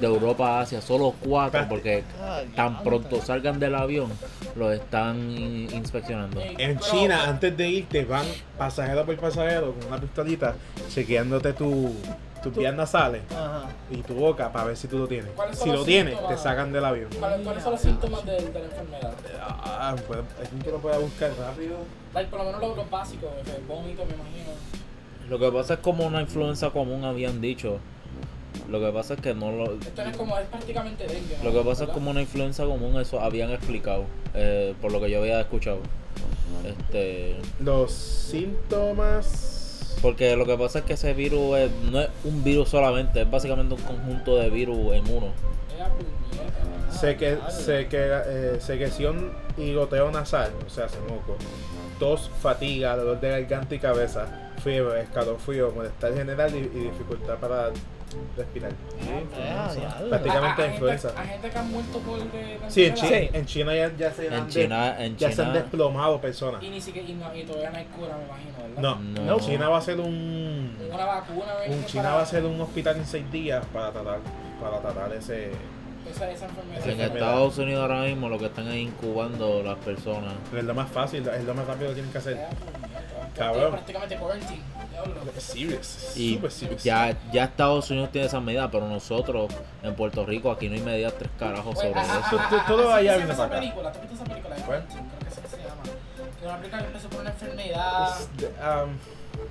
Speaker 4: De Europa a Asia. Solo cuatro
Speaker 2: Espérate.
Speaker 4: porque
Speaker 1: Ah,
Speaker 4: tan
Speaker 1: diablo.
Speaker 4: pronto salgan del avión los están in- inspeccionando.
Speaker 3: Ey,
Speaker 2: En
Speaker 3: pero-
Speaker 2: China, antes de irte, van pasajero por pasajero con una pistolita chequeándote tu, tus
Speaker 1: Tu-
Speaker 2: vías nasales
Speaker 1: Ajá.
Speaker 2: y tu boca para ver si tú lo tienes.
Speaker 3: ¿Cuáles son
Speaker 2: Si
Speaker 3: los
Speaker 2: lo tienes, te
Speaker 3: síntomas?
Speaker 2: sacan del avión.
Speaker 3: ¿cuál- ¿Cuáles son los síntomas de, de la enfermedad?
Speaker 2: Ah, pues, alguien que lo pueda buscar rápido.
Speaker 3: Like, por lo menos los, los básicos, el vómito, me imagino.
Speaker 4: Lo que pasa es como una influenza común habían dicho. Lo que pasa es que no lo...
Speaker 3: Esto no es como, es prácticamente dengue. ¿no?
Speaker 4: Lo que pasa es
Speaker 3: ¿Verdad?
Speaker 4: como una influenza común, eso habían explicado, eh, por lo que yo había escuchado. Este,
Speaker 2: Los síntomas.
Speaker 4: porque lo que pasa es que ese virus es- no es un virus solamente, es básicamente un conjunto de virus en uno.
Speaker 3: Ea, puñeta.
Speaker 2: Seque, seque, eh, sequeción y goteo nasal, o sea, hace moco. Tos, fatiga, dolor de garganta y cabeza, fiebre, escalofrío, molestar general y, y dificultad para respirar.
Speaker 1: Ah, diablo.
Speaker 2: Prácticamente
Speaker 3: A- a- a
Speaker 2: influenza.
Speaker 3: gente- A gente que ha muerto por de, de
Speaker 2: Sí, en China,
Speaker 3: enfermedad.
Speaker 1: Sí.
Speaker 2: en China ya, ya se
Speaker 4: En
Speaker 2: han
Speaker 4: China, en
Speaker 2: ya se han
Speaker 4: China,
Speaker 2: desplomado personas.
Speaker 3: Y ni siquiera, y, no- y todavía no hay cura, me imagino, ¿verdad?
Speaker 2: No,
Speaker 4: No.
Speaker 2: China va a ser un,
Speaker 3: Una vacuna, ¿verdad?
Speaker 2: un China
Speaker 3: Para-
Speaker 2: va a ser un hospital en seis días para tratar, para tratar ese
Speaker 3: Esa, esa enfermedad.
Speaker 4: en
Speaker 2: enfermedad.
Speaker 4: Estados Unidos ahora mismo lo que están es incubando las personas.
Speaker 2: es lo más fácil, es lo más rápido que tienen que hacer.
Speaker 3: Ea, puñeta.
Speaker 2: Cabrón.
Speaker 3: Prácticamente quarantine. diablo.
Speaker 2: Serious,
Speaker 4: Y
Speaker 2: super serious.
Speaker 4: ya, ya Estados Unidos tiene esa medida, pero nosotros en Puerto Rico aquí no hay medidas tres carajos sobre
Speaker 3: Oye, ah,
Speaker 4: eso.
Speaker 3: ah, ah,
Speaker 2: Tú- tú- todo
Speaker 3: así
Speaker 2: allá
Speaker 3: se
Speaker 2: viene
Speaker 3: llama esa
Speaker 2: para acá.
Speaker 3: película, ¿Tú viste esa película? de
Speaker 2: ¿Cuál?
Speaker 3: Quarantine, Creo que así que se llama. Que una película que empezó por una enfermedad,
Speaker 2: Este, um,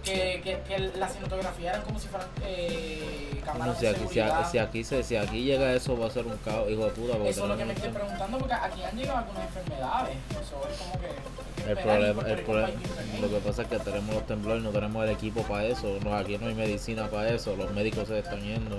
Speaker 3: que, que, que la cinematografía eran como si fueran eh,
Speaker 4: Bueno,
Speaker 3: cámaras
Speaker 4: si
Speaker 3: de
Speaker 4: aquí, si, a-
Speaker 3: seguridad.
Speaker 4: si aquí se, si aquí llega eso va a ser un caos, hijo de puta. porque
Speaker 3: Eso es lo que me
Speaker 4: tenemos
Speaker 3: estoy
Speaker 4: mucho-
Speaker 3: preguntando, porque aquí han llegado algunas enfermedades. Eso es como que... hay que
Speaker 4: El
Speaker 3: esperar y
Speaker 4: problema,
Speaker 3: Puerto
Speaker 4: el
Speaker 3: Rico es un
Speaker 4: problema,
Speaker 3: país diferente.
Speaker 4: lo que pasa es que tenemos los temblores, no tenemos el equipo para eso, no, aquí no hay medicina para eso, los médicos se están yendo,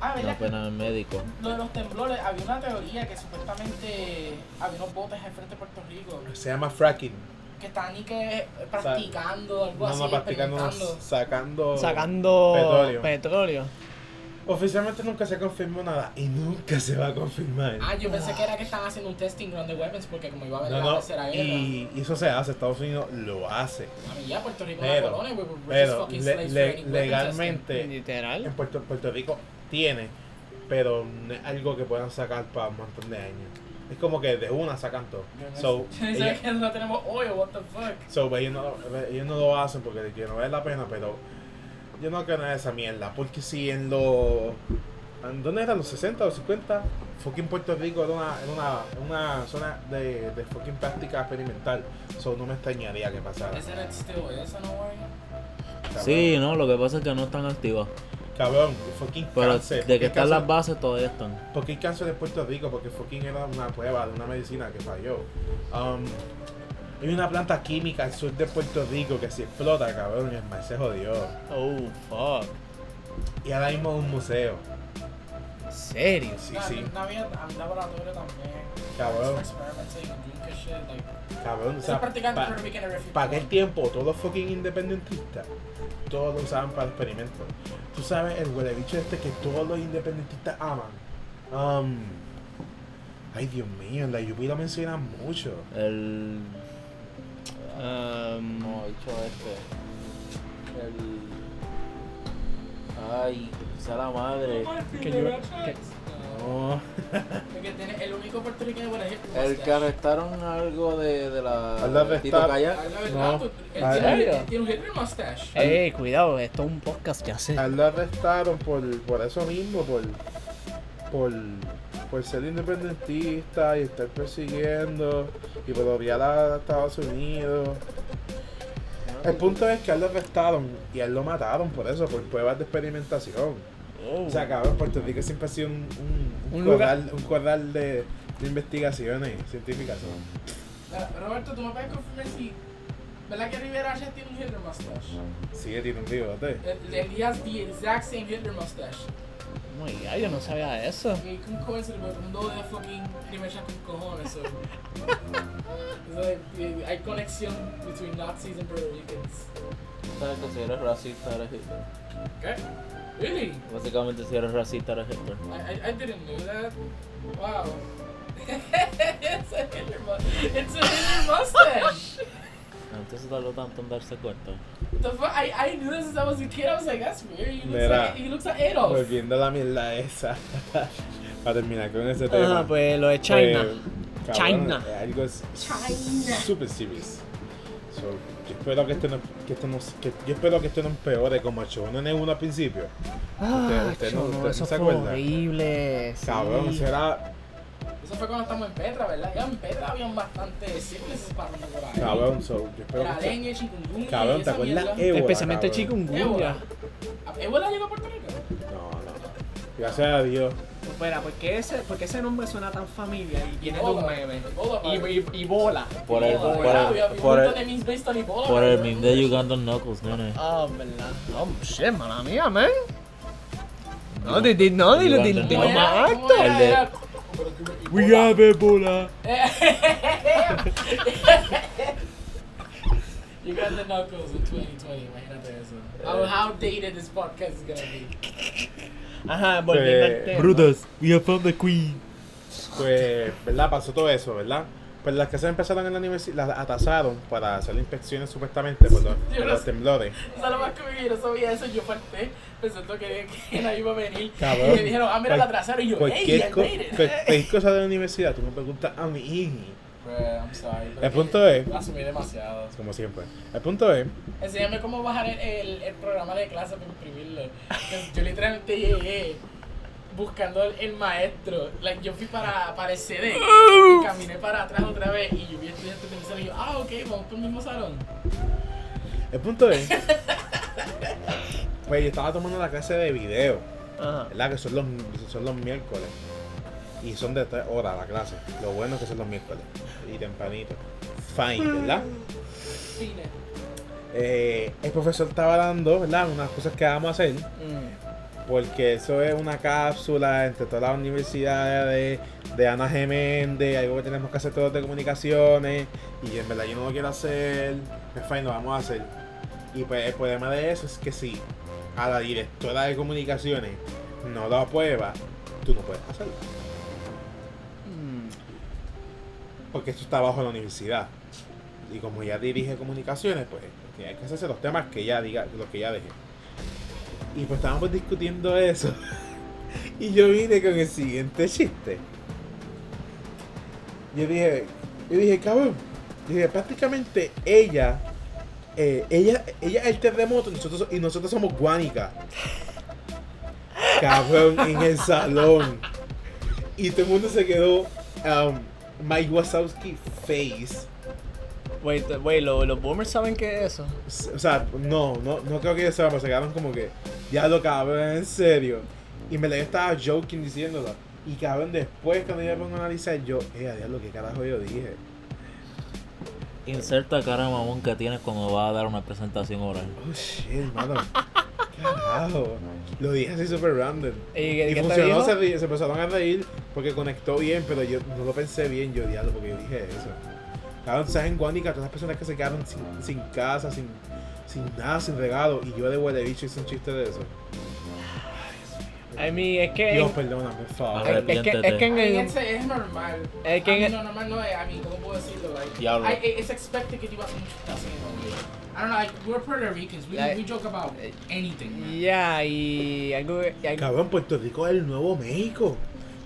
Speaker 3: Ah,
Speaker 4: no
Speaker 2: pues
Speaker 3: ¿verdad?
Speaker 4: apenas el médico.
Speaker 3: Lo de los temblores, había una teoría que supuestamente había unos botes al frente de Puerto Rico
Speaker 2: se llama fracking.
Speaker 3: que estaban y que practicando,
Speaker 2: No,
Speaker 3: algo así,
Speaker 2: no, practicando, no,
Speaker 3: experimentando.
Speaker 2: sacando.
Speaker 1: Sacando
Speaker 2: Petróleo.
Speaker 1: petróleo.
Speaker 2: Oficialmente nunca se confirmó nada y nunca se va a confirmar.
Speaker 3: Ah, yo pensé que era que estaban haciendo un testing ground de weapons porque como iba a haber
Speaker 2: No,
Speaker 3: la
Speaker 2: no,
Speaker 3: tercera guerra.
Speaker 2: y, y eso se hace, Estados Unidos lo hace.
Speaker 3: A mí ya Puerto Rico
Speaker 2: Pero-
Speaker 3: era colonia, we were just
Speaker 2: Pero
Speaker 3: fucking
Speaker 2: le- le-
Speaker 3: slaves for any weapon
Speaker 2: legalmente en
Speaker 1: Literal.
Speaker 2: Puerto, Puerto Rico tiene, pero no es algo que puedan sacar para un montón de años. Es como que de una sacan todo.
Speaker 3: testing. Yo
Speaker 2: So,
Speaker 3: no sé. Dice
Speaker 2: ellos,
Speaker 3: que no tenemos oil, what the fuck.
Speaker 2: so, pues, ellos no, lo- ellos no lo hacen porque que no vale la pena, pero yo no creo en esa mierda. Porque si en los. ¿en ¿Dónde eran los 60 o 50? Fucking Puerto Rico era una, era una, una zona de, de fucking práctica experimental. So no me extrañaría que pasara.
Speaker 3: Isn't it still is, no way?
Speaker 2: cabrón.
Speaker 4: Sí, no, lo que pasa es que no están activas,
Speaker 2: Cabrón, fucking
Speaker 4: pero
Speaker 2: cáncer.
Speaker 4: de
Speaker 2: fucking
Speaker 4: que están
Speaker 2: cáncer-
Speaker 4: las bases todavía están.
Speaker 2: ¿Por qué el cáncer de Puerto Rico? Porque fucking era una prueba de una medicina que falló. Um, hay una planta química al sur de Puerto Rico que si explota, cabrón, el mal se jodió.
Speaker 1: Oh, fuck.
Speaker 2: Y ahora mismo es un museo.
Speaker 1: ¿En serio?
Speaker 2: Sí,
Speaker 3: Nah,
Speaker 2: sí,
Speaker 3: No había un laboratorio también.
Speaker 2: cabrón,
Speaker 3: Experimenting, doing shit, like.
Speaker 2: cabrón. O
Speaker 3: Eso
Speaker 2: sea,
Speaker 3: es practicando
Speaker 2: pa-
Speaker 3: Puerto Rican and refugee.
Speaker 2: para aquel tiempo, todos los fucking independentistas, todos lo usaban para experimentos. Tú sabes, el huele bicho este que todos los independentistas aman. Um, ay, Dios mío, en la lluvia lo mencionan mucho.
Speaker 4: El...
Speaker 1: Um,
Speaker 4: dicho este, el... Ay, sea la madre.
Speaker 1: que yo-
Speaker 3: No,
Speaker 2: No.
Speaker 3: Porque tiene el único puertorriqueño, por ejemplo.
Speaker 5: El que arrestaron algo de, de
Speaker 2: Habla de
Speaker 5: la Tito
Speaker 2: estar-
Speaker 5: Kayak.
Speaker 3: Habla
Speaker 2: No. Eh.
Speaker 3: verdad, tú- él
Speaker 2: Ah,
Speaker 3: tiene-
Speaker 1: ¿serio?
Speaker 3: él tiene un Hitler mustache.
Speaker 1: Ey, eh, cuidado, esto es un podcast que hace.
Speaker 2: A él lo arrestaron por, por eso mismo, por, por, por ser independentista y estar persiguiendo y por odiar a Estados Unidos. El punto es que a él lo arrestaron y a él lo mataron por eso, por pruebas de experimentación. O sea, cabrón, Puerto Rico siempre ha sido un, un, un
Speaker 1: Un lugar-
Speaker 2: corral, un corral de, de investigaciones científicas. ¿no?
Speaker 3: Ah, Roberto, tú me puedes confirmar si. ¿Verdad que Rivera Ashes tiene un Hitler mustache?
Speaker 2: Sí, que tiene un bigote.
Speaker 3: El- el Elías, the exact same Hitler mustache.
Speaker 1: Muy gallo, yo no sabía eso.
Speaker 3: Y con cosas, porque un doble de fucking Rimecha con cojones. So. so, eh, hay conexión between Nazis and Puerto Ricans.
Speaker 4: ¿Sabes que si eres racista eres Hitler?
Speaker 3: ¿Qué? Really?
Speaker 4: Básicamente si eres racista eres Hitler.
Speaker 3: I, I, I didn't know that. Wow. it's a Hitler mustache. It's a Hitler mustache.
Speaker 4: Entonces tardó tanto en darse cuenta.
Speaker 3: the fuck? I, I knew this since I was a kid. I was like, that's weird. He looks,
Speaker 2: Mira.
Speaker 3: like, he looks like
Speaker 1: Oh.
Speaker 3: Adolf.
Speaker 2: Volviendo a la mierda esa. Para terminar con ese tema.
Speaker 1: Ah, pues lo de China.
Speaker 2: Pues,
Speaker 1: China.
Speaker 2: cabrón, Algo es
Speaker 3: China.
Speaker 2: super serious. So, yo espero que esto no, que esto no, que- yo espero que esto no empeore como Shonen en uno al principio.
Speaker 1: Ah,
Speaker 2: Usted- usted no-
Speaker 1: chono,
Speaker 2: usted no
Speaker 1: eso fue
Speaker 2: se acuerda.
Speaker 1: horrible. sí.
Speaker 2: Cabrón, será,
Speaker 3: Eso fue cuando estamos en Petra, ¿verdad? Ya en Petra habían bastante sicknesses parando por ahí.
Speaker 2: cabrón, so, yo espero que
Speaker 3: Era
Speaker 2: esto-
Speaker 3: dengue, chikungunya.
Speaker 2: cabrón,
Speaker 3: y
Speaker 2: ¿te
Speaker 3: esa
Speaker 2: acuerdas?
Speaker 3: mierda.
Speaker 2: Ébola,
Speaker 1: Especialmente
Speaker 2: cabrón.
Speaker 1: chikungunya.
Speaker 3: Ébola.
Speaker 4: Eh,
Speaker 3: ¿Ébola llegó a Puerto Rico?
Speaker 2: No, no. Gracias a Dios.
Speaker 1: Espera, ¿por qué, ese, por qué ese nombre suena tan familiar y viene
Speaker 3: Ebola. Ebola, padre.
Speaker 1: Y, y, y bola.
Speaker 4: Por el,
Speaker 3: Ebola,
Speaker 4: por
Speaker 3: ¿verdad?
Speaker 4: el,
Speaker 3: Había
Speaker 4: por
Speaker 3: un
Speaker 4: el,
Speaker 3: montón de memes based on Ebola,
Speaker 4: por el
Speaker 3: ¿verdad?
Speaker 4: meme de Uganda Knuckles, nene.
Speaker 1: Ah, verdad. Oh, shit, mala mía, man. No, di, di, no, dilo, dilo,
Speaker 3: ¿Cómo
Speaker 4: Igual,
Speaker 1: dilo
Speaker 4: no.
Speaker 3: era?
Speaker 1: más
Speaker 3: ¿Cómo
Speaker 1: alto.
Speaker 4: El de-
Speaker 3: era? Ebola.
Speaker 4: Ebola.
Speaker 3: You got the knuckles in 2020, imagínate eso. How, how dated this podcast is gonna be.
Speaker 1: Ajá, volviendo al
Speaker 2: Eh,
Speaker 1: tema.
Speaker 4: we have found the queen.
Speaker 2: Pues, ¿verdad? Pasó todo eso, ¿verdad? Pues las casas empezaron en la universidad, las atasaron para hacer inspecciones supuestamente por los, por los temblores.
Speaker 3: O sea, lo más que yo no sabía eso, yo falté pensando que, que nadie iba a venir.
Speaker 2: Cabrón.
Speaker 3: Y me dijeron, ah, mira, la atrasaron. Y yo, hey,
Speaker 2: Cualquier,
Speaker 3: I
Speaker 2: co-
Speaker 3: made it.
Speaker 2: cualquier cosa de la universidad, tú me preguntas a mi hija.
Speaker 3: Bruh, Pues, I'm sorry. pero
Speaker 2: El punto es,
Speaker 3: Asumí demasiado.
Speaker 2: como siempre, el punto es
Speaker 3: Enséñame cómo bajar el, el, el programa de clase para imprimirlo. Entonces, Yo literalmente llegué buscando el, el maestro. Like, yo fui para, para el CD y caminé para atrás otra vez y yo vi estudiantes de mi salón y yo, ah, ok, vamos por el mismo salón.
Speaker 2: El punto es. Pues yo estaba tomando la clase de video,
Speaker 1: Ajá.
Speaker 2: ¿verdad? Que son los, son los miércoles. Y son de tres horas la clase. Lo bueno es que son los miércoles. Y tempranito. Fine, ¿verdad?
Speaker 3: Cine.
Speaker 2: Eh, el profesor estaba dando, ¿verdad? Unas cosas que vamos a hacer.
Speaker 1: Mm.
Speaker 2: Porque eso es una cápsula entre todas las universidades de Ana G. Méndez, algo que tenemos que hacer todos de comunicaciones, y en verdad yo no lo quiero hacer, pues fine, lo vamos a hacer. Y pues el problema de eso es que si a la directora de comunicaciones no lo aprueba, tú no puedes hacerlo,
Speaker 1: Mm.
Speaker 2: porque esto está bajo la universidad. Y como ella dirige comunicaciones, pues tiene que hacerse los temas que ella diga, los que ella deje. Y pues estábamos discutiendo eso. Y yo vine con el siguiente chiste. Yo dije, yo dije, cabrón, yo dije, prácticamente ella, eh, ella, ella es el terremoto nosotros, y nosotros somos guánica. Cabrón, en el salón. Y todo el mundo se quedó, um, Mike Wazowski face.
Speaker 1: Wait, wait, lo- los boomers saben qué es eso.
Speaker 2: O sea, no, no, no creo que ellos sepan, pero se quedaron como que, ya lo cabrón, en serio. Y me la yo estaba joking diciéndolo. Y cabrón, después cuando yo me pongo a analizar, yo, eh, diablo, qué carajo yo dije.
Speaker 4: Inserta cara de mamón que tienes cuando vas a dar una presentación oral.
Speaker 2: Oh shit, hermano. carajo. Lo dije así super random.
Speaker 1: ¿Y,
Speaker 2: Y
Speaker 1: qué te
Speaker 2: funcionó,
Speaker 1: dijo?
Speaker 2: se, ri- se empezaron a reír porque conectó bien, pero yo no lo pensé bien, yo diablo, porque yo dije eso. Cabrón, ¿sabes en Guánica todas las personas que se quedaron sin, sin casa, sin, sin nada, sin regalo? Y yo de huele bicho hice un chiste de eso.
Speaker 1: I mean, es que...
Speaker 2: Dios, pues, perdóname, por favor.
Speaker 1: es, es que, es que en
Speaker 3: I mean,
Speaker 1: el...
Speaker 3: it's- es normal.
Speaker 1: Es que
Speaker 3: I
Speaker 1: en
Speaker 3: mean,
Speaker 1: el-
Speaker 3: no, normal no es. I mean, ¿cómo puedo decirlo? Like,
Speaker 4: Diablo.
Speaker 3: I, eh, it's expected que tú ibas a hacer un chutazo en el hombro. I don't know, like, we're Puerto Ricans. We,
Speaker 1: Like- eh,
Speaker 3: we joke about anything. man.
Speaker 1: Ya, y algo... y algo-
Speaker 2: Cabrón, Puerto Rico es el nuevo México.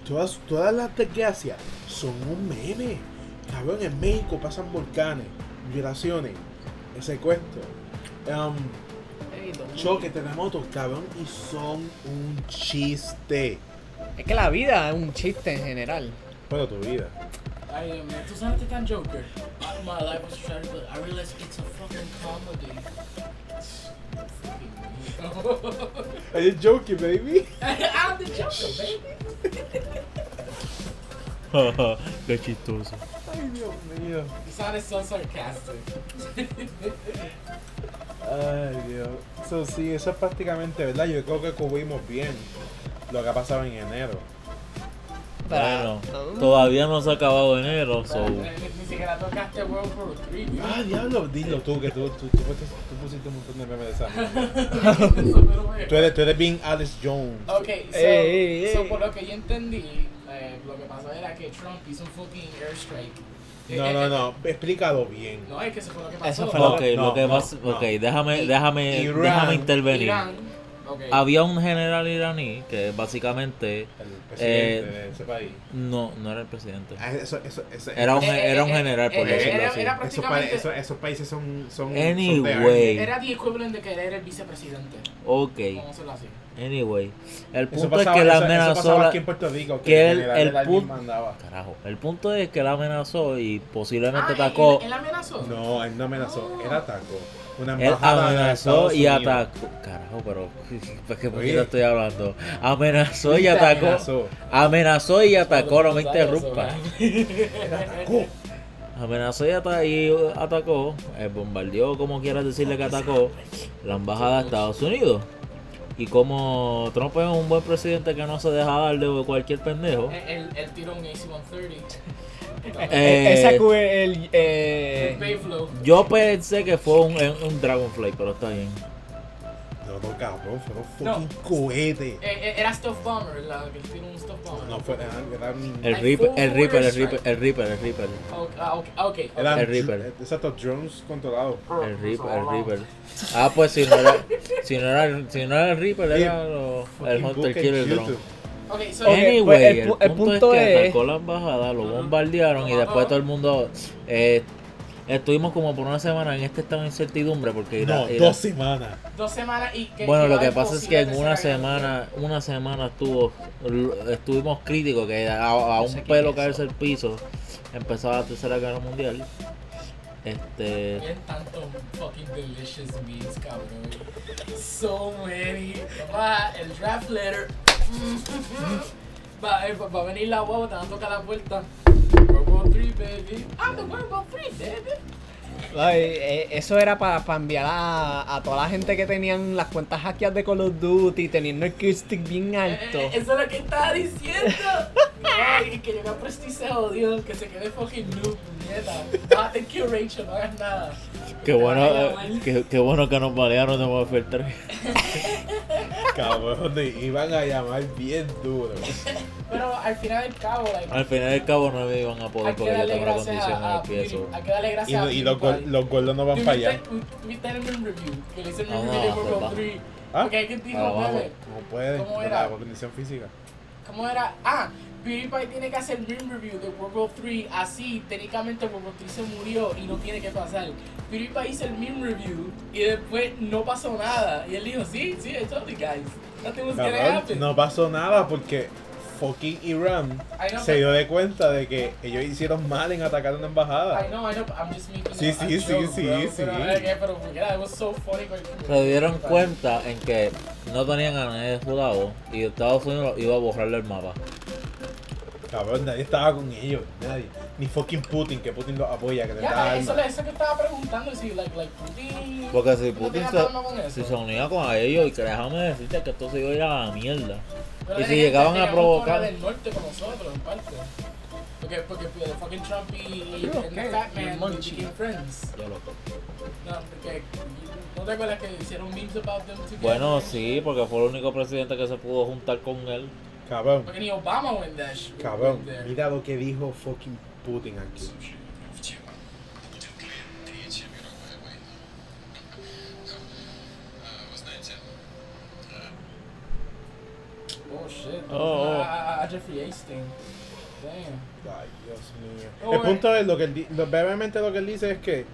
Speaker 2: Todas, todas las desgracias son un meme. Cabrón, en México pasan volcanes, violaciones, secuestros, um,
Speaker 3: Ey, todo el mundo-
Speaker 2: choques, terremotos, cabrón, y son un chiste.
Speaker 1: Es que la vida es un chiste en general.
Speaker 2: Bueno, tu vida.
Speaker 3: Ay, Dios mío, tú sabes que tan Joker. My- My life was tragic, but I realized it's a fucking comedy.
Speaker 2: Are you joking, baby?
Speaker 3: I'm the Joker, baby.
Speaker 4: Qué chistoso.
Speaker 2: Ay, Dios mío.
Speaker 3: You sounded so sarcastic.
Speaker 2: Ay, Dios. So, sí, eso es prácticamente verdad. Yo creo que cubrimos bien lo que ha pasado en enero.
Speaker 1: Ah.
Speaker 4: Bueno, todavía no se ha acabado enero, so.
Speaker 3: Ni- Ni siquiera tocaste World War 3, dude.
Speaker 2: Ah, diablo, dilo tú, que tú, tú, tú, pusiste, tú pusiste un montón de memes de esa. mierda. Tú eres, tú eres bien Alice Jones.
Speaker 3: Ok, so,
Speaker 1: Ey, ey,
Speaker 3: so
Speaker 1: ey.
Speaker 3: por lo que yo entendí, eh, lo que pasó era que Trump hizo un fucking airstrike. Eh,
Speaker 2: No,
Speaker 3: eh,
Speaker 2: no,
Speaker 3: eh,
Speaker 2: no, explícalo bien.
Speaker 3: No, es que eso fue lo que pasó.
Speaker 1: Eso fue lo
Speaker 4: Ok,
Speaker 2: No,
Speaker 4: lo que
Speaker 2: no,
Speaker 4: pasa-
Speaker 2: no.
Speaker 4: ok, déjame,
Speaker 3: I-
Speaker 4: déjame,
Speaker 2: Irán,
Speaker 4: déjame intervenir.
Speaker 3: Irán. ok.
Speaker 4: Había un general iraní que básicamente
Speaker 2: El presidente
Speaker 4: Eh,
Speaker 2: de ese país.
Speaker 4: no, no era el presidente.
Speaker 2: Ah, eso, eso, eso,
Speaker 4: Era un,
Speaker 3: Eh, eh,
Speaker 4: era un
Speaker 3: eh,
Speaker 4: general, por
Speaker 3: eh,
Speaker 4: decirlo
Speaker 3: era-
Speaker 4: así.
Speaker 3: era-
Speaker 2: esos, pa-
Speaker 3: prácticamente-
Speaker 2: esos- esos países son. son son de
Speaker 4: Anyway.
Speaker 3: Era the equivalent de que era el vicepresidente.
Speaker 4: Ok,
Speaker 3: Vamos a hacerlo así.
Speaker 4: anyway. El
Speaker 2: Eso
Speaker 4: punto
Speaker 2: pasaba,
Speaker 4: es que la
Speaker 2: eso- eso
Speaker 4: amenazó.
Speaker 2: pasaba
Speaker 4: la-
Speaker 2: aquí en Puerto Rico.
Speaker 4: que
Speaker 2: el
Speaker 4: el-
Speaker 2: general
Speaker 4: el
Speaker 2: era
Speaker 4: pun-
Speaker 2: quien mandaba.
Speaker 4: Carajo, el punto es que la amenazó y posiblemente
Speaker 3: Ah, ¿él-
Speaker 4: atacó.
Speaker 3: ¿Él él amenazó?
Speaker 2: No, él no amenazó, él atacó. Una
Speaker 4: Él
Speaker 2: embajada de
Speaker 4: amenazó
Speaker 2: Estados
Speaker 4: y
Speaker 2: Unidos
Speaker 4: atacó. Carajo, pero ¿por qué por qué
Speaker 2: Oye.
Speaker 4: te estoy hablando? Amenazó y
Speaker 3: Viste,
Speaker 4: atacó.
Speaker 2: Amenazó.
Speaker 4: Amenazó y atacó, no me
Speaker 3: Tú sabes eso,
Speaker 4: interrumpas.
Speaker 2: Él atacó.
Speaker 4: Amenazó y, ata- y atacó, eh, bombardeó, como quieras decirle que atacó, la embajada de Estados Unidos. Y como Trump es un buen presidente que no se deja dar de cualquier pendejo,
Speaker 3: ¿verdad? Él él tiró un AC-130.
Speaker 1: Eh,
Speaker 4: eh,
Speaker 1: Esa que el.
Speaker 3: El
Speaker 1: Eh,
Speaker 3: Bayflow.
Speaker 4: yo pensé que fue un, un Dragonfly, pero está bien.
Speaker 2: No, no, cabrón, fue un
Speaker 3: No.
Speaker 2: fucking cohete.
Speaker 3: Eh, eh, Era Stuff Bomber, la que él tiró un Stuff Bomber.
Speaker 2: No fue era, era ni-
Speaker 4: El
Speaker 3: Ay,
Speaker 4: Reaper,
Speaker 3: fue
Speaker 4: el
Speaker 3: un
Speaker 4: Reaper, el
Speaker 3: Strike.
Speaker 4: Reaper, el Reaper, el Reaper,
Speaker 3: Ok, ah, ok, ah, ok.
Speaker 2: eran
Speaker 4: el
Speaker 2: dr-
Speaker 4: Reaper.
Speaker 2: Exacto, drones controlados.
Speaker 4: el Reaper, el Reaper. Ah, pues si no era, si no era, el- si no era el Reaper, era lo- el
Speaker 2: Fucking
Speaker 4: Hunter
Speaker 2: book en
Speaker 4: Killer
Speaker 2: YouTube.
Speaker 4: Drone.
Speaker 3: Ok, so,
Speaker 1: Ok,
Speaker 3: eh,
Speaker 4: Anyway,
Speaker 1: pues, el
Speaker 4: el,
Speaker 1: pu-
Speaker 4: punto es que atacó la embajada, lo
Speaker 3: Ajá.
Speaker 4: bombardearon y después
Speaker 3: Ajá.
Speaker 4: todo el mundo. eh, estuvimos como por una semana en este estado de incertidumbre porque Ira-
Speaker 2: No,
Speaker 4: Ira-
Speaker 2: dos semanas.
Speaker 3: dos semanas y que.
Speaker 4: Bueno,
Speaker 3: que
Speaker 4: lo
Speaker 3: va a
Speaker 4: que
Speaker 3: haber
Speaker 4: pasa es que en
Speaker 3: posible
Speaker 4: una
Speaker 3: tercera guerra
Speaker 4: semana, una semana estuvo, estuvimos críticos que a, a
Speaker 1: No sé
Speaker 4: un
Speaker 1: qué
Speaker 4: pelo
Speaker 1: es
Speaker 4: caerse
Speaker 1: eso.
Speaker 4: el piso empezaba la tercera guerra mundial. Este,
Speaker 3: Miren tanto fucking delicious meats, cabrón. So many. Va, el draft letter. Va, eh, va va a venir la guagua, te van a tocar la puerta. World War 3, baby. I'm the World War 3, baby.
Speaker 1: ay, eh, eso era para enviar a, a toda la gente que tenían las cuentas hackeadas de Call of Duty, teniendo el kill stick bien alto.
Speaker 3: Eh, eso es lo que estaba diciendo. Ay, que llega Presti se jodió, oh, que se quede fucking noob, nieta. Ah, thank you, Rachel, no hagas nada.
Speaker 4: qué bueno, eh, qué, qué bueno que nos balearon de Warfare 3.
Speaker 2: Cabrón, y iban a llamar bien duro.
Speaker 3: Pero al final del cabo, like,
Speaker 4: Al final del cabo no me iban a poder
Speaker 3: hay que
Speaker 4: porque yo
Speaker 3: darle
Speaker 4: tengo una
Speaker 3: gracias
Speaker 4: condición en
Speaker 3: a,
Speaker 4: el
Speaker 3: a
Speaker 4: pie.
Speaker 3: Beauty-
Speaker 4: so-
Speaker 3: hay que darle
Speaker 2: Y,
Speaker 3: gracias
Speaker 2: no-
Speaker 3: a
Speaker 2: y los,
Speaker 3: Beauty
Speaker 2: gor- los gordos no van
Speaker 3: Dude,
Speaker 2: para allá.
Speaker 3: viste- mm, Viste el meme review, que le hice el
Speaker 4: Ah,
Speaker 3: meme review
Speaker 4: no,
Speaker 3: de World
Speaker 4: papá.
Speaker 3: 3.
Speaker 2: Ah.
Speaker 3: Porque alguien dijo,
Speaker 4: Ah, vamos.
Speaker 3: bebé,
Speaker 2: No pueden,
Speaker 3: ¿Cómo
Speaker 2: por
Speaker 3: era?
Speaker 2: la condición física.
Speaker 3: ¿cómo era? Ah, PewDiePie tiene que hacer meme review de World War 3, así técnicamente World War 3 se murió y no tiene que pasar. PewDiePie hizo el meme review y después no pasó nada. Y él dijo, sí, sí, I told you guys. Nothing was gonna
Speaker 2: Cabrón,
Speaker 3: happen.
Speaker 2: no pasó nada porque fucking Irán
Speaker 3: I know,
Speaker 2: se
Speaker 3: but-
Speaker 2: dio de cuenta de que ellos hicieron mal en atacar una
Speaker 3: I
Speaker 2: embajada.
Speaker 3: know, I know, but I'm just making
Speaker 2: Sí,
Speaker 3: a- a
Speaker 2: sí, sí,
Speaker 3: joke,
Speaker 2: sí,
Speaker 3: bro,
Speaker 2: sí.
Speaker 3: Pero, eh, pero, yeah, it was so funny when-
Speaker 4: se dieron cuenta en que no tenían a nadie de su lado y Estados Unidos iba a borrarle el mapa.
Speaker 2: Cabrón, nadie estaba con ellos, nadie. Ni fucking Putin, que Putin los apoya, que le da
Speaker 3: Ya, eso,
Speaker 2: armas.
Speaker 3: eso que estaba preguntando, si, like, like, Putin.
Speaker 4: Porque si
Speaker 3: no
Speaker 4: Putin
Speaker 3: tenía
Speaker 4: se,
Speaker 3: problema con eso.
Speaker 4: si se unía con ellos, y que déjame decirte que esto se iba a ir a la mierda.
Speaker 3: Pero
Speaker 4: Y
Speaker 3: la gente
Speaker 4: si llegaban a
Speaker 3: tenía un
Speaker 4: provocar-
Speaker 3: Corea del norte con nosotros, en parte. Porque, porque eh, fucking Trump y,
Speaker 1: Creo
Speaker 3: and
Speaker 1: que
Speaker 3: the Fat Man we
Speaker 1: Munchie.
Speaker 3: became friends.
Speaker 4: Yo loco.
Speaker 3: No, porque, ¿no te acuerdas que hicieron memes about them together?
Speaker 4: Bueno, sí, porque fue el único presidente que se pudo juntar con él.
Speaker 2: Cabrón,
Speaker 3: Porque ni Obama went that shit.
Speaker 2: cabrón,
Speaker 3: went there.
Speaker 2: mira lo que dijo fucking Putin aquí.
Speaker 6: Третья мировая война. Там, э, Вы знаете, э,
Speaker 3: Oh shit.
Speaker 1: Oh, oh.
Speaker 3: Ah, ah, ah, Jeffrey Einstein. Damn.
Speaker 2: Ay, Dios mío.
Speaker 3: Oh,
Speaker 2: el
Speaker 3: eh.
Speaker 2: punto es, lo que él, di- lo- brevemente lo que él dice es que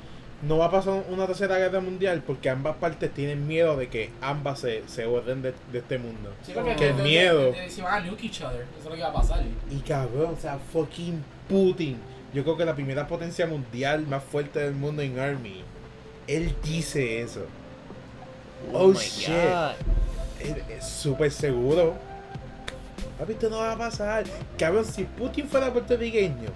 Speaker 2: no va a pasar una tercera guerra mundial porque ambas partes tienen miedo de que ambas se, se borren de, de este mundo.
Speaker 3: Sí,
Speaker 2: Que el miedo.
Speaker 3: Se van a nuke each other. Eso es lo que iba a pasar.
Speaker 2: Y cabrón, o sea, fucking Putin. Yo creo que la primera potencia mundial más fuerte del mundo en Army. Él dice eso. Oh, shit. Es es súper seguro. Papi, esto no va a pasar. Cabrón, si Putin fuera puertorriqueño,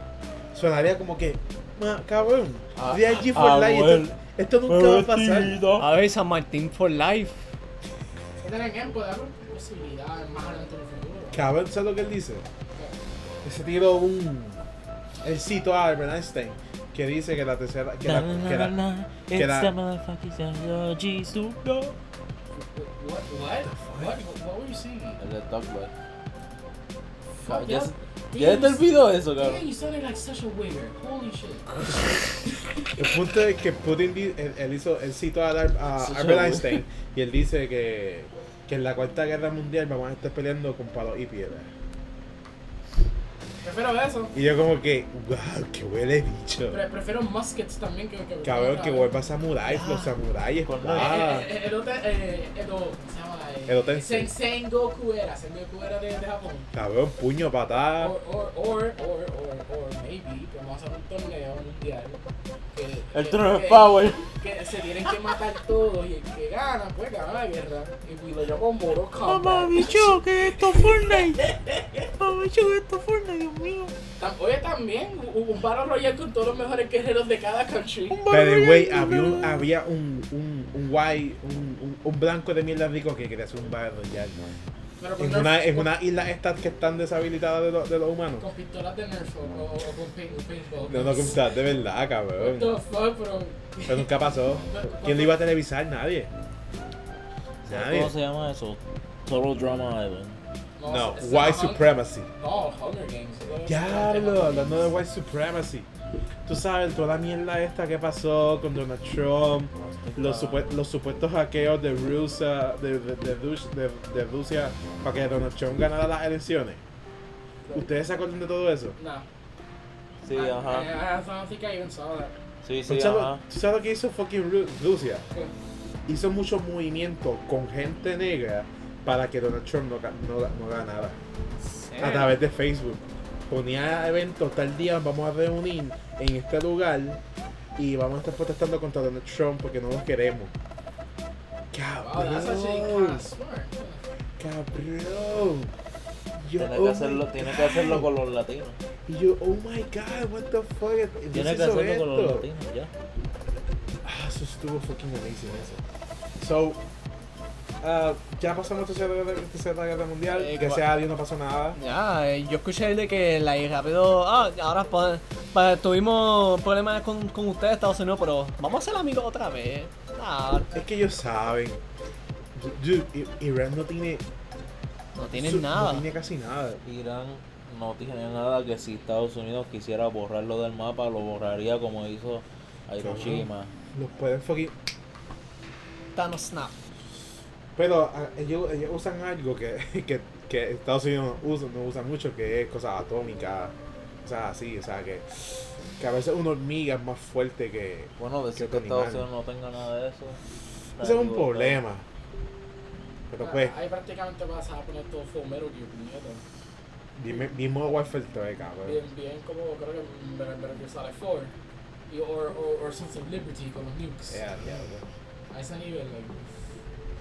Speaker 2: sonaría como que, "Ma, cabrón,
Speaker 5: Ah,
Speaker 2: real G for life, esto, esto nunca va a pasar.
Speaker 4: Ah,
Speaker 1: A ver, San Martín for life.
Speaker 3: Este era el ejemplo de alguna posibilidad más adelante en el futuro.
Speaker 2: Cabrón, ¿sabes lo que él dice? Ese tiro un. El cito a Albert Einstein, que dice que la tercera. Que la, que la- que la-
Speaker 3: What? What? What? What, what were you saying?
Speaker 5: El de Top Boy.
Speaker 3: Fuck
Speaker 5: Ya,
Speaker 3: yeah.
Speaker 5: ya te olvidó eso,
Speaker 3: Damn,
Speaker 5: cabrón.
Speaker 3: you sounded like such a wigger. Holy shit.
Speaker 2: El punto es que Putin di- él, él hizo, él citó a, Dar- a
Speaker 5: Sí,
Speaker 2: Albert
Speaker 5: sí.
Speaker 2: Einstein y él dice que, que en la cuarta guerra mundial vamos a estar peleando con palos y piedras.
Speaker 3: Prefiero eso.
Speaker 2: Y yo como que, wow, que huele bicho.
Speaker 3: Pre- prefiero muskets también que... que
Speaker 2: Cabrón, que vuelva a samuráis, los samuráis,
Speaker 4: Con-
Speaker 2: ah,
Speaker 3: Eh, eh, eh, El otro... eh, el otro- ¿cómo se llama? Eh,
Speaker 2: Edotense.
Speaker 3: Sen- Sengoku era. Sengoku era de, de Japón.
Speaker 2: cabrón, puño, patada.
Speaker 3: Or, or, or, or, or, or, maybe vamos a hacer un torneo mundial. que-
Speaker 5: El
Speaker 3: que-
Speaker 5: trono
Speaker 3: que-
Speaker 5: de Power.
Speaker 3: Que se tienen que matar todos y el que gana, pues gana la guerra. Y y lo llamo Moro Combat. Mamá, bicho, que esto Fortnite. Mamá, bicho, que esto Fortnite, Dios mío. Oye, también un- un Battle Royale con todos los mejores guerreros de cada country.
Speaker 2: Pero, güey, había un, había un, un, un guay, un, un, un blanco de mierda rico que quería hacer un bar ya.
Speaker 3: Pero con
Speaker 2: En
Speaker 3: Nerf-
Speaker 2: una, en
Speaker 3: con-
Speaker 2: una isla estas que están deshabilitadas de, lo- de los humanos.
Speaker 3: Con pistolas de Nerf o, o- o con pin- paintball.
Speaker 2: No, no, compadre, de verdad,
Speaker 3: What
Speaker 2: cabrón.
Speaker 3: the fuck, bro?
Speaker 2: Pero nunca pasó. ¿Quién lo iba a televisar? Nadie. Nadie.
Speaker 4: ¿Cómo se llama eso? Total Drama Island.
Speaker 2: No,
Speaker 3: se-
Speaker 2: White
Speaker 3: se llama-
Speaker 2: Supremacy.
Speaker 3: No, Hunger Games. eso-
Speaker 2: Diablo, hablando de White Supremacy. Tú sabes, toda la mierda esta que pasó con Donald Trump, los, supue- los supuestos hackeos de Rusia, de, de, de Rus- de- de Rusia para que Donald Trump ganara las elecciones. ¿Ustedes se acuerdan de todo eso?
Speaker 3: No.
Speaker 5: Sí,
Speaker 2: Ah,
Speaker 3: I-
Speaker 5: ajá.
Speaker 3: I- I don't think I even saw that.
Speaker 5: Sí, sí,
Speaker 2: ¿Tú sabes,
Speaker 5: ajá.
Speaker 2: tú sabes lo que hizo fucking Ru- Rusia?
Speaker 3: ¿Qué?
Speaker 2: Hizo muchos movimientos con gente negra para que Donald Trump no, ga- no, no ganara. a través de Facebook. Ponía eventos tal día, vamos a reunir en este lugar y vamos a estar protestando contra Donald Trump porque no los queremos.
Speaker 3: Wow, Ah, that's actually kind
Speaker 2: Cabrón,
Speaker 3: of smart.
Speaker 2: cabrón. Yo,
Speaker 5: Tiene
Speaker 2: oh
Speaker 5: que
Speaker 2: my
Speaker 5: hacerlo, tiene que
Speaker 2: God.
Speaker 5: hacerlo con los latinos.
Speaker 2: Y yo, oh my god, what the fuck. Entonces
Speaker 4: Tiene que
Speaker 2: hizo
Speaker 4: hacerlo con los
Speaker 2: esto.
Speaker 4: latinos, ya.
Speaker 2: Ah, eso estuvo fucking amazing eso. So, ah, ya pasó la tercera guerra, tercera guerra mundial.
Speaker 1: Eh,
Speaker 2: Gracias a Dios no pasó nada.
Speaker 1: Ya, eh, yo escuché de que la y rápido. Ah, ahora pa- pa- tuvimos problemas con, con ustedes, Estados Unidos, pero vamos a ser amigos otra vez. Ah,
Speaker 2: Es que ellos saben. Dude, I- Irán no tiene
Speaker 1: no tienen
Speaker 2: Su-
Speaker 1: nada.
Speaker 2: No tiene casi nada.
Speaker 4: Irán no tiene nada que si Estados Unidos quisiera borrarlo del mapa, lo borraría como hizo a Hiroshima.
Speaker 2: Los pueden fucking.
Speaker 1: Thanos Snap.
Speaker 2: Pero ah, ellos, ellos usan algo que, que, que Estados Unidos no usa, no usa mucho, que es cosas atómicas, cosas así, o sea que, que a veces una hormiga es más fuerte que.
Speaker 5: Bueno, decir
Speaker 2: Qué
Speaker 5: que Estados
Speaker 2: animal.
Speaker 5: Unidos no tenga nada de eso.
Speaker 2: Ese es un problema. Pero pues,
Speaker 3: Ahí prácticamente vas a poner todo fomero que puñeta.
Speaker 2: dime- mismo Warfare 3, cabrón.
Speaker 3: Bien, bien, como creo que me me refiero sale Ford. Y or, or, or Sons of Liberty con los nukes.
Speaker 2: Yeah, yeah, yeah.
Speaker 3: A ese nivel, like.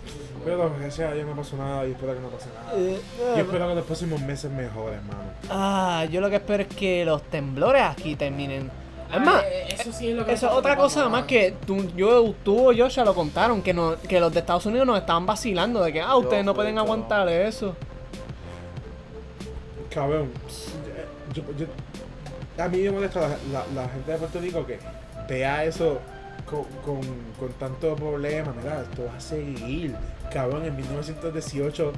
Speaker 3: this is what-
Speaker 2: Pero gracias a Dios no pasó nada y espero que no pase nada. Yo
Speaker 1: Eh, eh,
Speaker 2: espero que los próximos meses mejoren, hermano.
Speaker 1: ah, yo lo que espero es que los temblores aquí terminen.
Speaker 3: Ah,
Speaker 1: Es más,
Speaker 3: eh, eso sí es lo que
Speaker 1: Eso es
Speaker 3: me
Speaker 1: otra
Speaker 3: preocupa,
Speaker 1: cosa más
Speaker 3: mano.
Speaker 1: que tú, yo, tú o yo ya lo contaron, que, no, que los de Estados Unidos nos estaban vacilando de que, ah, ustedes no
Speaker 5: Yo,
Speaker 1: pueden
Speaker 5: yo.
Speaker 1: aguantar eso.
Speaker 2: Cabrón, yo, yo- a mí me molesta la, la- la gente de Puerto Rico que vea eso con, con, con tanto problema. Mira, esto va a seguir. Cabrón, en 1918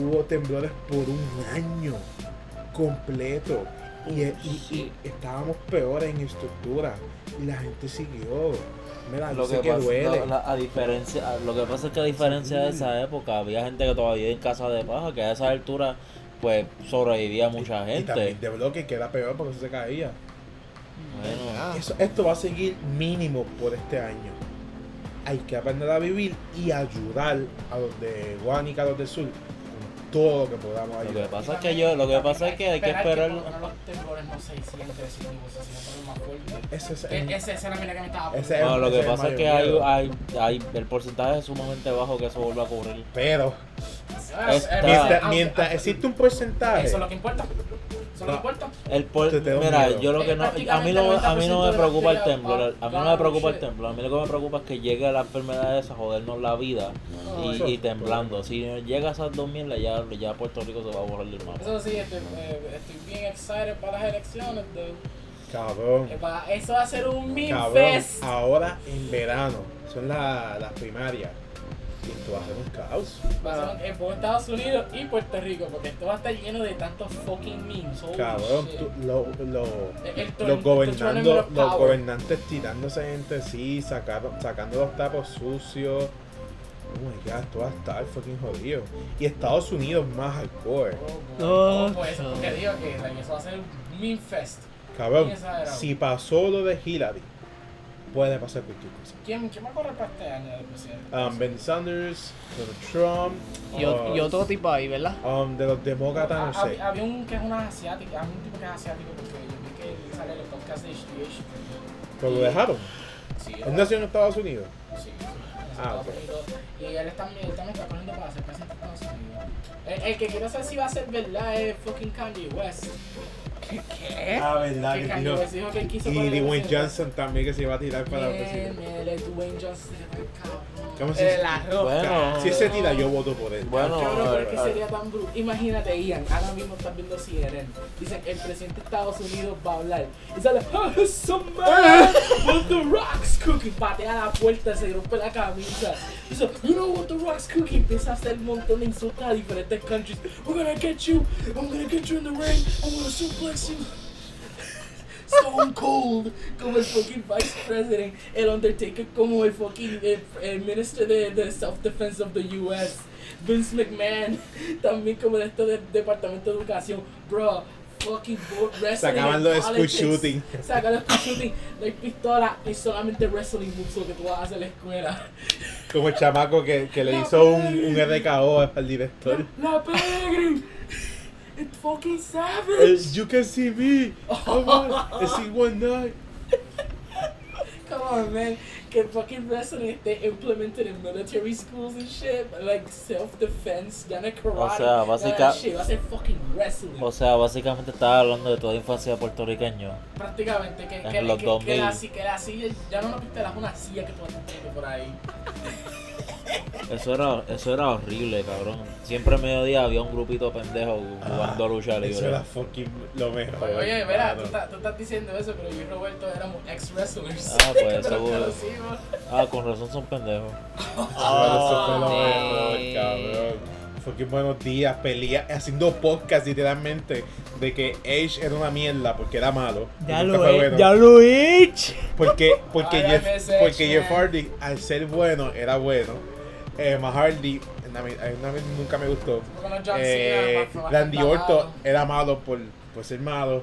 Speaker 2: hubo temblores por un año completo. Y, y- y estábamos peores en estructura. Y la gente siguió. Mira, yo
Speaker 4: Lo
Speaker 2: sé
Speaker 4: que
Speaker 2: que,
Speaker 4: pasa,
Speaker 2: duele.
Speaker 4: la- la- a diferencia, a- lo que pasa es que a diferencia de esa época, había gente que todavía en casa de paja, que a esa altura, pues sobrevivía mucha
Speaker 2: Y también
Speaker 4: gente.
Speaker 2: de bloque, que era peor porque se caía.
Speaker 4: Bueno,
Speaker 1: Ah,
Speaker 2: Eso- esto va a seguir mínimo por este año. Hay que aprender a vivir y ayudar a los de Guanica, a los del sur, con todo lo que podamos
Speaker 4: lo que
Speaker 2: ayudar.
Speaker 4: pasa es que yo, lo que pasa es que hay que esperar.
Speaker 3: por lo menos los temblores no se sienten así, tipo, se sienten más fuertes.
Speaker 2: Ese es
Speaker 3: E-
Speaker 2: el-
Speaker 3: Esa esa era la mira que me estaba
Speaker 2: Ese
Speaker 4: No, lo
Speaker 2: ese
Speaker 4: que
Speaker 2: es el
Speaker 4: pasa es
Speaker 2: mayor
Speaker 4: que hay,
Speaker 2: miedo.
Speaker 4: hay, hay- el porcentaje es sumamente bajo que eso vuelva a ocurrir.
Speaker 2: Pero,
Speaker 3: Ah,
Speaker 4: Está-
Speaker 3: eh,
Speaker 2: mientras,
Speaker 3: ah,
Speaker 2: mientras
Speaker 3: ah,
Speaker 2: existe un
Speaker 3: Eso
Speaker 2: porcentaje,
Speaker 3: es lo que importa. Eso es lo
Speaker 2: No.
Speaker 3: que importa.
Speaker 4: El por-
Speaker 2: Te tengo
Speaker 4: mira,
Speaker 2: miedo.
Speaker 4: yo
Speaker 3: Eh,
Speaker 4: lo que no, a mí no, a mí no me preocupa el temblor, a mí no me preocupa
Speaker 3: Ah,
Speaker 4: el temblor, a mí lo que me preocupa es que llegue la enfermedad esa, jodernos la vida y, y temblando. Si llega esas dos mierdas, ya, ya Puerto Rico se va a borrar del mapa.
Speaker 3: Eso sí, estoy, eh, estoy bien excited para las elecciones. dude.
Speaker 2: cabrón,
Speaker 3: Eh, va- Eso va a ser un meme
Speaker 2: cabrón, Ah.
Speaker 3: fest.
Speaker 2: ahora en verano, son la- las primarias, y esto va a ser un caos.
Speaker 3: Son en por Estados Unidos y Puerto Rico, porque esto va a estar lleno de tantos fucking memes. Holy
Speaker 2: Cabrón,
Speaker 3: shit. Eh,
Speaker 2: tú- lo- lo-
Speaker 3: El- el
Speaker 2: los,
Speaker 3: torn- el
Speaker 2: gobernando,
Speaker 3: tournament of
Speaker 2: los
Speaker 3: power.
Speaker 2: gobernantes tirándose entre sí, sacando, sacando los tapos sucios. Oh my god, esto va a estar fucking jodido. Y Estados Unidos más hardcore.
Speaker 3: Oh,
Speaker 1: Oh,
Speaker 3: por eso, porque
Speaker 1: cabrón.
Speaker 3: digo que like, eso va a ser un meme fest.
Speaker 2: Cabrón,
Speaker 3: Bien exagerado.
Speaker 2: si pasó lo de Hillary, puede pasar cualquier cosa.
Speaker 3: ¿Quién, quién va a correr para este año de presidente?
Speaker 2: Um, ben Sanders, Donald Trump,
Speaker 1: Y, ot- y
Speaker 2: uh,
Speaker 1: otro tipo ahí, ¿verdad?
Speaker 2: um, de los
Speaker 3: Ah,
Speaker 2: demócratas, no sé.
Speaker 3: hab- Había un que es una asiática, había un tipo que es asiático porque yo vi que sale en el podcast de HTH.
Speaker 2: Pero lo dejaron.
Speaker 3: Sí,
Speaker 2: Él nació en Estados Unidos.
Speaker 3: Sí, sí.
Speaker 2: Ah,
Speaker 3: Estados Unidos. Y él también, él también está corriendo para ser presidente de Estados Unidos. El, el que quiero saber si va a ser verdad es fucking Kanye West. ¿Qué? ¿Eh? ¿Qué?
Speaker 2: Ah, verdad,
Speaker 3: Que
Speaker 2: que
Speaker 3: Kanye
Speaker 2: dijo-
Speaker 3: West dijo que él quiso
Speaker 2: Y
Speaker 3: correr
Speaker 2: Dwayne
Speaker 3: para ser-
Speaker 2: Johnson también que se iba a tirar para la
Speaker 3: Bien,
Speaker 2: presidencia.
Speaker 3: él es Dwayne Johnson, cabrón.
Speaker 2: ¿Cómo se dice?
Speaker 3: Eh, la roca.
Speaker 4: Bueno,
Speaker 2: Si ese tira, yo voto por él.
Speaker 4: Bueno,
Speaker 3: Cabrón, pero es que
Speaker 4: a ver.
Speaker 3: sería tan brutal. Imagínate, Ian, ahora mismo estás viendo CNN. Dicen, el presidente de Estados Unidos va a hablar. Y sale, "Ah, some man with the rocks cookie. Patea la puerta, se rompe la camisa. Dice, you know what the rocks cookie. Empieza a hacer un montón de insultos a diferentes countries. We're gonna get you. I'm gonna get you in the rain. I'm gonna suplex you. Stone Cold como el fucking Vice President, el Undertaker como el fucking eh, eh, Minister de, de Self Defense of the US, Vince McMahon, también como de esto del Departamento de Educación, bro. Fucking bo- wrestling.
Speaker 2: Sacaban
Speaker 3: and
Speaker 2: lo de school
Speaker 3: politics.
Speaker 2: shooting.
Speaker 3: Sacaban los school shooting. No hay pistola y solamente wrestling moves lo que tú vas a hacer en la escuela.
Speaker 2: Como el chamaco que, que le
Speaker 3: No,
Speaker 2: hizo un,
Speaker 3: pero-
Speaker 2: un RKO al director.
Speaker 3: La Peregrine. It's fucking savage.
Speaker 2: El you can see me. Come on. It's in one night.
Speaker 3: Come on, man. Que fucking wrestling they implemented in military schools and shit. Like self-defense, gana karate.
Speaker 4: O sea,
Speaker 3: gana
Speaker 4: básica-
Speaker 3: shit. Va a ser fucking wrestling.
Speaker 4: o sea, básicamente estaba hablando de toda infancia puertorriqueño.
Speaker 3: Prácticamente. Que,
Speaker 4: en
Speaker 3: que,
Speaker 4: los
Speaker 3: que,
Speaker 4: 2000.
Speaker 3: que la, si- que la silla, ya no una pistola, es una silla que tú tienes por ahí.
Speaker 4: Eso era, eso era horrible, cabrón. Siempre a mediodía había un grupito pendejo jugando lucha
Speaker 2: Ah, Eso era
Speaker 4: libre.
Speaker 2: fucking lo mejor.
Speaker 3: Oye, oye, mira,
Speaker 2: claro.
Speaker 3: tú, estás- tú estás diciendo eso, pero yo y Roberto éramos ex-wrestlers.
Speaker 4: Ah, pues,
Speaker 3: Cuando nos
Speaker 4: seguro.
Speaker 3: conocimos.
Speaker 4: Ah, con razón son pendejos.
Speaker 2: Ah, eso fue lo mejor,
Speaker 1: man.
Speaker 2: cabrón. Fucking buenos días, pelea, haciendo podcast literalmente de que Age era una mierda porque era malo. y nunca fue bueno. Este
Speaker 1: lo he hecho.
Speaker 2: Porque, porque,
Speaker 3: Ay,
Speaker 2: Jeff,
Speaker 3: dame ese
Speaker 2: porque
Speaker 3: X-Men.
Speaker 2: Jeff Hardy, al ser bueno, era bueno. Eh, Mahardy, a mí- a mí nunca me gustó.
Speaker 3: Bueno, John Cena,
Speaker 2: Eh,
Speaker 3: más- más
Speaker 2: Randy
Speaker 3: cantado.
Speaker 2: Orton era malo por, por ser malo.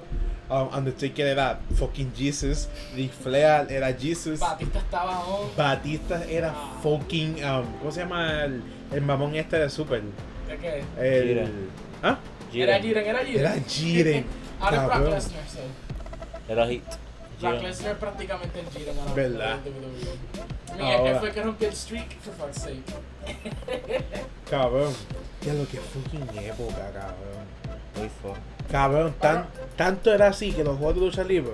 Speaker 2: Um, Undertaker era fucking Jesus. Ric Flair era Jesus.
Speaker 3: Batista estaba on.
Speaker 2: Batista era fucking. um, ¿Cómo se llama el, el mamón este de Super?
Speaker 3: ¿De qué?
Speaker 2: El-
Speaker 4: Jiren.
Speaker 2: ¿Ah?
Speaker 3: Era
Speaker 4: Jiren,
Speaker 3: Jiren, era Jiren.
Speaker 2: Era Jiren.
Speaker 3: Ahora es Brock
Speaker 2: cabrón.
Speaker 3: Lesnar, so.
Speaker 4: era hit.
Speaker 3: Brock
Speaker 4: Jiren.
Speaker 3: Lesnar prácticamente el Jiren ahora.
Speaker 2: ¿Verdad?
Speaker 3: Mira, que
Speaker 2: Ahora.
Speaker 3: fue que rompió el streak, for fuck's sake.
Speaker 2: Cabrón. Ya lo que fucking época, cabrón.
Speaker 4: Uy, fuck.
Speaker 2: Cabrón, tan, tanto era así que los juegos de lucha libre,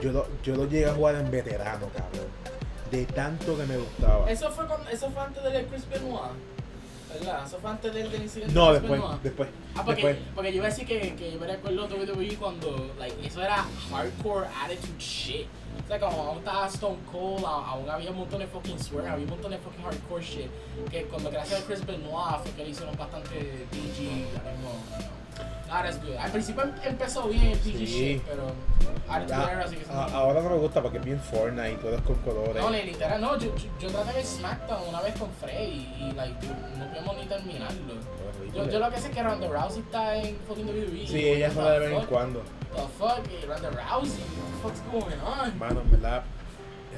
Speaker 2: yo lo, yo lo llegué a jugar en veterano, cabrón. De tanto que me gustaba.
Speaker 3: Eso fue, con, eso fue antes del de Chris Benoit. ¿Verdad? Eso fue antes del, del incidente
Speaker 2: No,
Speaker 3: de Chris
Speaker 2: después,
Speaker 3: Benoit.
Speaker 2: después,
Speaker 3: Ah, porque,
Speaker 2: después.
Speaker 3: porque yo iba a decir que, que yo me recuerdo de WWE cuando like, eso era hardcore attitude shit. O sea, como aún estaba Stone Cold, a- aún había un montón de fucking swear, había un montón de fucking hardcore shit. Que cuando gracias a Chris Benoit fue que le hicieron bastante DG. ahora mismo. not as good. Al principio em- empezó bien el PG
Speaker 2: Sí.
Speaker 3: shit, pero al
Speaker 2: Ah,
Speaker 3: final así que se
Speaker 2: a- ahora no me gusta porque es bien Fortnite, todo es con colores.
Speaker 3: No, le- literal, no, yo, yo, yo traté de SmackDown una vez con Frey y, y, like, dude, no podemos ni terminarlo. Yo,
Speaker 2: Horrible.
Speaker 3: yo lo que sé es que Ronda Rousey está en fucking WWE.
Speaker 2: Sí, ella
Speaker 3: What
Speaker 2: juega de
Speaker 3: the
Speaker 2: vez en
Speaker 3: fuck?
Speaker 2: cuando.
Speaker 3: The fuck, eh, Ronda Rousey, what the fuck's going on?
Speaker 2: Mano, en verdad,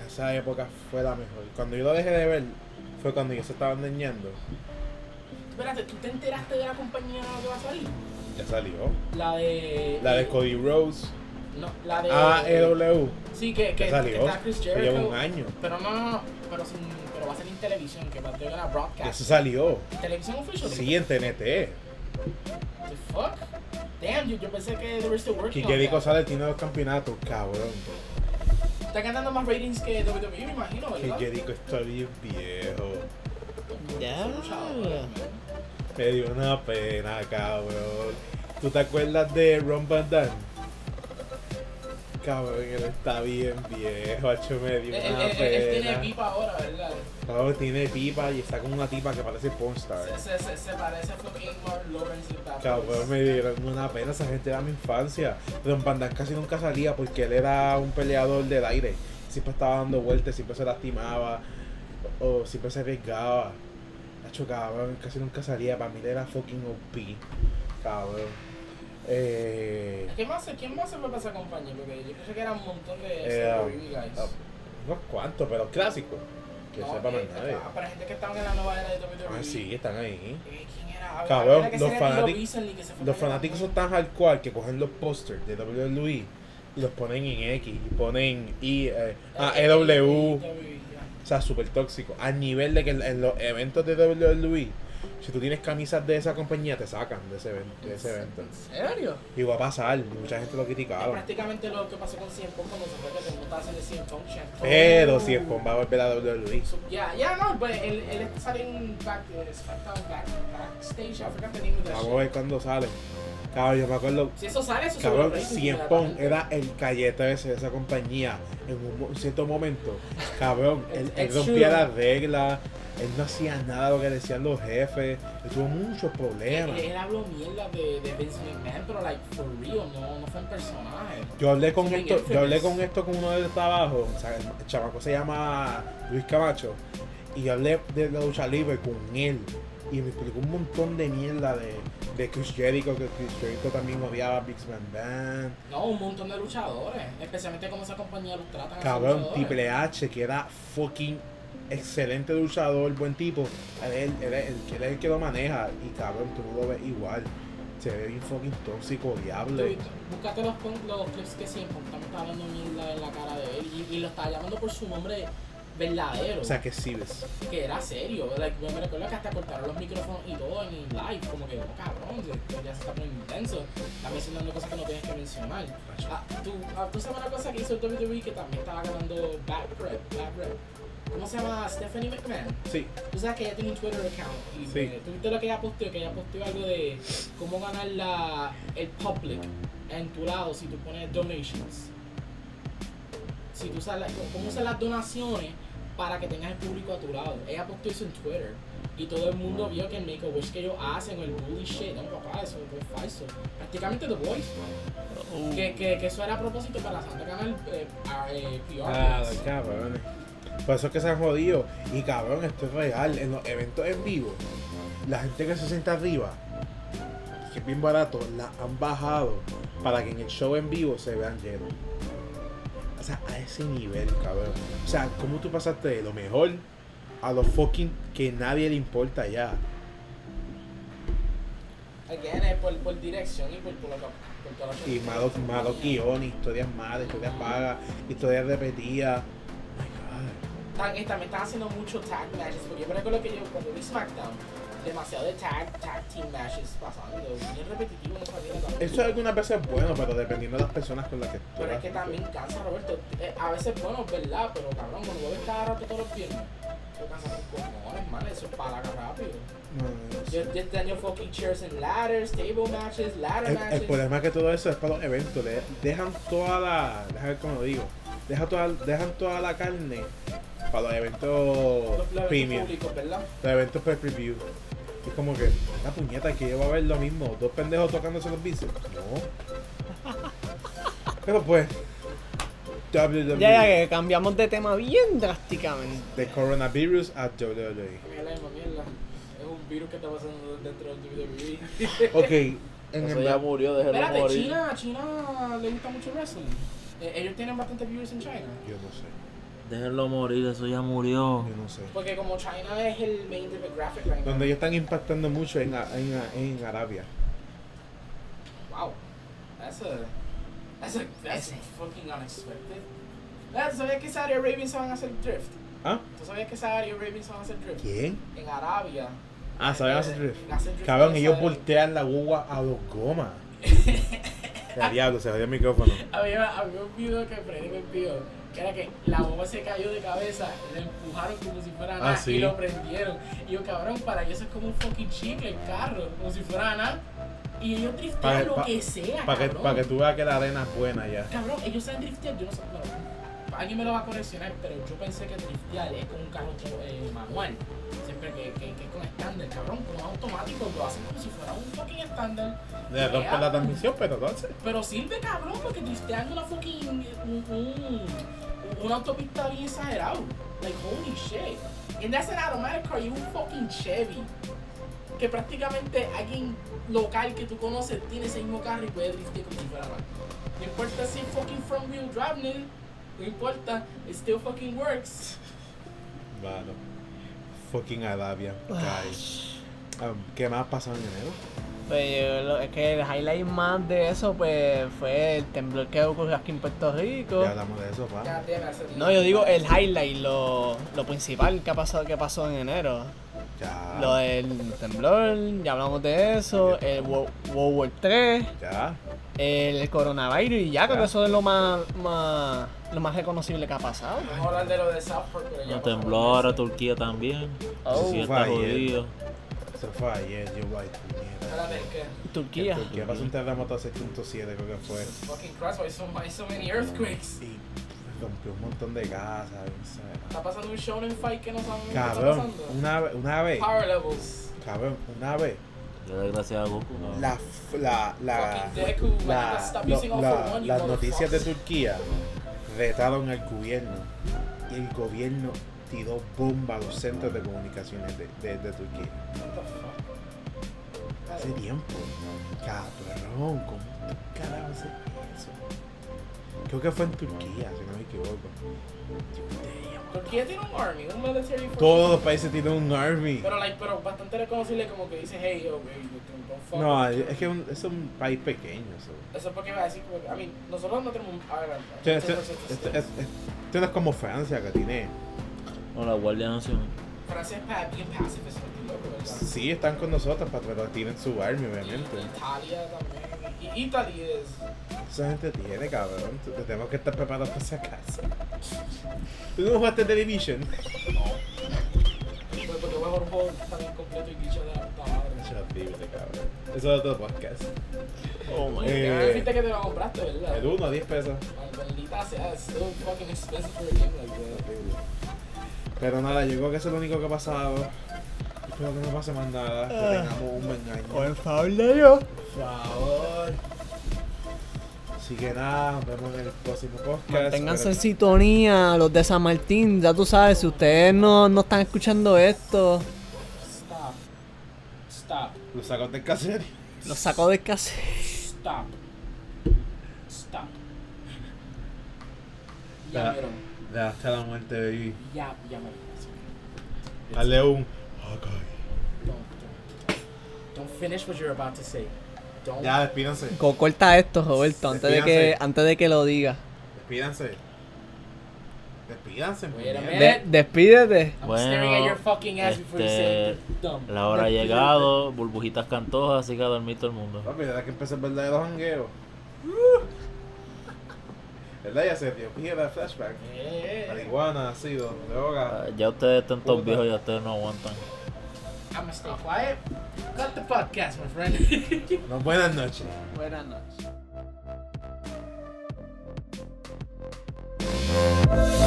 Speaker 2: esa época fue la mejor. Cuando yo lo dejé de ver, fue cuando yo se estaba endeñando.
Speaker 3: Espérate, ¿tú te enteraste de la compañía que va a salir?
Speaker 2: Ya salió.
Speaker 3: La de...
Speaker 2: La de Ah, Cody Rhodes,
Speaker 3: No, la de...
Speaker 2: AEW,
Speaker 3: Sí, que, Eh, que,
Speaker 2: ya
Speaker 3: que
Speaker 2: salió.
Speaker 3: está Chris
Speaker 2: Ya
Speaker 3: Jericho.
Speaker 2: Lleva un año.
Speaker 3: Pero no, no, no, pero, sin, pero va a ser en televisión, que va a tener una
Speaker 2: Ya
Speaker 3: broadcast.
Speaker 2: se salió.
Speaker 3: ¿Televisión official?
Speaker 2: Sí, en TNT.
Speaker 3: What the fuck? Damn, yo, yo pensé que they were still working on
Speaker 2: Kikerico
Speaker 3: that.
Speaker 2: sale tiene dos campeonatos, cabrón.
Speaker 3: Está ganando más ratings que WWE, me imagino, ¿verdad?
Speaker 2: Kikerico está bien viejo.
Speaker 1: Ya.
Speaker 2: Me dio una pena, cabrón. ¿Tú te acuerdas de Ron Van Damme? Cabrón, él está bien viejo, hecho me
Speaker 3: Él,
Speaker 2: dio
Speaker 3: él-
Speaker 2: una
Speaker 3: él- Eh, él tiene
Speaker 2: pena.
Speaker 3: pipa ahora, ¿verdad?
Speaker 2: Cabrón, tiene pipa y está con una tipa que parece pornstar.
Speaker 3: Se, se, se, se parece a fucking Martin Lawrence y tal.
Speaker 2: Cabrón, me dieron una pena, esa gente era mi infancia. Ron Van Damme casi nunca salía porque él era un peleador del aire. Siempre estaba dando vueltas, siempre se lastimaba o, o siempre se arriesgaba. Nacho, cabrón, casi nunca salía. Para mí él era fucking OP. Cabrón. Eh,
Speaker 3: ¿Qué más, ¿Quién más se fue para esa compañía? Porque yo pensé que era un montón de
Speaker 2: Eh,
Speaker 3: WWE guys.
Speaker 2: ah, unos cuantos, pero clásicos. Que
Speaker 3: No,
Speaker 2: sepa más
Speaker 3: eh,
Speaker 2: nadie.
Speaker 3: ah, Para gente que estaban en la nueva era de WWE.
Speaker 2: Ah, sí, están ahí.
Speaker 3: Eh, ¿Quién era? Había-
Speaker 2: Cabrón,
Speaker 3: había que
Speaker 2: los
Speaker 3: ser el tío
Speaker 2: fanatic-
Speaker 3: Beasley que se fue
Speaker 2: Los
Speaker 3: para allá Eh,
Speaker 2: fanáticos son
Speaker 3: también.
Speaker 2: tan hardcore que cogen los posters de WWE y los ponen en X y ponen I, eh, ah,
Speaker 3: Eh,
Speaker 2: EW.
Speaker 3: WWE, ya.
Speaker 2: O sea, súper tóxico. Al nivel de que en, en los eventos de WWE, si tú tienes camisas de esa compañía, te sacan de ese, even- de ese evento.
Speaker 1: ¿En serio?
Speaker 2: Y va a pasar, y mucha gente lo
Speaker 3: Es
Speaker 2: criticaba.
Speaker 3: prácticamente lo que pasó con CM Punk cuando se fue que te montaste de CM Punk. Shaq.
Speaker 2: Pero si el Pong va a volver a E, WWE.
Speaker 3: So, yeah, yeah, no, pues, but él, él está saliendo este en back, eh, SmackDown back, backstage, I forgot the name of that
Speaker 2: Vamos
Speaker 3: shit.
Speaker 2: a ver cuándo sale. Cabrón, yo me acuerdo.
Speaker 3: Si eso sale, eso
Speaker 2: Cabrón,
Speaker 3: se
Speaker 2: si el Pong era el callete ese de esa compañía en un mo- cierto momento. Cabrón, él, él
Speaker 3: It's
Speaker 2: rompía
Speaker 3: true.
Speaker 2: las reglas, él no hacía nada de lo que decían los jefes, él tuvo muchos problemas.
Speaker 3: Él, él habló mierda de, de Vince McMahon, pero like for real, no, no fue en personaje.
Speaker 2: Yo hablé con
Speaker 3: Something
Speaker 2: esto, yo hablé
Speaker 3: infamous.
Speaker 2: con esto con uno de trabajo, o sea, el el chamaco se llama Luis Camacho, y yo hablé de la lucha libre con él, y me explicó un montón de mierda de, de Chris Jericho, que Chris Jericho también odiaba a Big Man Band,
Speaker 3: No, un montón de luchadores, especialmente como esa compañía los tratan. a sus
Speaker 2: cabrón,
Speaker 3: luchadores.
Speaker 2: Triple H, que era fucking excelente luchador, buen tipo, él, él, él es el- él es el que lo maneja, y cabrón, tú no lo ves igual, se ve bien fucking tóxico, diable.
Speaker 3: Tú- Búscate los, pon- los clips que siempre también está hablando mierda en la cara de él y, y lo está llamando por su nombre verdadero.
Speaker 2: O sea, que sí ves.
Speaker 3: que era serio. Like, yo me recuerdo que hasta cortaron los micrófonos y todo en el live, como que, oh, cabrón, esto ya se está poniendo intenso. Está mencionando cosas que no tienes que mencionar. Ah, tú, ah, tú sabes una cosa que hizo el WWE que también estaba ganando Bad Prep, Bad Prep. ¿Cómo se llama? Stephanie McMahon.
Speaker 2: Sí,
Speaker 3: Tú sabes que ella tiene un Twitter account. Y
Speaker 2: Sí.
Speaker 3: eh, ¿tú viste lo que ella posteó? Que ella posteó algo de cómo ganar la, el public en tu lado si tú pones donations. Si tú usas la- cómo usar las donaciones para que tengas el público a tu lado. Ella posteó eso en Twitter. Y todo el mundo vio que el make a wish que ellos hacen, el bully shit, no papá, eso es falso. Prácticamente The Voice,
Speaker 2: Oh.
Speaker 3: que, que, que eso era a propósito para Santa ganar eh, a- eh, PR.
Speaker 2: Ah,
Speaker 3: votes.
Speaker 2: cabrones. Por eso es que se han jodido. Y cabrón, esto es real. En los eventos en vivo, la gente que se sienta arriba, que es bien barato, la han bajado para que en el show en vivo se vean llenos. O sea, a ese nivel, cabrón. O sea, ¿cómo tú pasaste de lo mejor a lo fucking que nadie le importa ya?
Speaker 3: Again, es por, por dirección y por, por, lo que- por toda la
Speaker 2: Y malos, malos guiones, historias malas, historias vagas, historias repetidas. My God.
Speaker 3: Tan- y también están haciendo mucho tag matches, porque yo me recuerdo que yo cuando vi SmackDown, demasiado de tag, tag team matches pasando, bien repetitivo en esa vida también.
Speaker 2: Eso algunas veces es bueno, pero dependiendo de las personas con las que tú
Speaker 3: Pero es
Speaker 2: vas.
Speaker 3: que también cansa, Roberto. Eh, a veces, bueno, es verdad, pero cabrón, cuando lo ves cada rato todos los viernes, te cansas con cojones, man, eso es palaga rápido.
Speaker 2: No, no, no.
Speaker 3: Yo yo este año fucking chairs and ladders, table matches, ladder
Speaker 2: El,
Speaker 3: matches.
Speaker 2: el problema es que todo eso es para los eventos. le- dejan toda la. Déjame ver cómo lo digo. Deja toda, dejan toda la carne para los eventos
Speaker 3: los, los eventos
Speaker 2: premium.
Speaker 3: públicos, ¿verdad?
Speaker 2: Los eventos per preview. Es como que, la puñeta que va a ver lo mismo, dos pendejos tocándose los bíceps. No. Pero pues, E, WWE,
Speaker 1: Ya, ya, que cambiamos de tema bien drásticamente.
Speaker 2: the coronavirus at WWE.
Speaker 3: Mierda, mierda. Es un virus que está pasando dentro del E. WWE.
Speaker 2: E. Ok, en
Speaker 5: Eso
Speaker 2: el-
Speaker 5: ya murió, déjelo
Speaker 3: Espérate,
Speaker 5: morir.
Speaker 3: China, China le gusta mucho el wrestling. Eh, ellos tienen bastantes viewers en China.
Speaker 2: Yo no sé,
Speaker 4: Déjenlo morir, eso ya murió.
Speaker 2: yo no sé.
Speaker 3: Porque como China es el main demographic right now.
Speaker 2: Donde ellos están impactando mucho en, a- en, a- en Arabia.
Speaker 3: Wow. That's a that's a that's fucking unexpected. Ah, ¿Tú sabías que Saudi Arabia se van a hacer drift?
Speaker 2: ¿Ah?
Speaker 3: ¿Tú sabías que Saudi Arabia se van a hacer drift?
Speaker 2: ¿Quién?
Speaker 3: En Arabia.
Speaker 2: Ah, ¿saben hacer drift?
Speaker 3: Hacen Eh, drift
Speaker 2: Cabrón,
Speaker 3: en
Speaker 2: ellos
Speaker 3: Saudi-
Speaker 2: voltean la guagua a los gomas. Ya, diablo, se jodió el micrófono.
Speaker 3: Había, había un video que Freddy me envió, que era que la bomba se cayó de cabeza, le empujaron como si fuera nada
Speaker 2: Ah, sí.
Speaker 3: y lo prendieron. Y yo, cabrón, para ellos es como un fucking chicle el carro, como si fuera nada. Y ellos
Speaker 2: Pa-
Speaker 3: driftean lo
Speaker 2: pa-
Speaker 3: que sea,
Speaker 2: Para que,
Speaker 3: cabrón.
Speaker 2: pa' que tú veas que la arena es buena ya.
Speaker 3: Cabrón, ellos saben driftear, yo no sé. bueno, alguien me lo va a correccionar, pero yo pensé que driftear es con un carro eh, manual. Siempre que, que, que es con estándar, cabrón, con automático, lo hacen como si fuera un fucking estándar.
Speaker 2: Le rompen la transmisión, pero entonces.
Speaker 3: Pero sirve cabrón porque drifteando una fucking. Un, un, una autopista bien exagerado. Like holy shit. And that's an automatic car, you un fucking Chevy. Que prácticamente alguien local que tú conoces tiene ese mismo carro y puede driftear como si fuera mal. No importa si es fucking front wheel drive, nigga. No importa, it still fucking works.
Speaker 2: Vale. Fucking Arabia, guys. Um, ¿Qué más pasó en enero?
Speaker 1: Pues yo lo- es que el highlight más de eso pues fue el temblor que ocurrió aquí en Puerto Rico.
Speaker 2: Ya hablamos de eso, pa.
Speaker 3: Ya, te hagas el-
Speaker 1: No, yo digo el highlight, lo, lo principal que ha pasado que pasó en enero.
Speaker 2: Ya.
Speaker 1: Lo del temblor, ya hablamos de eso, el Wo- World War 3,
Speaker 2: Ya.
Speaker 1: el coronavirus y ya creo
Speaker 2: Ya.
Speaker 1: que eso es lo más, más lo más reconocible que ha pasado.
Speaker 3: Vamos a hablar de lo de South Park, pero ya.
Speaker 4: No
Speaker 3: pasamos de
Speaker 4: tembló ahora
Speaker 3: eso.
Speaker 4: Turquía también.
Speaker 1: Oh.
Speaker 4: sí, está
Speaker 2: Vaya.
Speaker 4: jodido.
Speaker 2: Se fue ayer, yo voy
Speaker 3: Espérate, ¿qué?
Speaker 1: Turquía.
Speaker 2: Que pasó un terremoto a 6.7, creo que fue.
Speaker 3: Fucking cross, why so, why so many earthquakes?
Speaker 2: Y rompió un montón de casas. bien
Speaker 3: Está
Speaker 2: exagerado.
Speaker 3: pasando un show en fight que no sabemos
Speaker 2: Cabrón,
Speaker 3: qué está pasando.
Speaker 2: una, ve- una vez.
Speaker 3: Power levels.
Speaker 2: Cabrón, una vez.
Speaker 4: Le doy gracias a Goku. ¿no?
Speaker 2: La, f- la, la,
Speaker 3: Fucking Deku, man,
Speaker 2: la-
Speaker 3: stop
Speaker 2: lo-
Speaker 3: using all
Speaker 2: la-
Speaker 3: for one, you
Speaker 2: las noticias de
Speaker 3: motherfucker.
Speaker 2: Turquía retaron al gobierno y el gobierno tiró bomba a los centros de comunicaciones de, de- de Turquía.
Speaker 3: What the fuck?
Speaker 2: Hace tiempo. Cabrón, ¿cómo tú carajo haces eso? Creo que fue en Turquía, si no me equivoco. Damn.
Speaker 3: Turquía tiene un army, un military force.
Speaker 2: Todos los países tienen un army.
Speaker 3: Pero, like, pero bastante reconocible como que dice, hey, yo, güey, yo tengo un fuck.
Speaker 2: No, es que un- es un país pequeño. so.
Speaker 3: Eso es porque va a decir, como que, I mean, nosotros no tenemos un... a ver, a ver,
Speaker 2: O sea, Esto,
Speaker 3: entonces,
Speaker 2: esto- es- es- esto este, no es como Francia que tiene.
Speaker 4: No, la Guardia Nacional.
Speaker 3: Francia es pa- bien passive, eso es loco, ¿verdad?
Speaker 2: Sí, están con nosotros para tratar tienen su army, obviamente.
Speaker 3: Italia también. Y Italy es...
Speaker 2: Esa gente tiene, cabrón. Tú- Tenemos que estar preparados para esa casa. ¿Tú no jugaste The Division?
Speaker 3: Pues porque voy a jugar un juego también completo y dicho de la puta madre.
Speaker 2: Es horrible, cabrón. Eso es otro podcast.
Speaker 1: Oh my
Speaker 2: Eh,
Speaker 3: Ya me dijiste que te lo compraste, ¿verdad?
Speaker 2: De 1 a 10 pesos.
Speaker 3: Ay, Maldita sea, it's so fucking expensive for a game like that.
Speaker 2: Horrible. Pero nada, yo creo que eso es lo único que ha pasado. Espero que no pase más nada.
Speaker 1: Ah.
Speaker 2: Que tengamos un buen año.
Speaker 1: Por favor, yo.
Speaker 2: Por favor. Así que nada, nos vemos en el próximo podcast.
Speaker 1: Manténganse en
Speaker 2: Espero-
Speaker 1: sintonía, los de San Martín, ya tú sabes, si ustedes no, no están escuchando esto,
Speaker 3: Stop. Stop.
Speaker 2: Lo sacó del casero.
Speaker 1: los saco de casa.
Speaker 3: Stop. Stop.
Speaker 2: Ya.
Speaker 3: Ya, pero.
Speaker 2: De hasta la muerte, baby.
Speaker 3: Ya, ya me
Speaker 2: Dale un. Ok.
Speaker 3: Don't, don't. Don't finish what you're about to say. Don't.
Speaker 2: Ya, despídanse.
Speaker 1: Co- Corta esto, Roberto, antes de que,
Speaker 2: Despídanse.
Speaker 1: antes de que lo diga.
Speaker 2: Despídanse. Despídanse,
Speaker 3: Wait
Speaker 2: puñeta.
Speaker 3: a minute.
Speaker 1: De- despídete.
Speaker 3: I'm staring at
Speaker 4: Bueno,
Speaker 3: your fucking ass before you say
Speaker 4: este,
Speaker 3: it. Dumb.
Speaker 4: La hora ha llegado, burbujitas cantosas, así que a dormir todo el mundo.
Speaker 2: Papi, ¿verdad que empezó el verdadero jangueo? ¿Verdad? Ya se dio piedra, flashback.
Speaker 3: Yeah.
Speaker 2: Marihuana, ácido, droga.
Speaker 4: Ah, Ya ustedes están todos
Speaker 2: Puta.
Speaker 4: viejos y ustedes no aguantan.
Speaker 3: I'm gonna stay quiet. Cut the podcast, my friend.
Speaker 2: No, buenas noches.
Speaker 1: Buenas noches.